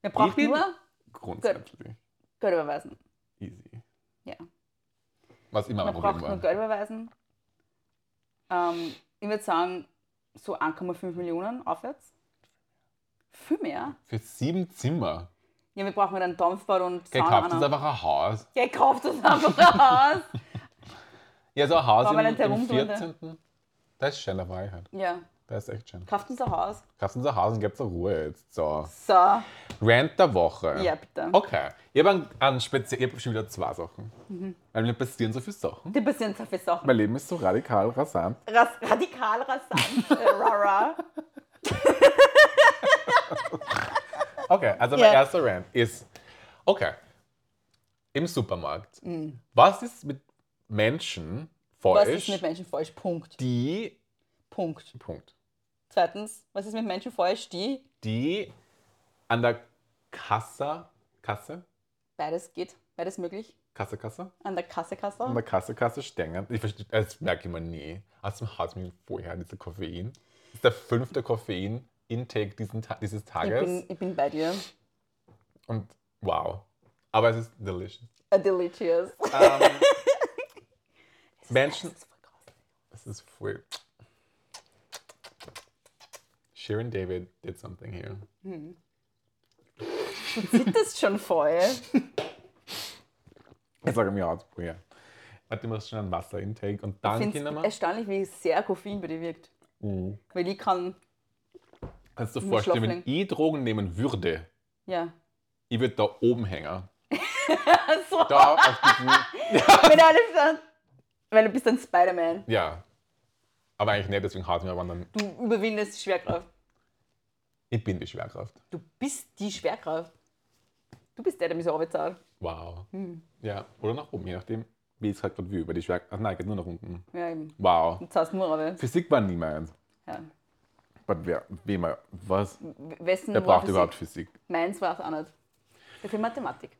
B: Wir brauchen
A: bin-
B: nur
A: grundsätzlich
B: Geld überweisen.
A: easy.
B: Ja.
A: Was immer
B: Man
A: mein
B: braucht
A: Problem
B: nur
A: war.
B: Geld überweisen. Ähm, ich würde sagen, so 1,5 Millionen aufwärts. Viel mehr.
A: Für sieben Zimmer.
B: Ja, wir brauchen dann Dampfbad und
A: Gekauft
B: Sauna. ne?
A: ist einfach ein Haus.
B: Gekauft ist einfach ein Haus.
A: Ja, so ein Haus
B: Wollen wir
A: im,
B: nicht
A: im
B: herumtun, ne?
A: 14. Das ist schön, da war ich halt.
B: Ja,
A: Das ist echt schön.
B: kauft unser Haus.
A: Krass, unser Haus und gibt's eine Ruhe jetzt. So.
B: So, ja,
A: Rant der Woche.
B: bitte.
A: Okay. Ich habe einen, einen speziell, ich hab schon wieder zwei Sachen.
B: Mhm.
A: Weil mir passieren so viele Sachen.
B: Die passieren so viele Sachen.
A: Mein Leben ist so radikal rasant.
B: Ras radikal rasant. äh, Rara.
A: Okay, also
B: Ja.
A: mein erster Rant ist, okay, im Supermarkt, was ist mit Menschen
B: Mhm. Was
A: falsch,
B: ist mit Menschen falsch? Punkt.
A: die,
B: Punkt.
A: Punkt,
B: Zweitens, was ist mit Menschen falsch, die
A: die an der Kasse, Kasse,
B: beides geht, beides möglich,
A: Kasse, Kasse,
B: an der Kasse, Kasse?
A: an der Kasse, Kasse stängen? Ich verstehe, das merke ich mir nie. Aus dem Haus mir vorher dieser Koffein. Das ist der fünfte Koffein-Intake diesen Ta dieses
B: Ich
A: Tages.
B: bin, ich bin bei dir.
A: Und wow. Aber es ist delicious.
B: A delicious.
A: Ähm, Menschen,
B: Das ist voll krass.
A: es ist voll. Sharon David did something here.
B: Sieht das schon voll?
A: Jetzt sage ich mir ausprobieren. Warte, du machst schon einen Wasserintake und dann,
B: Ich
A: Kinder,
B: finde
A: mal,
B: erstaunlich, wie sehr Koffein bei dir wirkt.
A: ne? Mhm.
B: Weil ich kann,
A: kannst du dir
B: muss
A: vorstellen, wenn
B: schlafen.
A: ich Drogen nehmen würde,
B: ja.
A: ich würde da oben hängen.
B: Also,
A: Da auf diesen,
B: wenn alle sagen, weil du bist ein Spider-Man.
A: ja. Aber eigentlich nicht, deswegen haut mir aber dann,
B: Du überwindest die Schwerkraft.
A: ich bin die Schwerkraft.
B: Du bist die Schwerkraft. Du bist der, der mich so runterzahlt.
A: Wow. Ja, oder nach oben, je nachdem, wie es halt gerade will, über die Schwerkraft. Ach nein, geht nur nach unten.
B: Ja, eben.
A: Wow.
B: Du zahlst nur runter.
A: Physik war nie meins.
B: Ja.
A: Aber wer, wie mal, was?
B: W- Wessen
A: Wer
B: war
A: braucht
B: Physik?
A: überhaupt Physik?
B: Meins war es auch nicht. Dafür Mathematik.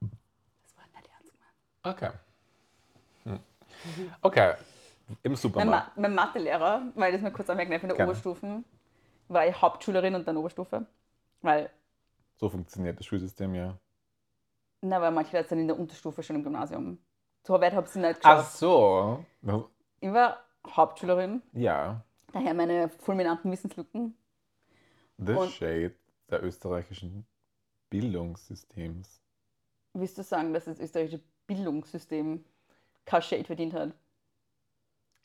B: Das war nicht ernst gemeint.
A: Okay. Hm. Okay. Im
B: Mein,
A: Supermarkt.
B: Ma mein Mathelehrer, weil ich das mal kurz anmerken darf, in der
A: Gerne.
B: Oberstufe war ich Hauptschülerin und dann Oberstufe. Weil,
A: So funktioniert das Schulsystem ja.
B: na, weil manche Leute sind in der Unterstufe schon im Gymnasium. So weit habe ich es nicht
A: Ach
B: geschafft.
A: so.
B: Ich war Hauptschülerin,
A: Ja.
B: daher meine fulminanten Wissenslücken.
A: The
B: Und-
A: Shade der österreichischen Bildungssystems.
B: Willst du sagen, dass das österreichische Bildungssystem kein Shade verdient hat?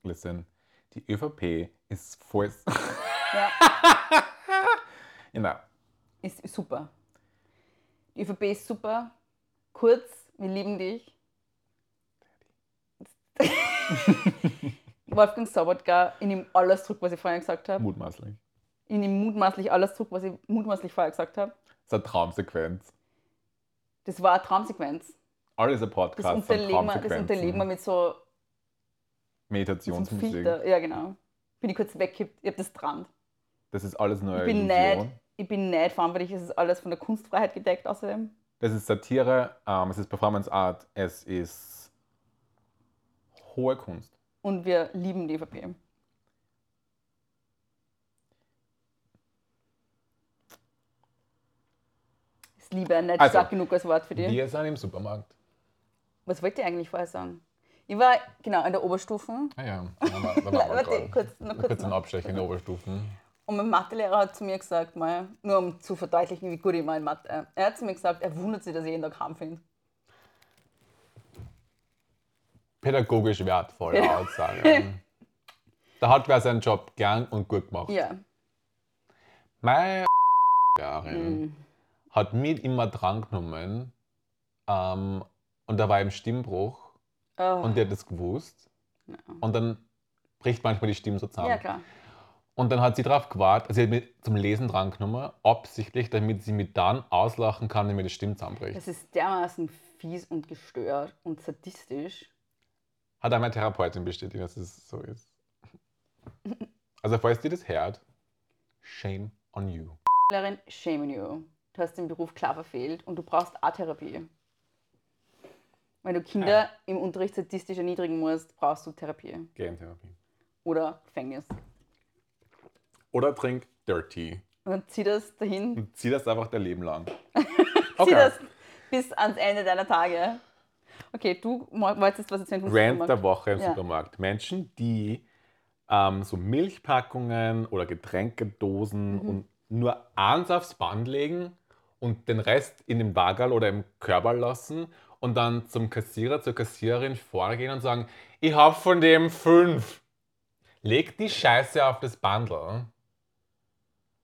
A: Listen, die ÖVP ist voll.
B: Ja.
A: genau.
B: ist super. Die ÖVP ist super. Kurz, wir lieben dich. Wolfgang Sobotka, in ihm alles zurück, was ich vorher gesagt habe.
A: Mutmaßlich.
B: In ihm mutmaßlich alles zurück, was ich mutmaßlich vorher gesagt habe.
A: Das ist eine Traumsequenz.
B: Das war eine Traumsequenz.
A: Alles ein
B: Das,
A: Podcast. sind
B: unterlegen, wir, das unterlegen
A: Traumsequenzen.
B: wir mit so so einem
A: Meditationsmusik.
B: Filter. Ja, genau. Bin ich kurz weggekippt. Ich habe das dran.
A: Das ist alles
B: Ich
A: neue
B: bin
A: Illusion.
B: nicht, ich bin nicht verantwortlich. Es ist alles von der Kunstfreiheit gedeckt außerdem.
A: Das ist Satire, ähm, es ist Performance Art, es ist hohe Kunst.
B: Und wir lieben die ÖVP. Ist Liebe nicht
A: Also,
B: stark genug als Wort für dich.
A: Wir sind im Supermarkt.
B: Was wollte ich eigentlich vorher sagen? Ich war genau in der Oberstufe.
A: Ah ja, da waren wir, da waren wir
B: Warte,
A: gerade.
B: kurz, noch kurz.
A: Kurz einen
B: noch.
A: Abstecher in die Oberstufen.
B: Und mein Mathelehrer hat zu mir gesagt, mal, nur um zu verdeutlichen, wie gut ich meine Mathe. äh, Er hat zu mir gesagt, er wundert sich, dass ich jeden Tag heim finde.
A: Pädagogisch wertvolle Aussage. da hat wer seinen Job gern und gut gemacht.
B: Ja.
A: Meine
B: Mhm.
A: Lehrerin hat mich immer drangenommen ähm, und da war ich im Stimmbruch
B: Ah,
A: und die hat das gewusst. Und dann bricht manchmal die Stimme so zusammen.
B: ja, klar.
A: Und dann hat sie drauf gewartet, also sie hat mich zum Lesen dran genommen, absichtlich, damit sie mich dann auslachen kann, wenn mir die Stimme zusammenbricht.
B: Das ist dermaßen fies und gestört und sadistisch.
A: Hat auch meine Therapeutin bestätigt, dass es so ist. Also, falls dir das hört, shame on you.
B: Lehrerin, shame on you. Du hast den Beruf klar verfehlt und du brauchst auch Therapie. Wenn du Kinder
A: Ja.
B: im Unterricht statistisch erniedrigen musst, brauchst du Therapie
A: Geh in Therapie.
B: oder Gefängnis.
A: Oder trink Dirty.
B: Und dann zieh das dahin,
A: Und zieh das einfach dein Leben lang.
B: zieh das bis ans Ende deiner Tage. Okay, du mo- wolltest was erzählen vom
A: Rant der
B: Supermarkt.
A: Woche im
B: Ja.
A: Supermarkt. Menschen, die ähm, so Milchpackungen oder Getränkedosen
B: Mhm.
A: und nur eins aufs Band legen und den Rest in den Wagerl oder im Körper lassen und dann zum Kassierer, zur Kassiererin vorgehen und sagen, ich hab von dem fünf. Leg die Scheiße auf das Bundle.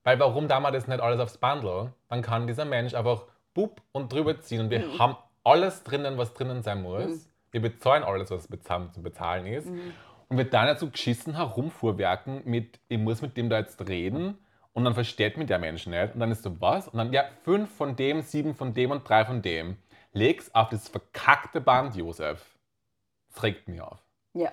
A: Weil warum da mal das nicht alles aufs Bundle? Dann kann dieser Mensch einfach bup und drüber ziehen und wir haben alles drinnen, was drinnen sein muss. Wir bezahlen alles, was bezahlen, zu bezahlen ist. Und wir dann nicht so geschissen herumfuhrwerken mit, ich muss mit dem da jetzt reden und dann versteht mich der Mensch nicht und dann ist so was und dann, ja, fünf von dem, sieben von dem und drei von dem. Leg's auf das verkackte Band, Josef. Das regt mich auf.
B: Ja.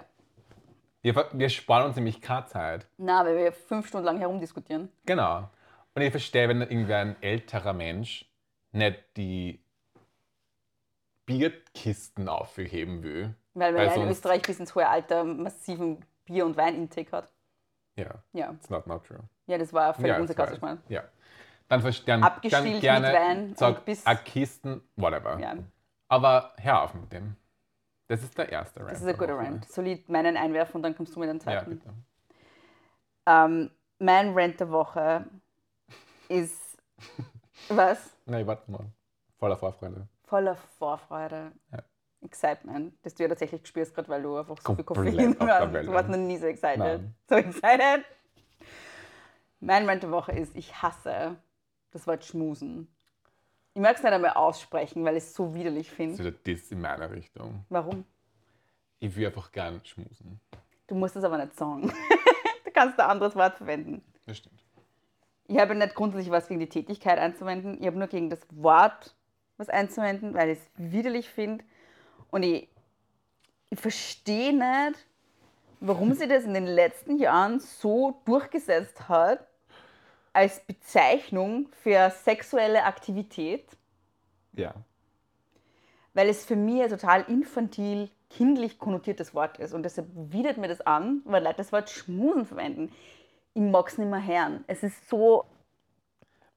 A: Wir, ver- wir sparen uns nämlich keine Zeit.
B: Na, weil wir fünf Stunden lang herumdiskutieren.
A: Genau. Und ich verstehe, wenn irgendwer ein älterer Mensch nicht die Bierkisten aufheben will.
B: Weil man
A: Weil
B: ja in
A: sonst-
B: Österreich bis ins hohe Alter massiven Bier- und Wein-Intake hat.
A: Ja,
B: Ja.
A: it's not not true.
B: Ja, das war völlig
A: Ja,
B: unser
A: das
B: Gast, ich
A: war-
B: meine.
A: Ja. Dann verstehen
B: Abgestillt
A: dann
B: mit
A: gerne
B: Wein und
A: sag,
B: bis-
A: a Kisten, whatever.
B: Ja,
A: Aber hör auf mit dem. Das ist der erste Rant.
B: das ist ein
A: der
B: guter
A: Woche.
B: Rant. Solid meinen einwerfen und dann kommst du mit einem
A: Ja,
B: zweiten.
A: bitte.
B: ähm, mein Rant der Woche ist. was?
A: Nein, warte mal. Voller Vorfreude.
B: Voller Vorfreude.
A: Ja.
B: Excitement, das du ja tatsächlich spürst, gerade weil du einfach so viel
A: Komplett
B: Koffein
A: auf der
B: hast.
A: Welle.
B: Du warst noch nie so excited.
A: Nein.
B: So excited. Mein Rant der Woche ist, ich hasse das Wort schmusen. Ich mag es nicht einmal aussprechen, weil ich es so widerlich
A: Das
B: finde.
A: ist wieder das in meiner Richtung.
B: Warum?
A: Ich will einfach gern schmusen.
B: Du musst es aber nicht sagen. du kannst ein anderes Wort verwenden.
A: Das stimmt.
B: Ich habe nicht grundsätzlich was gegen die Tätigkeit einzuwenden. Ich habe nur gegen das Wort was einzuwenden, weil ich es widerlich finde. Und ich, ich verstehe nicht, warum sie das in den letzten Jahren so durchgesetzt hat als Bezeichnung für sexuelle Aktivität,
A: Ja.
B: weil es für mich ein total infantil, kindlich konnotiertes Wort ist. Und deshalb widert mir das an, weil Leute das Wort Schmusen verwenden. Ich mag es nicht mehr hören. Es ist so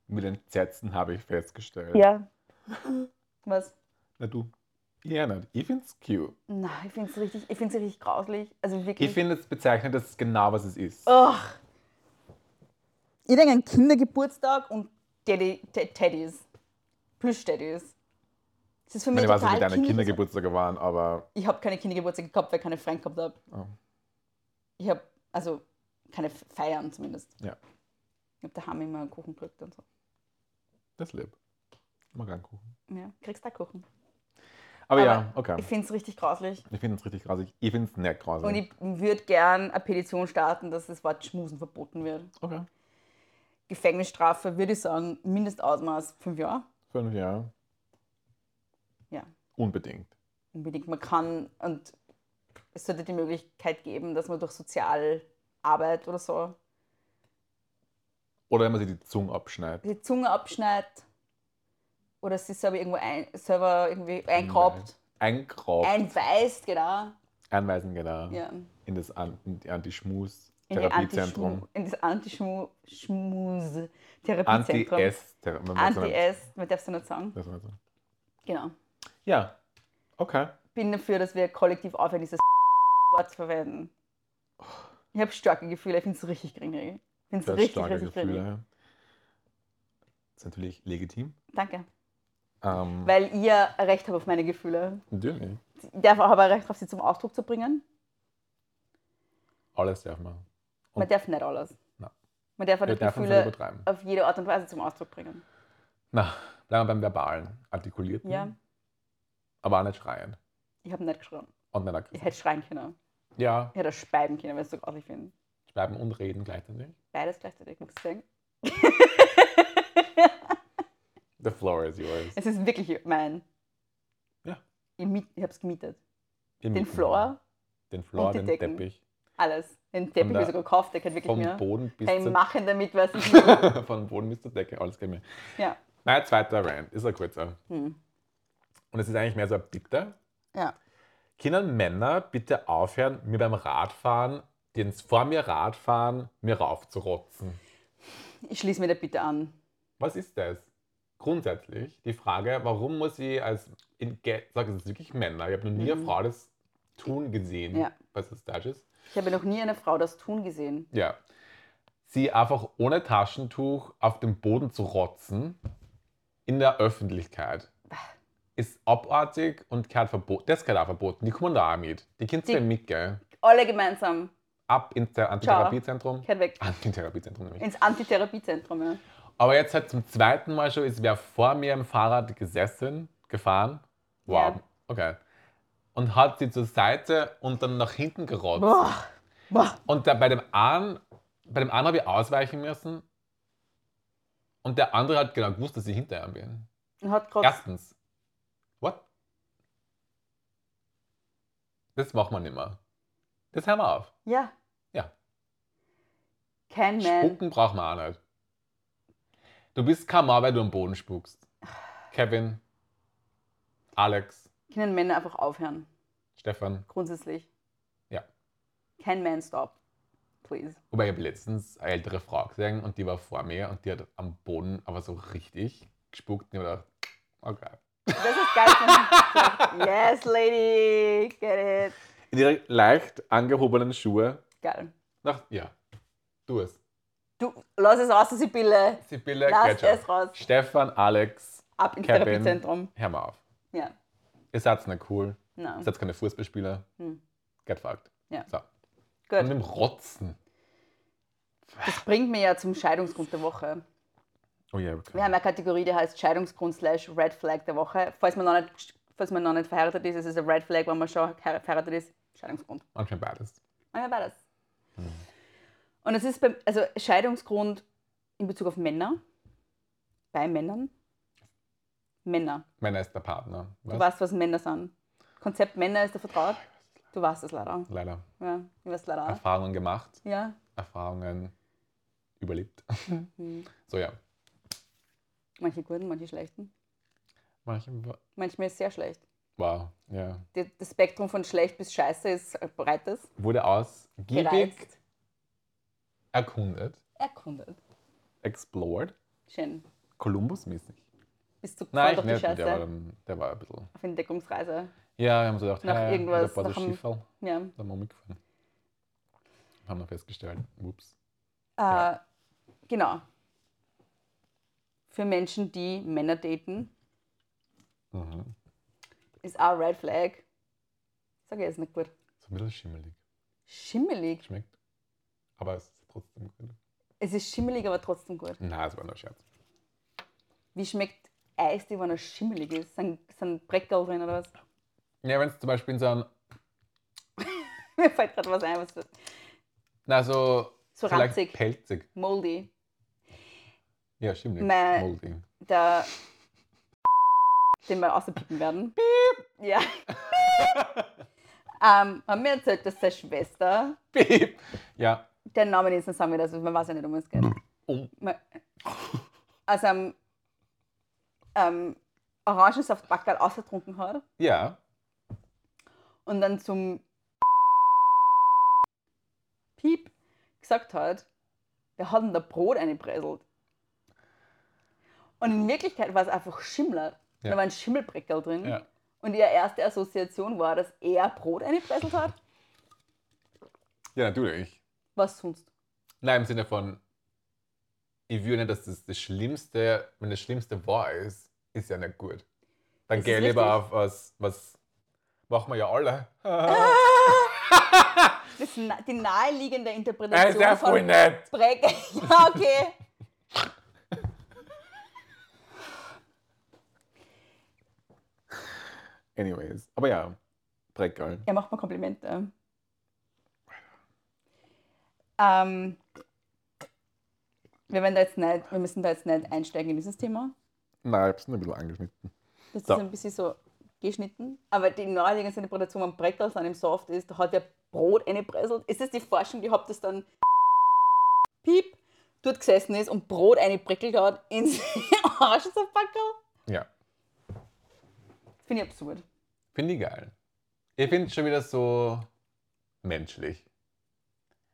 A: Mit den Sätzen habe ich festgestellt.
B: Ja. Was?
A: Na du. Ja, nicht. Ich find's cute.
B: Nein, ich finde es richtig, ich find's richtig grauslich. Also wirklich.
A: Ich finde es bezeichnet, das ist genau, was es ist.
B: Ach. Ich denke an Kindergeburtstag und Teddy, Te- Teddys. Plüsch-Teddys. Das ist für
A: ich
B: mich
A: meine, ich weiß nicht, wie
B: total
A: deine
B: kindlich.
A: Kindergeburtstage waren, aber
B: Ich habe keine Kindergeburtstage gehabt, weil ich keine Freunde gehabt habe.
A: Oh.
B: Ich habe, also, keine F- Feiern zumindest.
A: Ja.
B: Ich habe daheim immer einen Kuchen gekriegt und so.
A: das lebt. Mal rangucken.
B: Ja, kriegst da Kuchen.
A: Aber,
B: Aber
A: ja, okay.
B: Ich finde es richtig grauslich.
A: Ich finde es richtig grausig. Ich finde es nicht grausig.
B: Und ich würde gern eine Petition starten, dass das Wort Schmusen verboten wird.
A: okay.
B: Gefängnisstrafe, würde ich sagen, Mindestausmaß fünf Jahre.
A: Fünf Jahre.
B: Ja,
A: Unbedingt.
B: unbedingt. Man kann und es sollte die Möglichkeit geben, dass man durch Sozialarbeit oder so
A: Oder wenn man sich die Zunge abschneidet.
B: die Zunge abschneidet oder sich selber irgendwo ein, selber irgendwie eingrabt,
A: Eingraub.
B: einweist, genau.
A: Einweisen, genau.
B: Ja. In
A: In das An in die
B: die
A: Anti-Schmus-Therapiezentrum.
B: Antischmu- In das Anti-Schmuse-Therapiezentrum.
A: Anti-S-Therapiezentrum.
B: Anti-S, man darf es ja nicht sagen.
A: Anti-S.
B: Genau.
A: Ja. Okay.
B: bin dafür, dass wir kollektiv aufhören, dieses Wort zu verwenden. Ich habe starke Gefühle, ich finde es richtig gringrig. Ich finde es
A: Sehr
B: richtig,
A: starke
B: richtig gringrig.
A: Gefühle. Das ist natürlich legitim.
B: Danke.
A: Ähm,
B: Weil ihr ein Recht habt auf meine Gefühle.
A: natürlich.
B: Ich darf auch aber ein Recht auf sie zum Ausdruck zu bringen.
A: Alles darf man.
B: Man
A: Und-
B: darf nicht alles.
A: Na.
B: Man darf auch
A: Wir
B: die
A: dürfen es nicht
B: Gefühle
A: übertreiben.
B: auf jede Art und Weise zum Ausdruck bringen.
A: Na, bleiben wir beim Verbalen, Artikulierten.
B: Ja.
A: Aber auch nicht schreien.
B: Ich habe nicht geschrien.
A: Und nicht
B: Ich
A: aggressiv.
B: hätte schreien können.
A: Ja,
B: Ich hätte auch speiben können, weil es so grauslich finde.
A: schreiben und reden gleichzeitig.
B: Beides gleichzeitig, muss ich sagen.
A: The floor is yours.
B: Es ist wirklich mein.
A: Ja. Mhm.
B: Ich, miet- ich habe es gemietet.
A: Den
B: Den Floor,
A: Den Floor,
B: und die
A: den
B: Decken.
A: Teppich.
B: alles. Den Teppich habe
A: der-
B: ich sogar gekauft, der kann wirklich
A: Vom
B: mehr.
A: Boden bis
B: Kann ich
A: zur
B: machen damit, was ich will.
A: Von Boden bis zur Decke, alles geht mir.
B: ja.
A: Mein zweiter Rant ist ein kurzer.
B: Hm.
A: Und es ist eigentlich mehr so ein Bitter.
B: ja.
A: Kinder und Männer bitte aufhören, mir beim Radfahren, die ins vor mir Radfahren, mir raufzurotzen.
B: Ich schließe mir da bitte an.
A: Was ist das? Grundsätzlich die Frage, warum muss ich als, in, ge- sag es ist wirklich Männer, ich habe noch nie eine
B: Mhm.
A: Frau das tun gesehen,
B: Ja.
A: was das Deutsch ist.
B: Ich habe noch nie eine Frau das tun gesehen.
A: Ja. Sie einfach ohne Taschentuch auf dem Boden zu rotzen in der Öffentlichkeit. ist abartig und gehört verboten. Das gehört auch verboten. Die kommen da auch mit. Die Kinder
B: Die-
A: sind mit, gell?
B: Alle gemeinsam.
A: Ab ins Ther- Antitherapiezentrum.
B: Kehrt weg.
A: Antitherapiezentrum nämlich.
B: Ins Antitherapiezentrum, ja.
A: Aber jetzt halt zum zweiten Mal schon ist wer vor mir im Fahrrad gesessen, gefahren. Wow.
B: Ja.
A: Okay. Und hat sie zur Seite und dann nach hinten gerotzt.
B: Boah. Boah.
A: Und da bei dem einen, bei dem einen habe ich ausweichen müssen. Und der andere hat genau gewusst, dass ich hinter ihm bin.
B: Und hat gerade.
A: Erstens. What? Das machen wir nicht mehr. Das hören wir auf.
B: Ja.
A: Ja.
B: Kein Man.
A: Spucken brauchen wir auch nicht. Du bist kein Mann, weil du am Boden spuckst. Kevin, Alex,
B: Können Männer einfach aufhören.
A: Stefan.
B: Grundsätzlich.
A: Ja.
B: Kein Man stop. Please.
A: Wobei ich habe letztens eine ältere Frau gesehen und die war vor mir und die hat am Boden aber so richtig gespuckt. Und ich habe gedacht, okay.
B: Das ist geil. von- yes, lady. Get it.
A: In ihre leicht angehobenen Schuhe.
B: Geil.
A: Nach, ja, du es.
B: Du, lass es raus, Sibylle.
A: Sibylle,
B: Lass
A: Ketchup.
B: es raus.
A: Stefan, Alex,
B: Ab ins
A: Kevin.
B: Therapiezentrum.
A: hör mal auf.
B: Ja.
A: Ihr seid nicht cool.
B: Na.
A: Ihr seid keine Fußballspieler.
B: Hm.
A: Get fucked.
B: Ja.
A: So. Und
B: Gut.
A: dem Rotzen.
B: Das bringt mir ja zum Scheidungsgrund der Woche.
A: Oh ja, okay.
B: Wir haben eine Kategorie, die heißt Scheidungsgrund slash Red Flag der Woche. Falls man noch nicht, falls man noch nicht verheiratet ist, ist es ein Red Flag, wenn man schon her- verheiratet ist. Scheidungsgrund.
A: Manchmal beides.
B: Manchmal beides. Und es ist beim, also Scheidungsgrund in Bezug auf Männer. Bei Männern. Männer.
A: Männer ist der Partner.
B: Du
A: Was?
B: weißt, was Männer sind. Konzept Männer ist der Vertrag. Du weißt es leider.
A: Leider.
B: Ja, ich weiß leider. auch.
A: Erfahrungen gemacht,
B: Ja.
A: Erfahrungen überlebt.
B: Mhm.
A: so ja.
B: Manche guten, manche schlechten.
A: Manchmal.
B: Manchmal ist es sehr schlecht.
A: Wow. Ja.
B: Die- Das Spektrum von schlecht bis scheiße ist ein breites.
A: Wurde ausgiebig
B: Gereizt.
A: erkundet,
B: Erkundet.
A: explored,
B: Schön.
A: Kolumbus-mäßig.
B: Bist du
A: Nein, ich
B: gefreut auf die
A: nicht. Der
B: Scheiße?
A: war, dann, der war ein bisschen.
B: Auf Entdeckungsreise.
A: Ja, wir haben so gedacht,
B: Nach
A: hey,
B: irgendwas,
A: Ich hab
B: nach
A: so
B: dem-
A: Schifferl.
B: Ja.
A: Da haben wir mitgefahren. Haben wir festgestellt. Ups.
B: Äh, genau. Für Menschen, die Männer daten,
A: Mhm.
B: ist auch Red Flag. Sag ich, ist nicht gut.
A: So ein bisschen schimmelig.
B: Schimmelig.
A: Schmeckt. Aber es ist trotzdem gut.
B: Es ist schimmelig, aber trotzdem gut.
A: Nein, es war nur ein Scherz.
B: Wie schmeckt Eis, die, wenn er schimmelig ist? Sind, sind Breckerl drin oder was?
A: Ja, wenn es zum Beispiel in so einem,
B: Mir fällt gerade was ein, was
A: na so,
B: So
A: vielleicht
B: ranzig.
A: pelzig.
B: Moldy.
A: Ja, schimmelig.
B: Mein-
A: Moldy.
B: Der. den wir außerpicken werden. Ja. ähm, haben wir erzählt, dass seine Schwester,
A: Piep. Ja,
B: der Name ist, dann sagen wir das, man weiß ja nicht, um was es geht.
A: um
B: Man, also ähm, ähm, Orangensaft Backerl ausgetrunken hat
A: ja.
B: und dann zum Piep gesagt hat, der hat in der Brot eingebreselt. Und in Wirklichkeit war es einfach Schimmler.
A: Ja.
B: Da war ein Schimmelbrickel drin.
A: Ja.
B: Und ihre erste Assoziation war, dass er Brot eingepresselt hat.
A: Ja, natürlich.
B: Was sonst?
A: Nein, im Sinne von, ich würde nicht, dass das das Schlimmste, wenn das Schlimmste wahr ist, ist ja nicht gut. Dann
B: Das
A: gehe
B: ist
A: ich lieber
B: richtig. Ah,
A: auf was, was machen wir ja alle.
B: Das, na- die naheliegende
A: Er ist
B: Interpretation
A: ja voll
B: von
A: nett.
B: Breck. ja, okay.
A: Anyways, aber ja, Breckerl.
B: Er macht mir Komplimente. Ähm, wir, werden da jetzt nicht, wir müssen da jetzt nicht einsteigen in dieses Thema.
A: Nein, ich hab's nur ein bisschen angeschnitten.
B: Das
A: So.
B: ist ein bisschen so geschnitten. Aber die naheliegende Interpretation am Breckerl, an dem Soft ist, da hat der Brot eingepresselt. Ist das die Forschung, die habt, dass dann Piep dort gesessen ist und Brot eingeprickelt hat ins Orangensaftbackerl?
A: Ja,
B: Finde ich absurd.
A: finde ich geil. Ich finde es schon wieder so menschlich.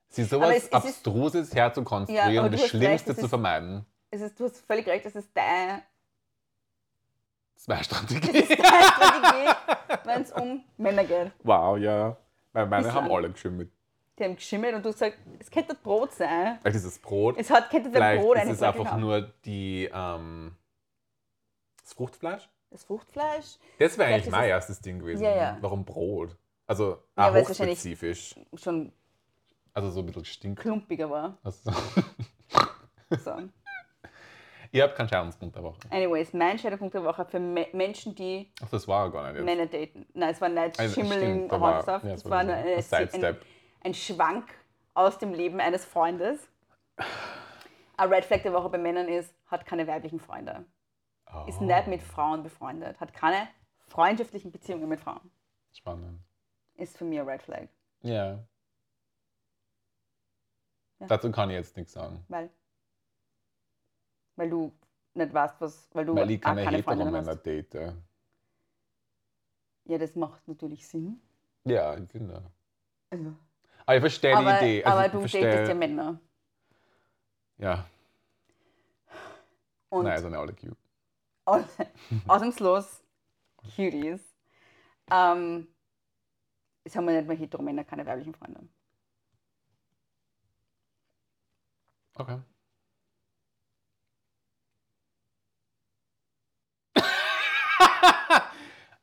A: Sie sowas
B: es- es ist-
A: Abstruses herzukonstruieren
B: Ja, aber
A: und
B: du
A: das
B: hast recht,
A: Schlimmste
B: es
A: zu
B: ist-
A: vermeiden.
B: Es ist, du hast völlig recht, es ist dein
A: Das war eine Strategie.
B: ist deine Strategie, wenn es um Männer geht.
A: Wow, ja. Weil meine
B: Bislang.
A: haben alle geschimmelt.
B: Die haben geschimmelt und du hast gesagt, es könnte ein Brot sein.
A: Vielleicht ist es Brot.
B: Es hat, könnte ein
A: Vielleicht
B: Brot genau
A: ist es
B: eingebröckelt
A: einfach
B: haben.
A: nur die, ähm, das Fruchtfleisch.
B: Das Fruchtfleisch?
A: Das wäre eigentlich
B: Vielleicht ist
A: mein
B: es-
A: erstes Ding gewesen.
B: Ja, ja.
A: Warum Brot? Also
B: Ja,
A: ah,
B: weil es wahrscheinlich-
A: hochspezifisch.
B: Schon
A: Also so ein bisschen stinkt.
B: klumpiger war.
A: Also,
B: So.
A: ihr habt keinen Scheidungspunkt der Woche.
B: Anyways, mein Schädelpunkt der Woche für Me Menschen, die
A: Ach, das war gar nicht. Jetzt.
B: Männer daten. Nein, es war nicht
A: Also,
B: Schimmel
A: stimmt, da
B: im
A: war-
B: Hautsaft.
A: ja,
B: es
A: das
B: war
A: war
B: nur
A: so ein
B: eine, ein,
A: Sidestep.
B: ein Schwank aus dem Leben eines Freundes. Ein Red Flag der Woche bei Männern ist, hat keine weiblichen Freunde. Ist
A: Oh,
B: nicht mit Frauen befreundet. Hat keine freundschaftlichen Beziehungen mit Frauen.
A: Spannend.
B: Ist für mich ein Red Flag.
A: Ja.
B: Ja.
A: Dazu kann ich jetzt nichts sagen.
B: Weil, weil du nicht weißt, was. Weil du
A: Weil ich
B: auch
A: keine hetero
B: Freundinnen
A: Männer
B: hast.
A: date.
B: Ja, das macht natürlich Sinn.
A: Ja, genau.
B: Also,
A: Aber ich verstehe die
B: aber
A: Idee. Also,
B: aber
A: ich
B: du
A: verstehe-
B: datest ja Männer.
A: Ja,
B: Und
A: nein, so eine alle cute.
B: Aus- ausnahmslos Cuties. Ähm, es haben wir nicht mehr hetero Männer, keine weiblichen Freunde.
A: Okay.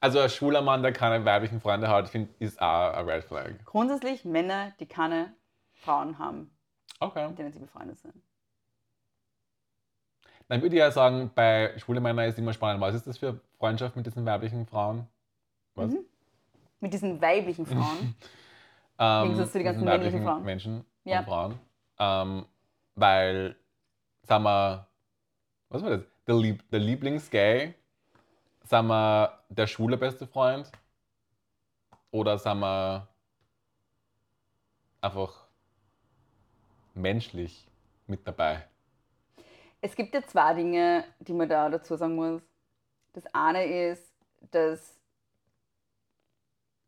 A: also ein schwuler Mann, der keine weiblichen Freunde hat, find, ist auch ein Red Flag.
B: Grundsätzlich Männer, die keine Frauen haben,
A: Okay.
B: mit denen sie befreundet sind.
A: Dann würde ich ja sagen, bei schwulen Männern ist immer spannend, was ist das für Freundschaft mit diesen weiblichen Frauen? Was?
B: Mhm. Mit diesen weiblichen Frauen.
A: Ähm,
B: Gegensatz zu den ganzen
A: diesen
B: männlichen
A: weiblichen
B: Frauen.
A: Menschen
B: Ja.
A: und Frauen. Ähm, weil, sagen wir, was war das? Der, Lieb der Lieblingsgay, sagen wir, der schwule beste Freund oder sagen wir, einfach menschlich mit dabei.
B: es gibt ja zwei Dinge, die man da dazu sagen muss. Das eine ist, dass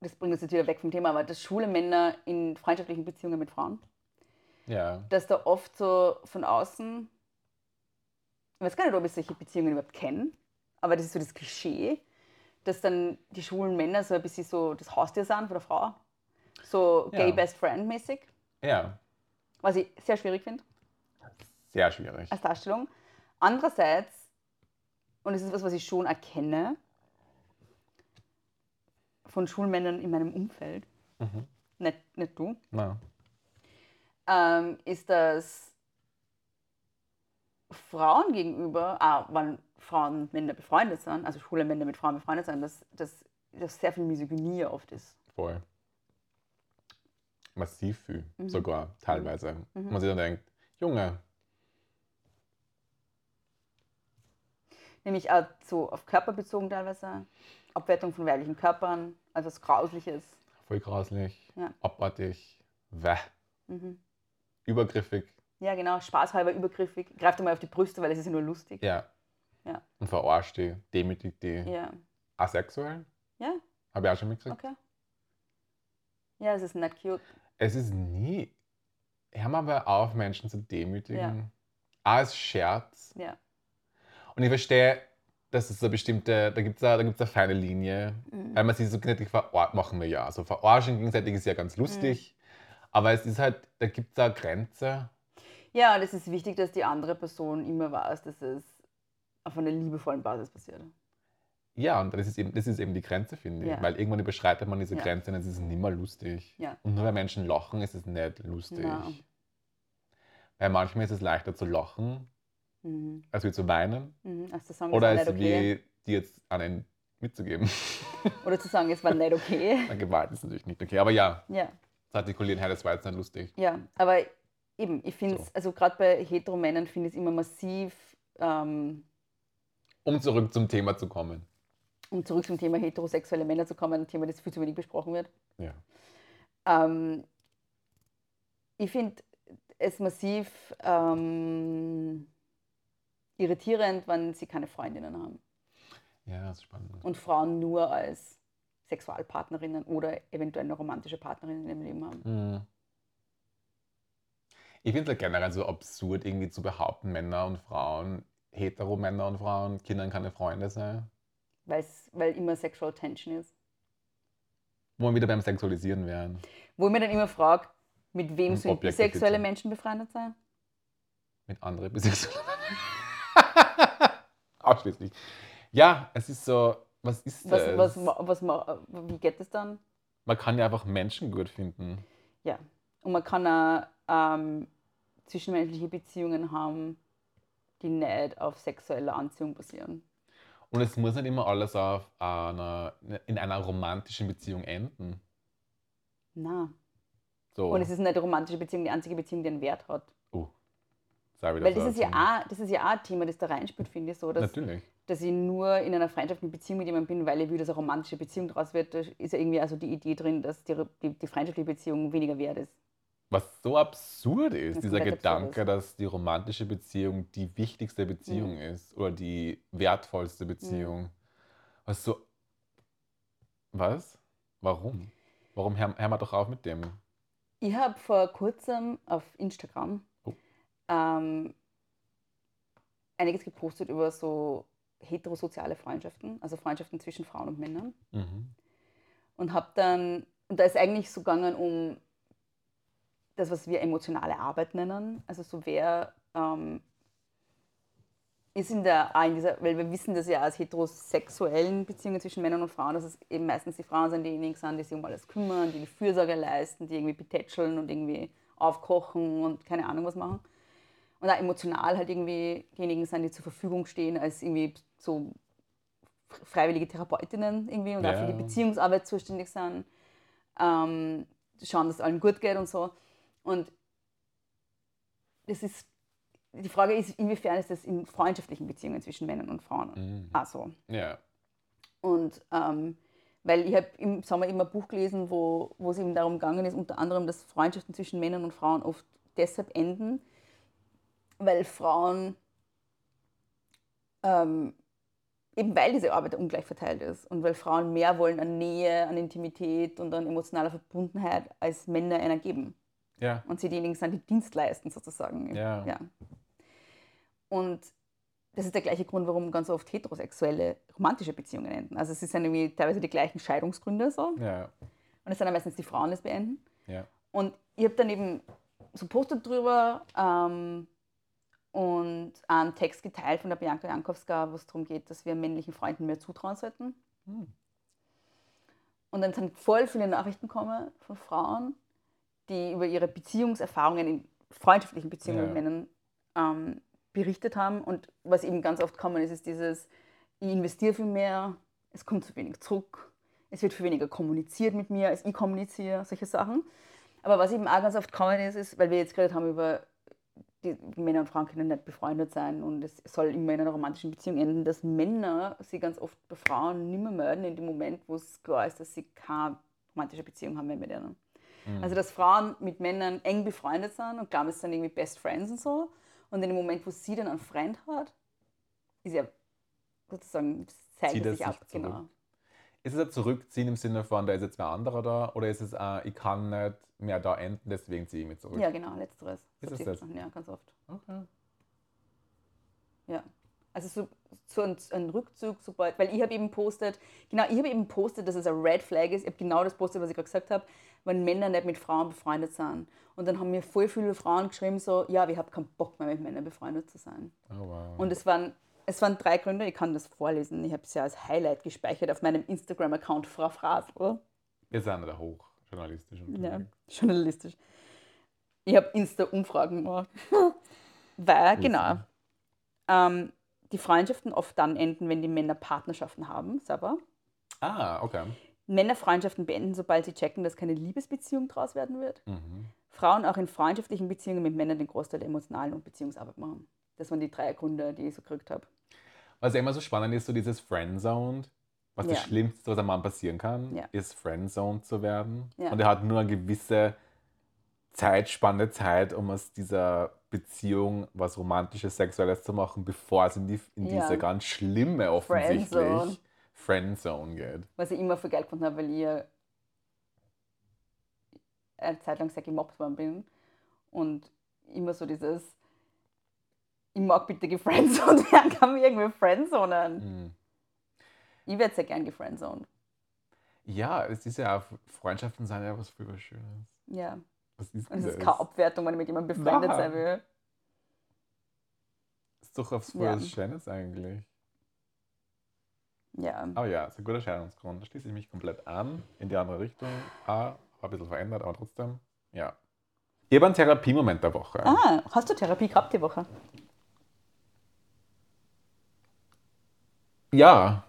B: das bringt uns jetzt wieder weg vom Thema, aber dass schwule Männer in freundschaftlichen Beziehungen mit Frauen
A: Ja.
B: dass da oft so von außen, ich weiß gar nicht, ob ich solche Beziehungen überhaupt kenne, aber das ist so das Klischee, dass dann die schwulen Männer so ein bisschen so das Haustier sind von der Frau. So
A: Ja.
B: gay best friend mäßig,
A: Ja,
B: was ich sehr schwierig finde
A: sehr schwierig.
B: als Darstellung. Andererseits, und das ist was, was ich schon erkenne, von Schulmännern in meinem Umfeld,
A: Mhm.
B: nicht, nicht du,
A: Na.
B: ähm, ist, dass Frauen gegenüber, ah, wann Frauen und Männer befreundet sind, also schwule Männer mit Frauen befreundet sind, dass, dass, dass sehr viel Misogynie oft ist.
A: Voll. Massiv viel,
B: Mhm.
A: sogar teilweise.
B: Mhm.
A: Und Man sich dann denkt, Junge,
B: Nämlich auch so auf Körper bezogen teilweise, Abwertung von weiblichen Körpern, also was Grausliches.
A: voll grauslich,
B: Ja.
A: abartig, weh,
B: Mhm.
A: übergriffig,
B: Ja, genau, spaßhalber, übergriffig. Greift einmal auf die Brüste, weil es ist ja nur lustig.
A: ja.
B: Ja.
A: Und verarscht die, demütigt die.
B: Ja,
A: Asexuell?
B: Ja.
A: Habe ich auch schon mitgekriegt.
B: okay. Ja, es ist nicht cute.
A: Es ist nie. Hör mal bei auf, Menschen zu demütigen. Als Scherz.
B: Ja.
A: Und ich verstehe, dass es so bestimmte, da gibt es da gibt's eine feine Linie,
B: Mhm.
A: weil man sich so gegenseitig verarschen, machen wir ja. Also verarschen gegenseitig ist ja ganz lustig,
B: Hm.
A: aber es ist halt, da gibt es eine Grenze.
B: Ja, und es ist wichtig, dass die andere Person immer weiß, dass es auf einer liebevollen Basis passiert.
A: Ja, und das ist eben, das ist eben die Grenze, finde ich.
B: Ja.
A: Weil irgendwann überschreitet man diese
B: Ja.
A: Grenze und es ist nicht mehr lustig.
B: Ja.
A: Und nur weil Menschen lachen, ist es nicht lustig.
B: Nein.
A: Weil manchmal ist es leichter zu lachen,
B: Mhm.
A: als wie zu weinen.
B: Mhm. Also zu sagen,
A: Oder
B: es
A: ist
B: war nicht okay.
A: wie die jetzt an einen mitzugeben.
B: Oder zu sagen, es war nicht okay.
A: Na, Gewalt ist natürlich nicht okay. Aber ja,
B: ja,
A: das artikulieren, hey, das war jetzt nicht lustig.
B: ja. Aber eben, ich finde es,
A: So.
B: also gerade bei Hetero-Männern finde ich es immer massiv, ähm,
A: Um zurück zum Thema zu kommen.
B: um zurück zum Thema heterosexuelle Männer zu kommen, ein Thema, das viel zu wenig besprochen wird.
A: Ja.
B: Ähm, ich finde es massiv ähm, irritierend, wenn sie keine Freundinnen haben.
A: Ja, das ist spannend.
B: und Frauen nur als Sexualpartnerinnen oder eventuell eine romantische Partnerin in ihrem Leben haben.
A: Mhm. Ich finde es generell so absurd, irgendwie zu behaupten, Männer und Frauen, hetero Männer und Frauen, Kindern keine Freunde sein.
B: Weil's, weil immer Sexual Tension ist.
A: Wo wir wieder beim Sexualisieren wären.
B: Wo ich mir dann immer frage, mit wem
A: Und
B: sollen
A: objektifizieren.
B: bisexuelle Menschen befreundet sein?
A: Mit anderen Bisexuellen. Ausschließlich. Ja, es ist so, was ist
B: Was,
A: das?
B: was, ma- was, ma- wie geht es dann?
A: Man kann ja einfach Menschen gut finden.
B: Ja. Und man kann auch ähm, zwischenmenschliche Beziehungen haben, die nicht auf sexuelle Anziehung basieren.
A: Und es muss nicht immer alles auf einer, in einer romantischen Beziehung enden.
B: Na.
A: So,
B: Und es ist nicht eine romantische Beziehung, die einzige Beziehung, die einen Wert hat.
A: sag wieder
B: Weil
A: so
B: das ist, ja
A: ein-
B: auch, das ist ja auch ein Thema, das da reinspielt, finde ich so. Dass,
A: Natürlich.
B: dass ich nur in einer freundschaftlichen Beziehung mit jemandem bin, weil ich will, dass eine romantische Beziehung daraus wird. Da ist ja irgendwie also die Idee drin, dass die, die, die freundschaftliche Beziehung weniger wert ist.
A: Was so absurd ist,
B: Was
A: dieser
B: komplett
A: Gedanke,
B: absurd
A: dass die romantische Beziehung die wichtigste Beziehung
B: Mhm.
A: ist oder die wertvollste Beziehung. Was so. Was? Warum? Warum hör, hör mal doch auf mit dem?
B: Ich habe vor kurzem auf Instagram
A: Oh.
B: ähm, einiges gepostet über so heterosoziale Freundschaften, also Freundschaften zwischen Frauen und Männern.
A: Mhm.
B: Und habe dann, und da ist eigentlich so gegangen um das, was wir emotionale Arbeit nennen. Also so wer ähm, ist in der, auch in dieser, weil wir wissen das ja aus heterosexuellen Beziehungen zwischen Männern und Frauen, dass es eben meistens die Frauen sind, diejenigen sind, die sich um alles kümmern, die die Fürsorge leisten, die irgendwie betätscheln und irgendwie aufkochen und keine Ahnung was machen. Und auch emotional halt irgendwie diejenigen sind, die zur Verfügung stehen als irgendwie so freiwillige Therapeutinnen irgendwie und auch für
A: Ja.
B: die Beziehungsarbeit zuständig sind, ähm, schauen, dass es allen gut geht und so. Und das ist, die Frage ist, inwiefern ist das in freundschaftlichen Beziehungen zwischen Männern und Frauen
A: Mhm.
B: auch so?
A: Ja.
B: Und ähm, weil ich habe im Sommer immer ein Buch gelesen, wo wo es eben darum gegangen ist, unter anderem, dass Freundschaften zwischen Männern und Frauen oft deshalb enden, weil Frauen, ähm, eben weil diese Arbeit ungleich verteilt ist und weil Frauen mehr wollen an Nähe, an Intimität und an emotionaler Verbundenheit als Männer einer geben
A: Ja.
B: und sie diejenigen sind, die Dienst leisten sozusagen.
A: Ja.
B: Und das ist der gleiche Grund, warum ganz oft heterosexuelle romantische Beziehungen enden. Also es sind irgendwie teilweise die gleichen Scheidungsgründe so.
A: Ja.
B: Und es sind dann meistens die Frauen, die es beenden.
A: Ja.
B: Und ich habe dann eben so postet drüber ähm, und einen Text geteilt von der Bianca Jankowska, wo es darum geht, dass wir männlichen Freunden mehr zutrauen sollten.
A: Hm.
B: Und dann sind voll viele Nachrichten gekommen von Frauen, die über ihre Beziehungserfahrungen in freundschaftlichen Beziehungen
A: Ja.
B: mit Männern ähm, berichtet haben. Und was eben ganz oft kommen ist, ist dieses, ich investiere viel mehr, es kommt zu wenig zurück, es wird viel weniger kommuniziert mit mir, als ich kommuniziere, solche Sachen. Aber was eben auch ganz oft kommen ist, ist, weil wir jetzt geredet haben über, die Männer und Frauen können nicht befreundet sein und es soll immer in einer romantischen Beziehung enden, dass Männer sich ganz oft bei Frauen nicht mehr melden in dem Moment, wo es klar ist, dass sie keine romantische Beziehung haben mehr mit ihnen.
A: Hm. Mhm.
B: Also dass Frauen mit Männern eng befreundet sind und glauben, es sind irgendwie Best Friends und so. Und in dem Moment, wo sie dann einen Freund hat, ist ja sozusagen, zeigt
A: Zieht
B: es
A: es
B: sich ab.
A: sich zurück.
B: Genau.
A: Ist es ein Zurückziehen im Sinne von, da ist jetzt mehr anderer da? Oder ist es, äh, ich kann nicht mehr da enden, deswegen ziehe ich mich zurück?
B: Ja, genau, letzteres.
A: Ist es
B: die-
A: das?
B: Ja, ganz oft.
A: Okay.
B: Ja. Also so, so ein, ein Rückzug, sobald, weil ich habe eben postet, genau, ich habe eben postet, dass es ein Red Flag ist. Ich habe genau das postet, was ich gerade gesagt habe, wenn Männer nicht mit Frauen befreundet sind. Und dann haben mir voll viele Frauen geschrieben, so, ja, ich habe keinen Bock mehr mit Männern befreundet zu sein.
A: Oh, wow.
B: Und es waren, es waren drei Gründe, ich kann das vorlesen, ich habe es ja als Highlight gespeichert auf meinem Instagram-Account Frau Frasel.
A: Wir sind ja da hoch, journalistisch.
B: Ja,
A: unterwegs.
B: journalistisch. Ich habe Insta-Umfragen gemacht. Weil, genau. Ähm, die Freundschaften oft dann enden, wenn die Männer Partnerschaften haben, selber.
A: Ah, okay.
B: Männer Freundschaften beenden, sobald sie checken, dass keine Liebesbeziehung draus werden wird.
A: Mhm.
B: Frauen auch in freundschaftlichen Beziehungen mit Männern den Großteil der emotionalen und Beziehungsarbeit machen. Das waren die drei Gründe, die ich so gekriegt habe.
A: Was ja immer so spannend ist, so dieses Friendzone. Was das
B: Ja.
A: Schlimmste, was einem Mann passieren kann,
B: Ja.
A: ist Friendzone zu werden.
B: Ja.
A: Und er hat nur eine gewisse Zeit, spannende Zeit, um aus dieser Beziehung was Romantisches, Sexuelles zu machen, bevor es in, die, in
B: Ja.
A: diese ganz schlimme offensichtlich
B: Friendzone.
A: Friendzone, geht.
B: Was ich immer für geil gefunden habe, weil ich eine Zeit lang sehr gemobbt worden bin. Und immer so dieses, ich mag bitte gefriendzoned werden, kann mir irgendwer friendzonen.
A: Mhm.
B: Ich werde sehr gern gefriendzoned.
A: Ja, es ist ja, auch- Freundschaften sind ja was früher Schönes.
B: Ja.
A: Was ist
B: Und es ist
A: das?
B: keine Abwertung, wenn ich mit jemandem befreundet
A: Nein.
B: sein will.
A: ist doch was
B: Ja.
A: früher Schönes eigentlich.
B: Ja.
A: Aber ja, ist ein guter Scheidungsgrund. Da schließe ich mich komplett an, in die andere Richtung. Ah, war ein bisschen verändert, aber trotzdem, ja. Ich habe einen Therapiemoment der Woche.
B: Ah, hast du Therapie gehabt die Woche?
A: Ja,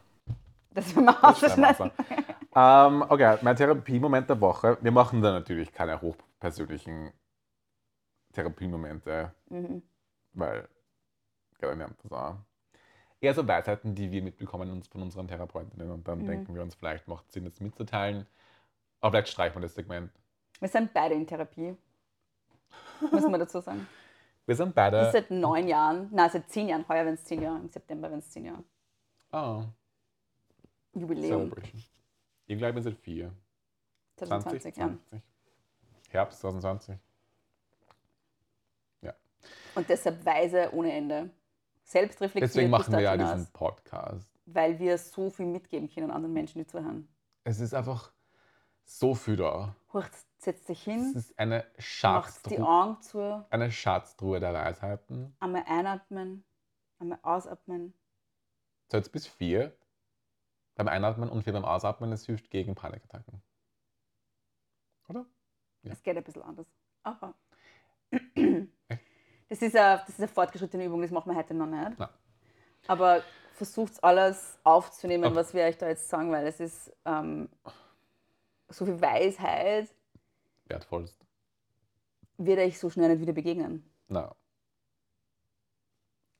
B: Das wir mal ausschneiden.
A: Schneidemesser. ähm, okay, mein Therapiemoment der Woche. Wir machen da natürlich keine hochpersönlichen Therapiemomente,
B: Mhm.
A: weil gerade in das war. Eher so Weisheiten, die wir mitbekommen uns von unseren Therapeutinnen und dann
B: Mhm.
A: denken wir uns, vielleicht macht es Sinn, das mitzuteilen. Aber vielleicht streichen wir das Segment.
B: Wir sind beide in Therapie. Müssen wir dazu sagen.
A: Wir sind
B: Das ist
A: beide.
B: seit neun Jahren, nein, seit zehn Jahren. Heuer werden es zehn Jahre, im September werden es zehn Jahre.
A: Oh,
B: Jubiläum
A: Celebration. Ich glaube, wir sind vier.
B: 2020, ja.
A: 20. Herbst 2020.
B: Und deshalb weise ohne Ende. Selbstreflektiert.
A: Deswegen
B: bis
A: machen wir ja
B: dorthin
A: diesen
B: aus,
A: Podcast.
B: Weil wir so viel mitgeben können anderen Menschen, die zuhören.
A: Es ist einfach so viel da.
B: Hurcht, setz dich
A: Es
B: hin,
A: ist eine
B: Mhm. machst die
A: Schatztruhe,
B: Augen zu,
A: eine Schatztruhe der Weisheiten.
B: einmal einatmen, einmal ausatmen.
A: So jetzt bis vier beim Einatmen und vier beim Ausatmen. Es hilft gegen Panikattacken. Oder? Ja.
B: Es geht ein bisschen anders. Aber
A: Echt?
B: das ist, eine, das ist eine fortgeschrittene Übung, das machen wir heute noch nicht.
A: Nein.
B: Aber versucht alles aufzunehmen,
A: Okay.
B: was wir euch da jetzt sagen, weil es ist ähm, so viel Weisheit
A: Wertvollst.
B: wird euch so schnell nicht wieder begegnen.
A: Na,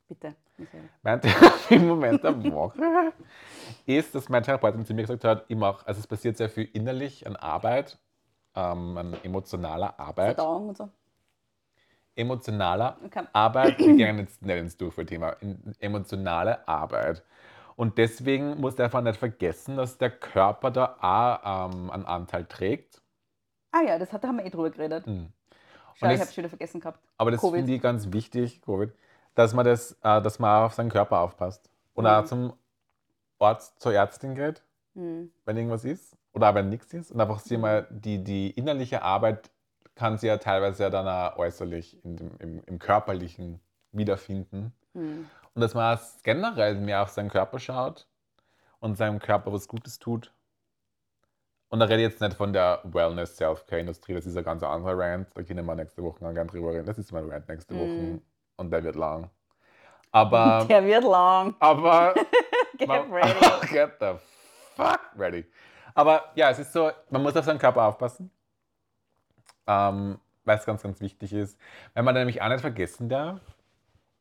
B: Bitte, Michael.
A: mein Therapie-Moment der Woche ist, dass mein Therapeutin zu mir gesagt hat, ich mache, also es passiert sehr viel innerlich an Arbeit, ähm, an emotionaler Arbeit.
B: Verdauung und so.
A: emotionaler
B: Okay.
A: Arbeit, wir gehen jetzt nicht ins Durchführthema, in emotionale Arbeit. Und deswegen muss der einfach nicht vergessen, dass der Körper da auch ähm, einen Anteil trägt.
B: Ah ja, das hat, da haben wir eh drüber geredet.
A: Mhm.
B: Schau,
A: Und
B: ich
A: das-
B: habe schon wieder vergessen gehabt.
A: Aber das
B: Covid.
A: finde ich ganz wichtig, Covid, dass man, das, äh, dass man auf seinen Körper aufpasst. Oder
B: Mhm.
A: zum Arzt, zur Ärztin geht,
B: Hm.
A: wenn irgendwas ist. Oder auch wenn nichts ist. Und einfach
B: Mhm.
A: sie mal, die, die innerliche Arbeit kann sie ja teilweise ja dann auch äußerlich in dem, im, im Körperlichen wiederfinden.
B: Hm.
A: Und dass man auch generell mehr auf seinen Körper schaut und seinem Körper was Gutes tut. Und da rede ich jetzt nicht von der Wellness-Self-Care-Industrie, das ist ein ganz anderer Rant. Da können wir nächste Woche noch gerne drüber reden. Das ist mein Rant nächste Woche
B: Mhm.
A: und der wird lang. Aber,
B: Der wird lang.
A: aber,
B: Get
A: man-
B: ready.
A: get the fuck ready. Aber ja, es ist so, man muss auf seinen Körper aufpassen. Ähm, weil es ganz, ganz wichtig ist. Wenn man da nämlich auch nicht vergessen darf,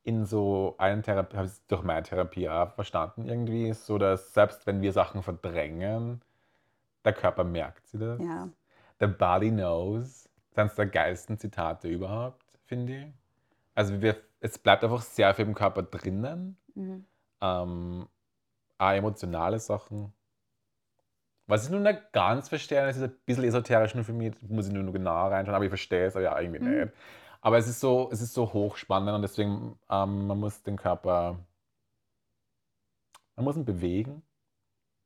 A: in so allen Therapie, habe ich durch meine Therapie auch verstanden irgendwie, ist so, dass selbst wenn wir Sachen verdrängen, der Körper merkt sie das.
B: Ja.
A: The body knows. Das eines der geilsten Zitate überhaupt, finde ich. Also wir, es bleibt einfach sehr viel im Körper drinnen
B: Mhm.
A: ähm, auch emotionale Sachen. Was ich nur nicht ganz verstehe, das ist ein bisschen esoterisch nur für mich, da muss ich nur noch genauer reinschauen, aber ich verstehe es aber ja irgendwie
B: Mhm.
A: nicht. Aber es ist so, es ist so hochspannend und deswegen, ähm, man muss den Körper, man muss ihn bewegen,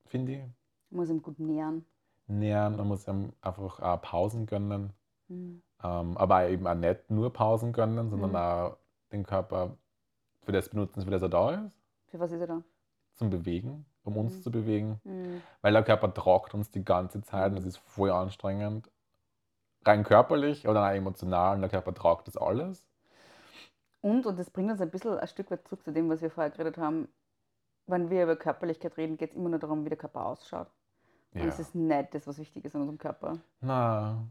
A: finde ich,
B: Muss ihm gut nähern.
A: nähern, man muss ihm einfach äh, Pausen gönnen,
B: Hm.
A: ähm, aber eben auch nicht nur Pausen gönnen, sondern
B: Mhm.
A: auch den Körper für das benutzen, für das er da ist,
B: Für was ist er da?
A: zum Bewegen, um uns
B: Mhm.
A: zu bewegen.
B: Hm.
A: weil der Körper tragt uns die ganze Zeit und das ist voll anstrengend. Rein körperlich oder auch emotional und der Körper tragt das alles.
B: Und, und das bringt uns ein bisschen ein Stück weit zurück zu dem, was wir vorher geredet haben, wenn wir über Körperlichkeit reden, geht es immer nur darum, wie der Körper ausschaut. Und
A: Ja.
B: es ist nicht das, was wichtig ist an unserem Körper.
A: Na,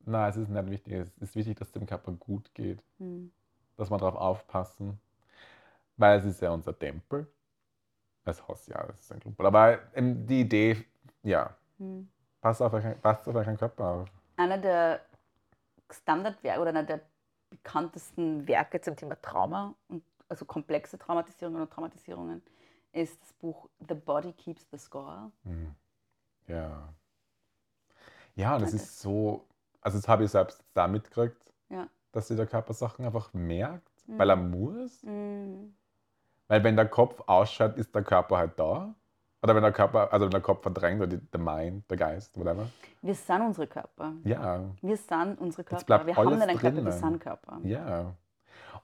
A: na, es ist nicht wichtig. Es ist wichtig, dass es dem Körper gut geht,
B: Hm.
A: dass wir darauf aufpassen, weil es ist ja unser Tempel. Das Haus, ja, das ist ein Tempel. Aber ähm, die Idee, ja,
B: Hm.
A: passt auf euren, passt auf euren Körper auf.
B: Einer der Standardwerke oder einer der bekanntesten Werke zum Thema Trauma, und, also komplexe Traumatisierungen und Traumatisierungen, ist das Buch The Body Keeps the Score.
A: Mhm. Ja. Ja, und es
B: Danke.
A: ist so, also das habe ich selbst da mitgekriegt,
B: Ja.
A: dass sich der Körper Sachen einfach merkt,
B: Mhm.
A: weil er muss.
B: Hm.
A: Weil wenn der Kopf ausschaut, ist der Körper halt da. Oder wenn der Körper, also wenn der Kopf verdrängt oder die, der Mind, der Geist, whatever.
B: Wir sind unsere Körper.
A: Ja,
B: Wir sind unsere Körper.
A: bleibt
B: Wir haben
A: alles
B: nicht einen Körper, wir
A: drinnen.
B: sind Körper.
A: ja.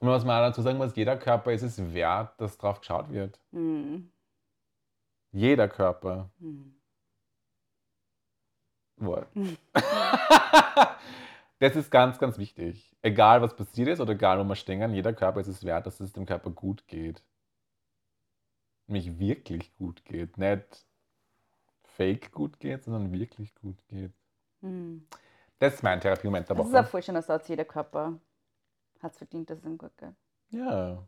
A: Und was man auch dazu sagen muss, jeder Körper ist es wert, dass drauf geschaut wird.
B: Hm.
A: Jeder Körper. What?
B: Mhm.
A: das ist ganz, ganz wichtig. Egal, was passiert ist oder egal, wo wir stehen, jeder Körper ist es wert, dass es dem Körper gut geht. Mich wirklich gut geht. Nicht fake gut geht, sondern wirklich gut geht.
B: Hm.
A: Das ist mein Therapiemoment der
B: Das ist ein
A: Woche.
B: voll schöner Satz. Jeder Körper hat es verdient, dass es ihm gut geht.
A: Ja.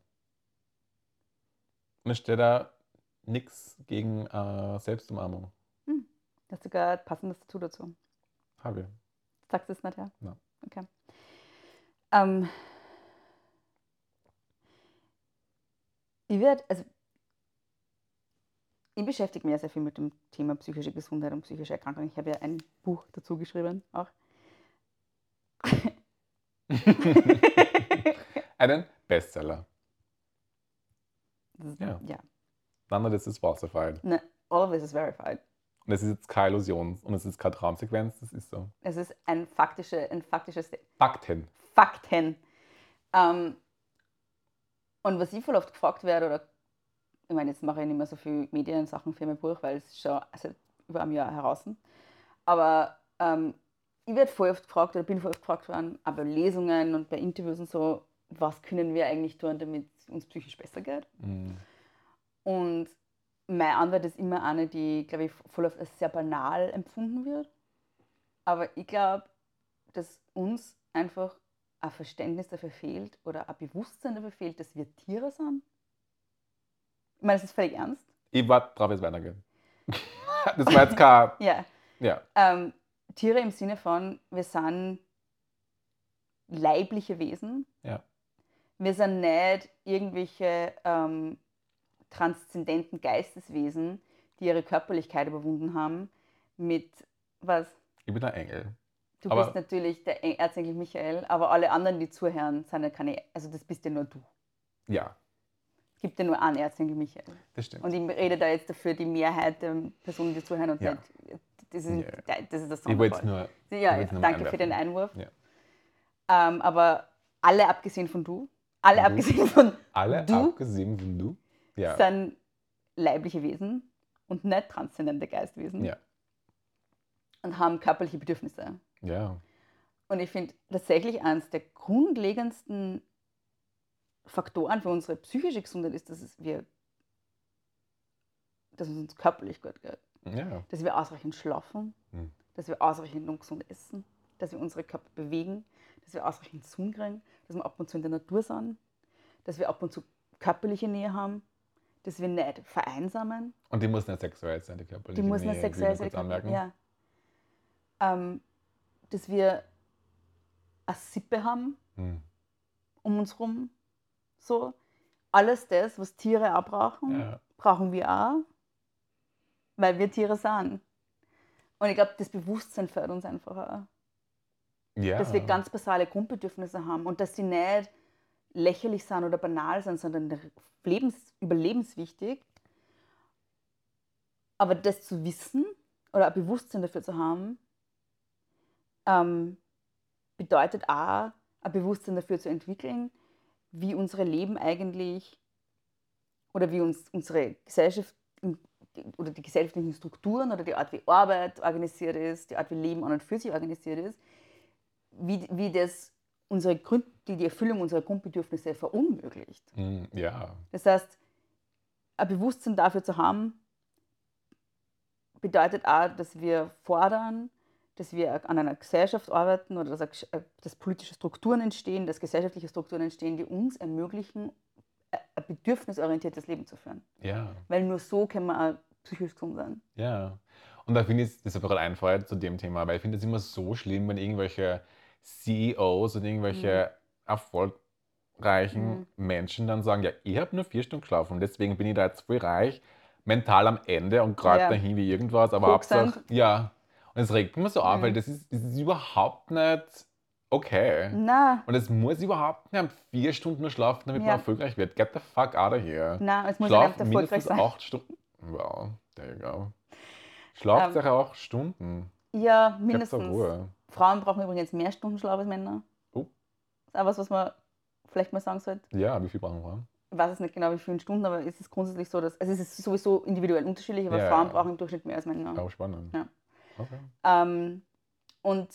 A: Mir steht da nichts gegen äh, Selbstumarmung.
B: Das ist sogar ein passendes Tattoo dazu.
A: Habe ich.
B: Sagst du es nicht, ja?
A: Nein.
B: Okay. Ähm, ich werde, also ich beschäftige mich ja sehr viel mit dem Thema psychische Gesundheit und psychische Erkrankungen. Ich habe ja ein Buch dazu geschrieben, auch.
A: Einen Bestseller.
B: Das ist,
A: Ja.
B: ja.
A: None of this is falsified.
B: Ne, all of this is verified.
A: Und das ist jetzt keine Illusion und es ist keine Traumsequenz, das ist so.
B: Es ist ein, faktische, ein faktisches
A: Fakten.
B: Fakten. Ähm, und was ich voll oft gefragt werde, oder ich meine, jetzt mache ich nicht mehr so viel Mediensachen für mein Buch, weil es ist schon seit über einem Jahr heraus. Aber ähm, ich werde voll oft gefragt, oder bin voll oft gefragt worden, auch bei Lesungen und bei Interviews und so, was können wir eigentlich tun, damit es uns psychisch besser geht?
A: Mm.
B: Und meine Antwort ist immer eine, die, glaube ich, voll oft als sehr banal empfunden wird. Aber ich glaube, dass uns einfach ein Verständnis dafür fehlt oder ein Bewusstsein dafür fehlt, dass wir Tiere sind. Ich meine, das ist völlig ernst.
A: Ich warte drauf, wie es weitergeht. das war jetzt kein.
B: Ja.
A: Ja.
B: Ähm, Tiere im Sinne von, wir sind leibliche Wesen.
A: Ja.
B: Wir sind nicht irgendwelche ähm, transzendenten Geisteswesen, die ihre Körperlichkeit überwunden haben mit was?
A: Ich bin ein Engel.
B: Du
A: Aber-
B: bist natürlich der Eng- Erzengel Michael, aber alle anderen, die zuhören, sind ja keine, also das bist ja nur du.
A: Ja,
B: Es gibt ja nur einen Erzengel Michael.
A: das stimmt.
B: Und ich rede da jetzt dafür die Mehrheit der Personen, die zuhören und
A: Ja.
B: nicht, das ist,
A: Ja.
B: das ist das
A: ich wollte jetzt nur.
B: Ja,
A: Ich
B: ja
A: will's nur mal
B: danke für den Einwurf.
A: Ja.
B: Ähm, aber alle abgesehen von du, alle
A: Du.
B: abgesehen von
A: Alle
B: Du?
A: abgesehen von du. Mhm. Ja.
B: sind leibliche Wesen und nicht transzendente Geistwesen
A: Ja.
B: und haben körperliche Bedürfnisse.
A: Ja.
B: Und ich finde tatsächlich eines der grundlegendsten Faktoren für unsere psychische Gesundheit ist, dass es wir, dass es uns körperlich gut geht.
A: Ja.
B: dass wir ausreichend schlafen,
A: Mhm.
B: dass wir ausreichend und gesund essen, dass wir unsere Körper bewegen, dass wir ausreichend Zoom kriegen, dass wir ab und zu in der Natur sind, dass wir ab und zu körperliche Nähe haben, dass wir nicht vereinsamen.
A: Und die muss nicht sexuell sein, die körperliche
B: Die muss
A: Nähe,
B: nicht
A: will ich nur
B: sexuell
A: kurz
B: sein.
A: anmerken.
B: Ja. Ähm, dass wir eine Sippe haben
A: Hm.
B: um uns rum. So. Alles das, was Tiere auch brauchen
A: ja.
B: brauchen wir auch, weil wir Tiere sind. Und ich glaube, das Bewusstsein fördert uns einfach auch,
A: ja.
B: dass wir ganz basale Grundbedürfnisse haben und dass sie nicht lächerlich sind oder banal sind, sondern lebens überlebenswichtig. Aber das zu wissen oder ein Bewusstsein dafür zu haben, ähm, bedeutet auch, ein Bewusstsein dafür zu entwickeln, wie unsere Leben eigentlich oder wie uns unsere Gesellschaft oder die gesellschaftlichen Strukturen oder die Art, wie Arbeit organisiert ist, die Art, wie Leben an und für sich organisiert ist, wie, wie das unsere Grund, die, die Erfüllung unserer Grundbedürfnisse verunmöglicht.
A: Hm, Ja.
B: Das heißt, ein Bewusstsein dafür zu haben, bedeutet auch, dass wir fordern, dass wir an einer Gesellschaft arbeiten oder dass, eine Gesch- äh, dass politische Strukturen entstehen, dass gesellschaftliche Strukturen entstehen, die uns ermöglichen, äh, ein bedürfnisorientiertes Leben zu führen.
A: Ja.
B: Weil nur so können wir auch psychisch gesund sein.
A: Ja. Und da finde ich, das ist mir gerade einfällt zu dem Thema, weil ich finde es immer so schlimm, wenn irgendwelche CEOs und irgendwelche
B: Mhm.
A: erfolgreichen Menschen dann sagen, ja, ich habe nur vier Stunden geschlafen, deswegen bin ich da jetzt voll reich, mental am Ende und gerade
B: Ja.
A: dahin wie irgendwas, aber
B: Koksend.
A: Hauptsache, ja. Und es regt mich so auf,
B: Mhm.
A: weil das ist, das ist überhaupt nicht okay.
B: Na,
A: Und es muss überhaupt nicht vier Stunden nur schlafen, damit
B: Ja.
A: man erfolgreich wird. Get the fuck out of here.
B: na, es muss ja
A: Schlaf
B: nicht erfolgreich
A: mindestens
B: sein.
A: acht Stunden. Wow, there you go. Schlaft
B: Ähm,
A: um, auch Stunden.
B: Ja,
A: Gebt zur
B: mindestens.
A: Ruhe.
B: Frauen brauchen übrigens mehr Stunden Schlaf als Männer.
A: Oh.
B: Ist auch was, was man vielleicht mal sagen sollte.
A: Ja, wie viel brauchen wir?
B: ich weiß es nicht genau, wie viele Stunden, aber es ist grundsätzlich so, dass also es ist sowieso individuell unterschiedlich, aber
A: Ja,
B: Frauen
A: ja.
B: brauchen im Durchschnitt mehr als Männer.
A: Auch spannend.
B: Ja.
A: Okay.
B: Ähm, und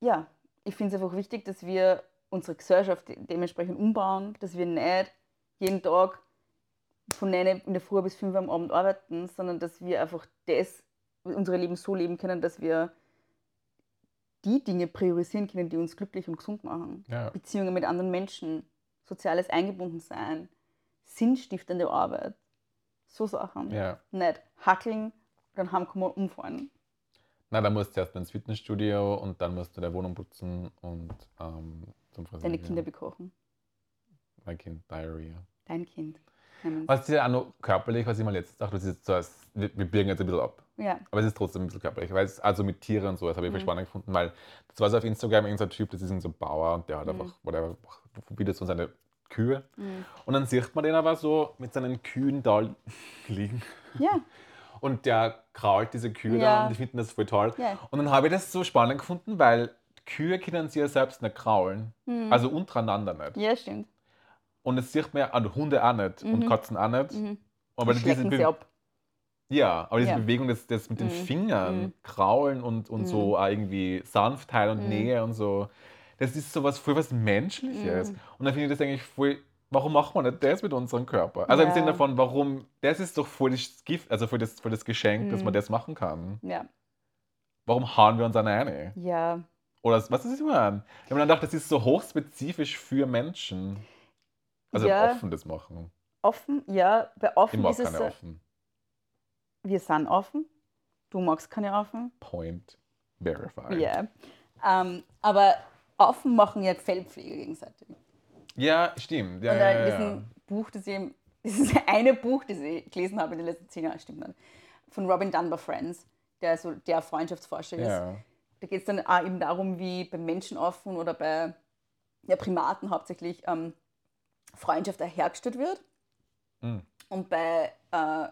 B: ja, ich finde es einfach wichtig, dass wir unsere Gesellschaft de dementsprechend umbauen, dass wir nicht jeden Tag von 9 in der Früh bis 5 Uhr am Abend arbeiten, sondern dass wir einfach das, unsere Leben so leben können, dass wir die Dinge priorisieren können, die uns glücklich und gesund machen.
A: Ja,
B: Beziehungen mit anderen Menschen, soziales Eingebundensein, sinnstiftende Arbeit, so Sachen.
A: ja.
B: Nicht hackeln, dann heimkommen und umfallen.
A: Na, dann musst du erst mal ins Fitnessstudio und dann musst du der Wohnung putzen und ähm, zum Friseur.
B: Deine
A: gehen.
B: Kinder bekochen.
A: Mein Kind, Diarrhea.
B: Dein Kind. Nehmen
A: Was ist ja auch noch körperlich, was ich mal letztens dachte, das ist so, als- wir wir biegen jetzt ein bisschen ab.
B: Sie. Ja,
A: Aber es ist trotzdem ein bisschen körperlich. Weil es, also mit Tieren und so, das habe ich voll
B: Mhm.
A: spannend gefunden, weil das war so auf Instagram irgendein Typ, das ist irgendein so ein Bauer und der hat
B: Mhm.
A: einfach, whatever, verbietet so seine Kühe.
B: Mhm.
A: Und dann sieht man den aber so mit seinen Kühen da liegen.
B: ja,
A: Und der krault diese Kühe da
B: Ja.
A: und die finden das voll toll.
B: ja.
A: Und dann habe ich das so spannend gefunden, weil Kühe können sie ja selbst nicht kraulen.
B: Mhm.
A: Also untereinander nicht.
B: ja, stimmt.
A: Und das sieht man ja an Hunde auch nicht und
B: Mhm.
A: Katzen auch nicht.
B: Mhm.
A: Aber
B: Die
A: diese,
B: schlecken sie
A: Be
B: ab.
A: ja, aber diese
B: Ja.
A: Bewegung, das, das mit den
B: Mhm.
A: Fingern,
B: Mhm.
A: kraulen und, und so auch irgendwie Sanftheit und
B: Mhm.
A: Nähe und so, das ist so was voll was Menschliches.
B: Mhm.
A: Und da finde ich das eigentlich voll. Warum macht man nicht das mit unserem Körper? Also im
B: Ja.
A: Sinne von, warum, das ist doch voll das Gift, also voll das, voll das Geschenk, dass man
B: Mhm.
A: das machen kann.
B: Ja,
A: Warum hauen wir uns an eine?
B: ja.
A: Oder was ist das immer an? Wenn man dann dachte, das ist so hochspezifisch für Menschen. Also
B: Ja.
A: offen das machen.
B: Offen, ja, bei offen
A: Ich mag
B: ist es
A: keine
B: so,
A: offen.
B: wir sind offen. Du magst keine offen.
A: Point verified.
B: Ja. Ähm, aber offen machen ja Fellpflege gegenseitig.
A: Ja, stimmt. Ja,
B: Und
A: ja,
B: in
A: ja, ja.
B: diesem Buch, das ich, dieses eine Buch, das ich gelesen habe in den letzten zehn Jahren, stimmt nicht, von Robin Dunn bei Friends, der so der Freundschaftsforscher ist.
A: Ja.
B: Da geht es dann auch eben darum, wie bei Menschen offen oder bei ja, Primaten hauptsächlich ähm, Freundschaft auch hergestellt wird.
A: Mhm.
B: Und bei, äh,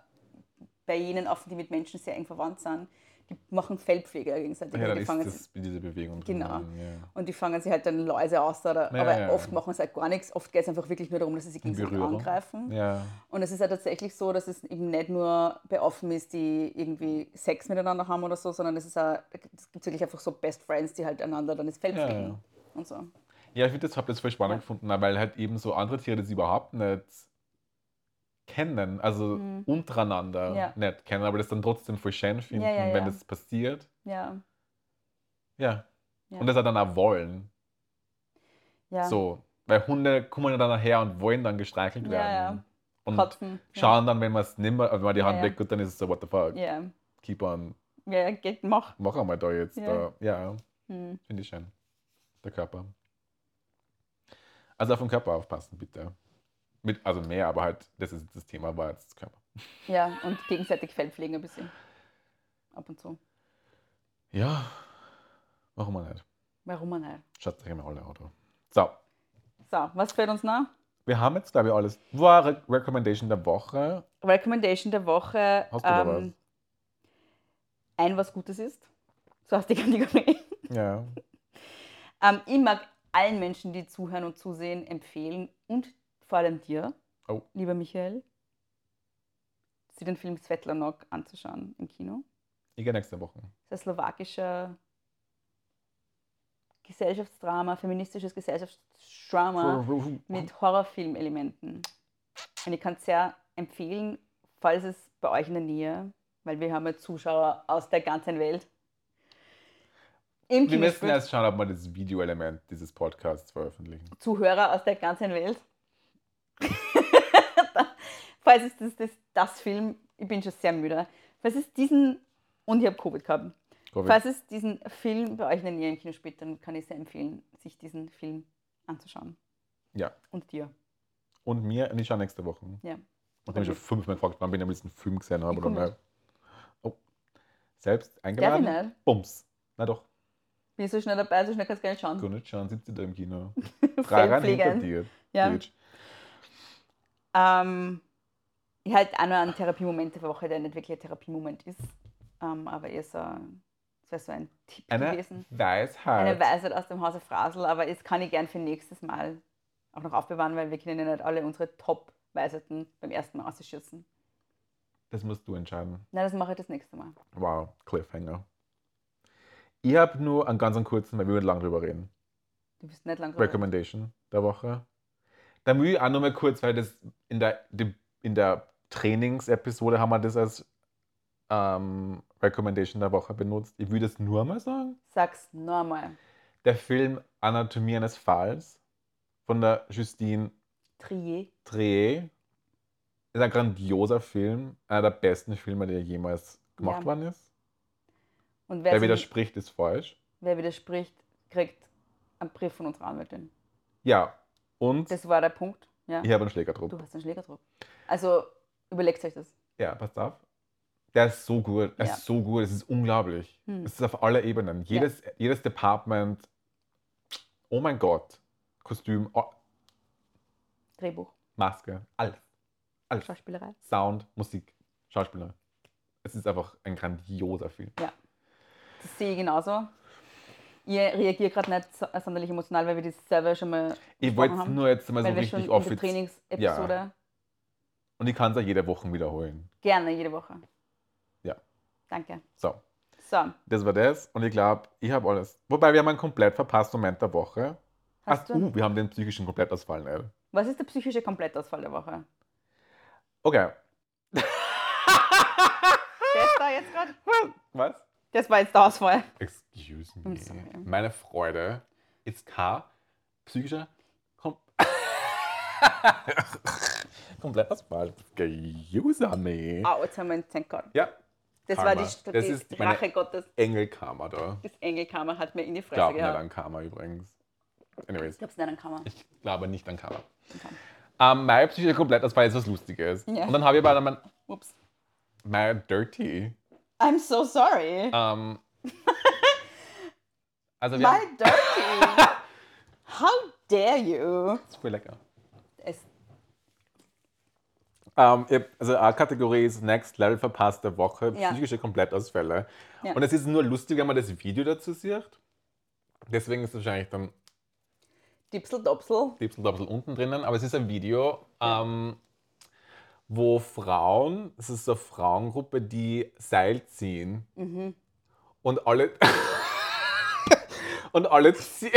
B: bei jenen offen, die mit Menschen sehr eng verwandt sind, die machen Feldpflege gegenseitig.
A: Ja,
B: Also
A: dann
B: die
A: ist
B: fangen
A: das, diese Bewegung drin.
B: Genau.
A: dann, Ja.
B: und die fangen sich halt dann Läuse aus, oder,
A: Ja,
B: aber
A: ja.
B: oft machen sie halt gar nichts. Oft geht es einfach wirklich nur darum, dass sie sich gegenseitig
A: Berührung.
B: angreifen.
A: Ja.
B: Und es ist ja tatsächlich so, dass es eben nicht nur bei Offen ist, die irgendwie Sex miteinander haben oder so, sondern es ist auch, es gibt wirklich einfach so Best Friends, die halt einander dann ins Feld
A: Ja,
B: fliegen
A: ja.
B: und so.
A: ja, ich finde das, habe das voll spannend
B: Ja.
A: gefunden, weil halt eben so andere Tiere das überhaupt nicht kennen, also
B: Mhm.
A: untereinander
B: Ja.
A: nicht kennen, aber das dann trotzdem voll schön finden,
B: ja,
A: wenn
B: ja.
A: das passiert.
B: Ja,
A: Ja.
B: Ja.
A: Und das auch dann auch wollen.
B: ja.
A: So. Weil Hunde kommen ja dann nachher und wollen dann gestreichelt
B: Ja,
A: werden.
B: ja.
A: Und
B: Kotzen.
A: schauen dann, wenn man es nimmer, wenn man die
B: Ja,
A: Hand
B: ja.
A: weg tut, dann ist es so, what the fuck,
B: Ja,
A: keep on,
B: ja, ja geht, mach.
A: mach einmal da jetzt.
B: Ja.
A: Da. Ja,
B: Hm.
A: finde ich schön. Der Körper. Also auf den Körper aufpassen, bitte. Mit, also mehr, aber halt, das ist das Thema, war jetzt das Körper.
B: Ja, und gegenseitig Feldpflegen ein bisschen. Ab und zu.
A: Ja, warum auch nicht?
B: Warum auch nicht?
A: Schaut euch immer alle Auto. So,
B: So, was fällt uns noch?
A: wir haben jetzt, glaube ich, alles. War Re Recommendation der Woche.
B: Recommendation der Woche.
A: Hast du da
B: ähm, ein, was Gutes ist. So hast du die Kategorie.
A: Ja.
B: Ähm, ich mag allen Menschen, die zuhören und zusehen, empfehlen und vor allem dir,
A: Oh.
B: lieber Michael, sie den Film Svetlanok anzuschauen im Kino.
A: Ich gehe nächste Woche.
B: Das ist ein slowakischer Gesellschaftsdrama, feministisches Gesellschaftsdrama mit Horrorfilm-Elementen. Und ich kann es sehr empfehlen, falls es bei euch in der Nähe, weil wir haben ja Zuschauer aus der ganzen Welt. Im
A: Wir
B: Kino
A: müssen erst schauen, ob wir das Videoelement dieses Podcasts veröffentlichen.
B: Zuhörer aus der ganzen Welt. Falls es das, das, das Film, ich bin schon sehr müde. Falls es diesen, und ich habe Covid gehabt,
A: Covid.
B: falls es diesen Film bei euch in der Nähe im Kino spielt, dann kann ich sehr empfehlen, sich diesen Film anzuschauen.
A: Ja.
B: Und dir.
A: Und mir, und ich schaue nächste Woche.
B: Ja.
A: Und habe ich schon fünfmal gefragt, wann bin ich am letzten Film gesehen habe
B: Ich
A: oder
B: komm
A: nicht. Oh. Selbst
B: Darf
A: eingeladen?
B: ich nicht?
A: Bums. Na doch,
B: Bin ich so schnell dabei, so schnell kannst du gar nicht schauen.
A: kann nicht schauen, sitzt ihr da im Kino. Drei rein hinter
B: Fellpflegen.
A: dir.
B: Ja.
A: Bitch.
B: Ähm, ich halte auch noch einen Therapiemoment der Woche, der nicht wirklich ein Therapiemoment ist, ähm, aber eher so, das wäre so ein Tipp
A: Eine
B: gewesen.
A: Weisheit.
B: Eine Weisheit aus dem Hause Frasel, aber das kann ich gern für nächstes Mal auch noch aufbewahren, weil wir können ja nicht alle unsere Top-Weisheiten beim ersten Mal ausschießen.
A: Das musst du entscheiden.
B: Na, das mache ich das nächste Mal.
A: Wow, Cliffhanger. Ich habe nur einen ganz einen kurzen, weil wir würden lange drüber reden.
B: Du bist nicht lang
A: Recommendation der Woche. Dann will ich auch nochmal kurz, weil das in der, die- in der Trainings-Episode haben wir das als ähm, Recommendation der Woche benutzt. Ich will das nur mal sagen.
B: Sag's noch einmal.
A: Der Film Anatomie eines Falls von der Justine
B: Trier.
A: Trier ist ein grandioser Film. Einer der besten Filme, der jemals gemacht
B: Ja.
A: worden ist.
B: Und
A: Wer
B: wer, sich,
A: widerspricht, ist falsch.
B: wer widerspricht, kriegt einen Brief von unserer Anwältin.
A: Ja, und
B: Das war der Punkt. Ja.
A: ich habe einen Schläger drauf.
B: Du hast einen Schläger drauf. Also überlegt euch das.
A: Ja, passt auf. Der ist so gut. Er
B: Ja.
A: ist so gut. Es ist unglaublich.
B: Hm.
A: Es ist auf aller Ebenen. Jedes, jedes Department. Oh mein Gott. Kostüm, oh,
B: Drehbuch,
A: Maske, alles. Alles.
B: Schauspielerei.
A: Sound, Musik, Schauspieler. Es ist einfach ein grandioser Film.
B: Das sehe ich genauso. Ich reagiere gerade nicht so- sonderlich emotional, weil wir das selber schon mal,
A: Ich wollte es
B: haben,
A: nur jetzt mal so
B: weil wir schon
A: Also richtig
B: in der
A: offiziell.
B: Trainingsepisode
A: Und ich kann es auch jede Woche wiederholen.
B: gerne jede Woche.
A: Ja.
B: Danke.
A: So,
B: So,
A: das war das. Und ich glaube, ich habe alles. Wobei wir haben einen komplett verpassten Moment der Woche. Ach,
B: hast du?
A: uh, wir haben den psychischen Komplettausfall, ey.
B: Was ist der psychische Komplettausfall der Woche?
A: Okay.
B: Das da jetzt gerade?
A: Was?
B: Das war jetzt der Ausfall.
A: Excuse
B: I'm
A: me.
B: sorry.
A: Meine Freude ist K. Psychischer Kom Komplett Ausfall. Excuse me.
B: Ah, jetzt haben wir ihn, thank God.
A: Ja,
B: Das
A: Karma.
B: war die,
A: Das
B: die
A: ist meine-
B: Rache Gottes.
A: Engelkarma da.
B: Das Engelkammer hat mir in die
A: Ich
B: Fresse
A: glaube nicht
B: gehauen.
A: an Karma übrigens. Anyways,
B: Ich hab's nicht an Kammer.
A: ich glaube nicht an Karma.
B: Okay.
A: Ähm, mein psychischer Komplettausfall ist was Lustiges.
B: Ja.
A: Und dann habe ich aber dann mein,
B: Ups.
A: mein Dirty.
B: I'm so sorry.
A: Ähm, also wir
B: My
A: haben,
B: dirty. How dare you?
A: ist voll lecker.
B: Es,
A: Ähm, ich hab- also eine Kategorie ist Next Level verpasste Woche,
B: Ja.
A: psychische Komplettausfälle.
B: Ja.
A: Und es ist nur lustig, wenn man das Video dazu sieht. Deswegen ist es wahrscheinlich dann
B: Dipsel Dopsel.
A: liebsten Doppel unten drinnen, aber es ist ein Video, ähm, wo Frauen, es ist so eine Frauengruppe, die Seil ziehen. Und alle. und alle ziehen.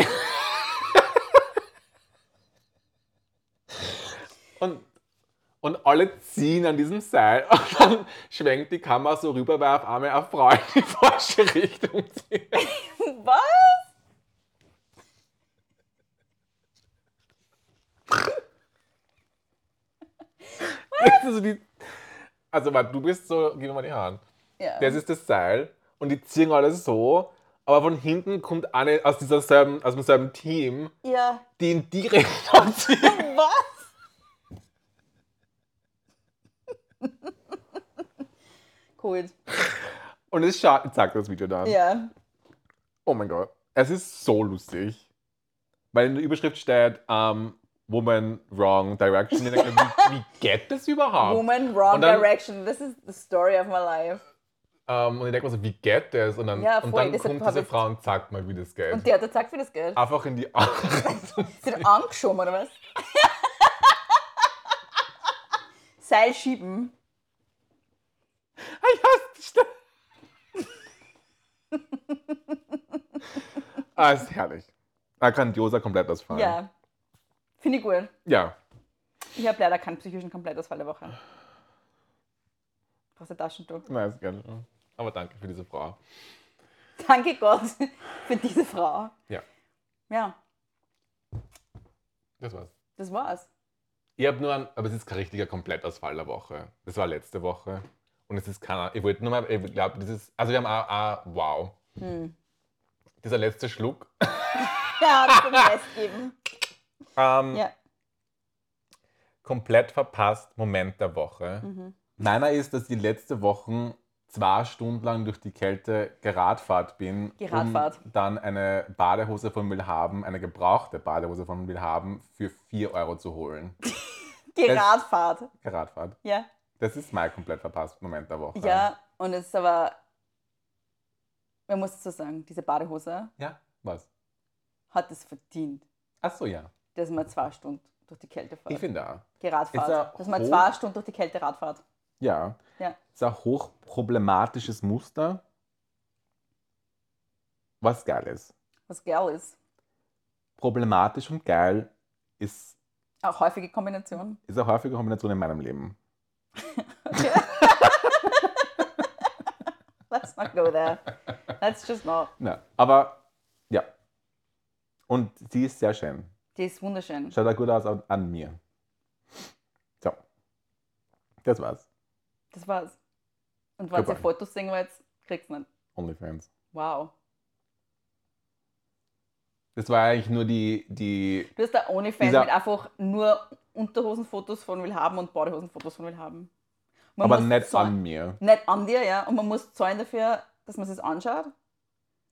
A: und, und alle ziehen an diesem Seil. Und dann schwenkt die Kamera so rüber, weil auf einmal eine Frau in die falsche Richtung zieht.
B: Was?
A: also, die, also, warte, du bist so. Gib mir mal die Hand.
B: Ja.
A: Das ist das Seil und die ziehen alle so, aber von hinten kommt eine aus, dieser selben, aus dem selben Team,
B: ja.
A: die in die Richtung zieht.
B: Was? cool.
A: Und es scha- zeigt das Video dann.
B: Ja.
A: Oh mein Gott. Es ist so lustig. Weil in der Überschrift steht, ähm, Woman Wrong Direction. Ich denke, wie, wie geht das überhaupt?
B: Woman, wrong
A: Und dann-
B: direction. This is the story of my life.
A: Ähm, und ich denke mir so, wie geht das? Und dann,
B: Ja,
A: und
B: voll,
A: dann
B: deshalb
A: kommt
B: hab
A: diese
B: ich-
A: Frau und sagt mal, wie das geht.
B: Und der hat gesagt, wie das geht.
A: Einfach in die andere Richtung.
B: Sie hat angeschoben, oder was? Seil schieben.
A: Ich hasse dich. da- ah, ist herrlich. Ein grandioser Komplettausfall.
B: Ja. Finde ich gut.
A: ja.
B: Ich habe leider keinen psychischen Komplettausfall der Woche. Brauchst du Taschentuch?
A: Nice, gerne. Aber danke für diese Frau.
B: Danke Gott für diese Frau.
A: Ja.
B: Ja,
A: Das war's.
B: das war's.
A: Ich habe nur einen, aber es ist kein richtiger Komplettausfall der Woche. Das war letzte Woche. Und es ist keiner. Ich wollte nur mal, ich glaube, das ist, also wir haben auch, auch wow.
B: Hm.
A: Dieser letzte Schluck.
B: Ja, zum Rest geben.
A: Ähm,
B: Ja.
A: Komplett verpasst Moment der Woche.
B: Mhm.
A: Meiner ist, dass ich letzte Wochen zwei Stunden lang durch die Kälte geradfahrt bin,
B: Geradfahrt.
A: um dann eine Badehose von Willhaben, eine gebrauchte Badehose von Willhaben für 4 Euro zu holen.
B: Geradfahrt.
A: Geradfahrt.
B: Ja.
A: Das ist mein komplett verpasst Moment der Woche.
B: Ja, und es ist aber, man muss es so sagen, diese Badehose
A: Ja, was?
B: hat es verdient.
A: Ach so, ja.
B: dass man zwei Stunden durch die Kälte
A: Ich
B: fährt.
A: finde auch. Ist er
B: Geradfahrt. Dass man
A: hoch?
B: zwei Stunden durch die Kälte Rad fährt.
A: Ja.
B: Ja.
A: Ist ein hochproblematisches Muster. Was geil ist.
B: Was geil ist.
A: Problematisch und geil ist,
B: Auch häufige Kombination.
A: ist eine häufige Kombination in meinem Leben.
B: Let's not go there. Let's just not.
A: Na, aber ja. Und sie ist sehr schön.
B: Die ist wunderschön.
A: Schaut auch gut aus an, an mir. So. Das war's.
B: Das war's. Und wenn ihr
A: Goodbye.
B: Fotos sehen wollt, kriegt's nicht.
A: OnlyFans.
B: Wow.
A: Das war eigentlich nur die, die
B: Du hast da OnlyFans
A: Dieser-
B: mit einfach nur Unterhosenfotos von will haben und Badehosenfotos von will haben. Man
A: aber
B: muss
A: nicht
B: zahlen-
A: an mir.
B: Nicht an dir, ja. Und man muss zahlen dafür, dass man es anschaut.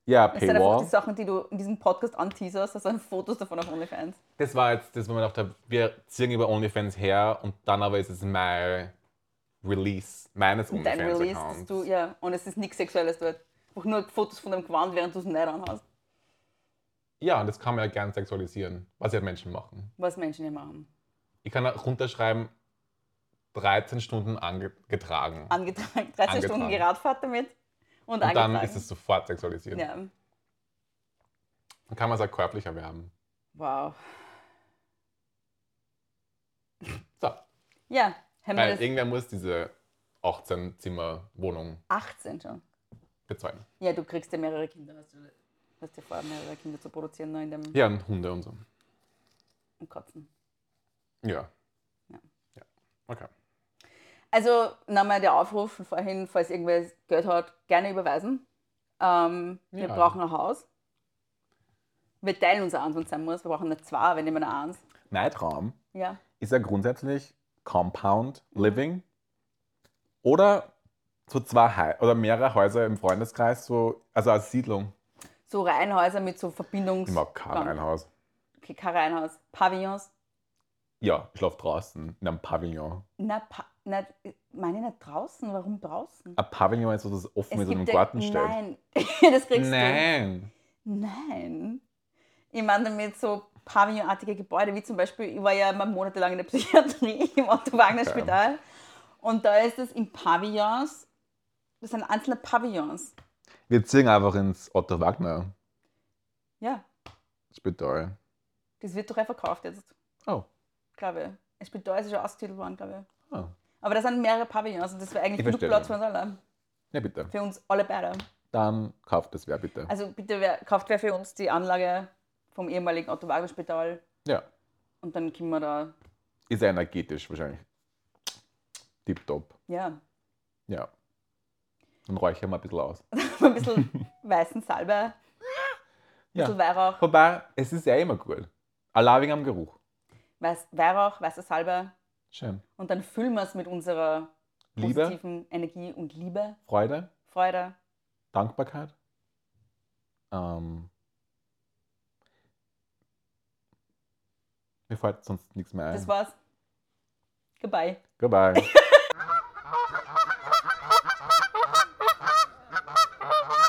A: Ja,
B: Das sind einfach
A: Paywall.
B: die Sachen, die du in diesem Podcast anteaserst. Das sind Fotos davon auf OnlyFans.
A: Das war jetzt das, wo man dachte, wir ziehen über OnlyFans her und dann aber ist es mein Release, meines
B: Und dein Release, dass
A: OnlyFans-Accounts.
B: du, ja. Und es ist nichts Sexuelles dort. Einfach nur Fotos von deinem Gewand, während du es nicht anhast.
A: Ja, und das kann man ja gern sexualisieren, was ja Menschen machen.
B: Was Menschen ja machen.
A: Ich kann da runterschreiben, 13 Stunden angetragen.
B: Angetragen. 13 Stunden
A: Angetragen.
B: Geradfahrt damit. Und,
A: und dann
B: angetragen.
A: ist es sofort sexualisiert.
B: Ja.
A: Dann kann man es auch körperlich erwerben.
B: Wow.
A: So,
B: Ja, haben wir
A: weil
B: das
A: irgendwer muss diese 18-Zimmer-Wohnung
B: 18 schon.
A: bezahlen.
B: Ja, du kriegst ja mehrere Kinder, hast du, hast ja vor, mehrere Kinder zu produzieren, nur in dem
A: Ja, und Hunde und so.
B: im Kotzen.
A: Ja.
B: Ja.
A: ja. Okay.
B: Also nochmal der Aufruf von vorhin, falls irgendwer Geld hat, gerne überweisen. Ähm, Wir
A: Ja.
B: brauchen ein Haus. Wir teilen uns eins, wenn es sein muss. Wir brauchen nicht zwei, wenn jemand eins.
A: Nightraum.
B: Ja.
A: ist ja grundsätzlich Compound Living oder so zwei Hei- oder mehrere Häuser im Freundeskreis, so, also als Siedlung.
B: So Reihenhäuser mit so Verbindungs...
A: Ich mag kein
B: Gang.
A: Reihenhaus.
B: Okay, kein Reihenhaus. Pavillons.
A: Ja, ich laufe draußen in einem Pavillon.
B: Na, pa na, meine ich nicht draußen. Warum draußen?
A: Ein Pavillon ist so, das offen ist und im
B: ja-
A: Garten steht.
B: Nein, das kriegst du.
A: Nein.
B: Nein. Ich meine damit so pavillonartige Gebäude, wie zum Beispiel, ich war ja mal monatelang in der Psychiatrie im Otto-Wagner-Spital. Und da ist es in Pavillons, das sind einzelne Pavillons.
A: Wir ziehen einfach ins Otto Wagner
B: Ja,
A: Spital.
B: das wird doch auch verkauft jetzt,
A: Oh.
B: glaube ich. Das Spital ist ja schon ausgetitelt worden, glaube ich.
A: oh.
B: Aber da sind mehrere Pavillons und das wäre eigentlich
A: Ich
B: genug
A: verstehe
B: Platz für
A: schon.
B: uns alle.
A: Ja, bitte.
B: Für uns alle beide.
A: Dann kauft das wer bitte.
B: Also bitte wer, kauft wer für uns die Anlage vom ehemaligen Otto-Wagner-Spital
A: Ja.
B: und dann können wir da,
A: Ist ja energetisch wahrscheinlich. Tipptopp.
B: ja,
A: Ja. Dann räuchern wir ein bisschen aus.
B: ein bisschen weißen Salbe, ein
A: Ja.
B: bisschen Weihrauch.
A: Wobei, es ist ja eh immer gut. Allein wegen am Geruch.
B: Weiß, Weihrauch, weißer Salbe
A: Schön.
B: und dann füllen wir es mit unserer
A: Liebe,
B: positiven Energie und Liebe,
A: Freude,
B: Freude.
A: Dankbarkeit. Ähm, mir fällt sonst nichts mehr ein.
B: Das war's. Goodbye.
A: Goodbye.